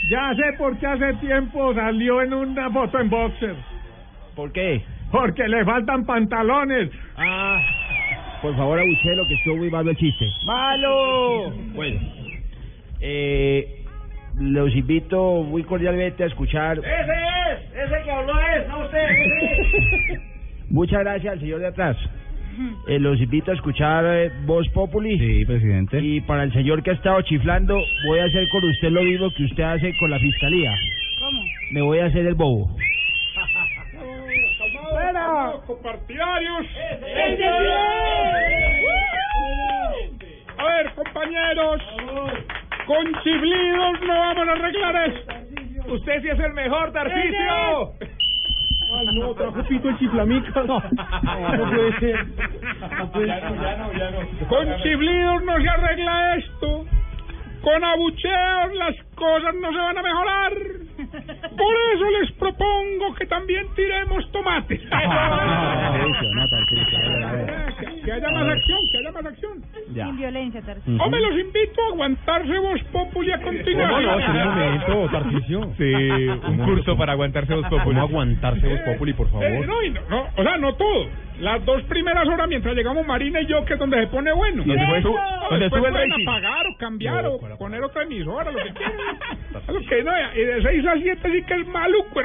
Speaker 22: Ya sé por qué hace tiempo salió en una foto en boxer.
Speaker 16: ¿Por qué?
Speaker 22: Porque le faltan pantalones.
Speaker 16: Ah, por favor, abuchelo, que estuvo muy malo el chiste. ¡Malo! Bueno, eh, los invito muy cordialmente a escuchar.
Speaker 12: ¡Ese es! ¡Ese que habló es! ¡No usted!
Speaker 16: Muchas gracias al señor de atrás. Eh, los invito a escuchar eh, Voz Populi.
Speaker 54: Sí, presidente.
Speaker 16: Y para el señor que ha estado chiflando, voy a hacer con usted lo mismo que usted hace con la fiscalía.
Speaker 3: ¿Cómo?
Speaker 16: Me voy a hacer el bobo.
Speaker 22: copartidarios.
Speaker 3: ¡Sí, señor!
Speaker 22: A ver, compañeros, con chiblidos no vamos a arreglar esto. Usted sí es el mejor, Tarcicio.
Speaker 12: Ay, no, trajo pito el chiflamica. No, no puede ser. No puede ser.
Speaker 22: Con chiblidos no se arregla esto. Con abucheos las cosas no se van a mejorar. Por eso les propongo que también tiremos tomates. Que haya más acción, que haya más acción.
Speaker 7: Sin violencia, Tarcisio.
Speaker 22: Hombre, los invito a aguantarse vos, Populi, a continuar.
Speaker 21: Eh,
Speaker 22: Eh,
Speaker 21: ¿Cómo no? Señor, un momento,
Speaker 15: Sí, un curso para aguantarse Voz Populi.
Speaker 21: aguantarse Voz Populi, por favor?
Speaker 22: Eh, no, y no, no, o sea, no todo. Las dos primeras horas mientras llegamos Marina y yo, que es donde se pone bueno.
Speaker 21: Donde fue su-
Speaker 22: No,
Speaker 21: donde
Speaker 22: después
Speaker 21: sube el
Speaker 22: pueden
Speaker 21: rating.
Speaker 22: apagar o cambiar o poner otra emisora, lo que quieran. Lo que no, y de 6 a 7 sí que es maluco,
Speaker 33: Ah.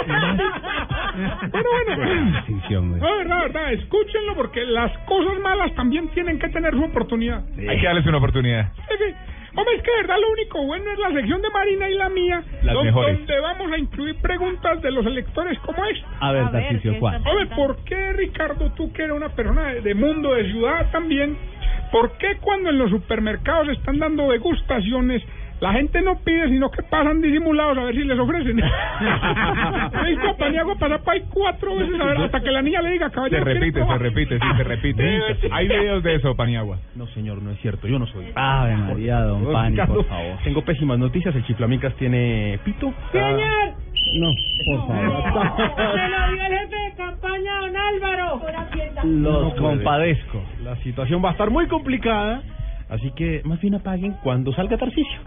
Speaker 22: hermano. Pero bueno, no, de verdad, de verdad, escúchenlo porque las cosas malas también tienen que tener su oportunidad.
Speaker 15: Hay que darles una oportunidad.
Speaker 22: Es que, Hombre, es que de verdad lo único bueno es la sección de Marina y la mía,
Speaker 15: Las
Speaker 22: don-
Speaker 15: mejores.
Speaker 22: donde vamos a incluir preguntas de los electores como esta.
Speaker 21: A ver, A ver, Tarcisio, ¿qué ¿cuál? están
Speaker 22: Hombre, ¿por qué, Ricardo, tú que eres una persona de, de mundo, de ciudad también, por qué cuando en los supermercados están dando degustaciones, la gente no pide, sino que pasan disimulados a ver si les ofrecen? "Pues, Seis Paniagua pasa para ahí cuatro veces a ver, hasta que la niña le diga,
Speaker 15: Se
Speaker 22: caballero, ¿quiere
Speaker 15: repite, se
Speaker 22: probar?"
Speaker 15: repite, sí, se repite. Hay videos de eso, Paniagua.
Speaker 21: No, señor, no es cierto. Yo no soy.
Speaker 12: Ave María, don Pani, por favor.
Speaker 21: Tengo pésimas noticias. El Chiflamicas tiene pito.
Speaker 3: Señor,
Speaker 21: No, por
Speaker 3: se lo dio el jefe de campaña, don Álvaro.
Speaker 21: Los
Speaker 12: No puede.
Speaker 21: compadezco. La situación va a estar muy complicada. Así que más bien apaguen cuando salga Tarcicio.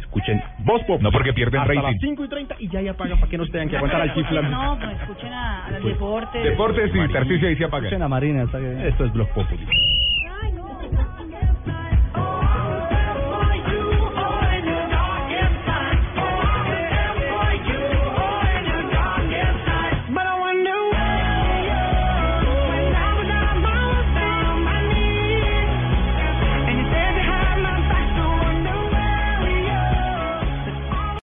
Speaker 21: Escuchen, vos Pop.
Speaker 15: No, porque pierden
Speaker 21: Hasta
Speaker 15: rating.
Speaker 21: las 5 y 30 y ya ya apagan para que no se tengan que aguantar al chiflamica.
Speaker 7: No, pues escuchen a, a los deportes.
Speaker 15: Deportes y Tarcicio y se apaga.
Speaker 21: Escuchen a Marina. Esto es Blog Populi.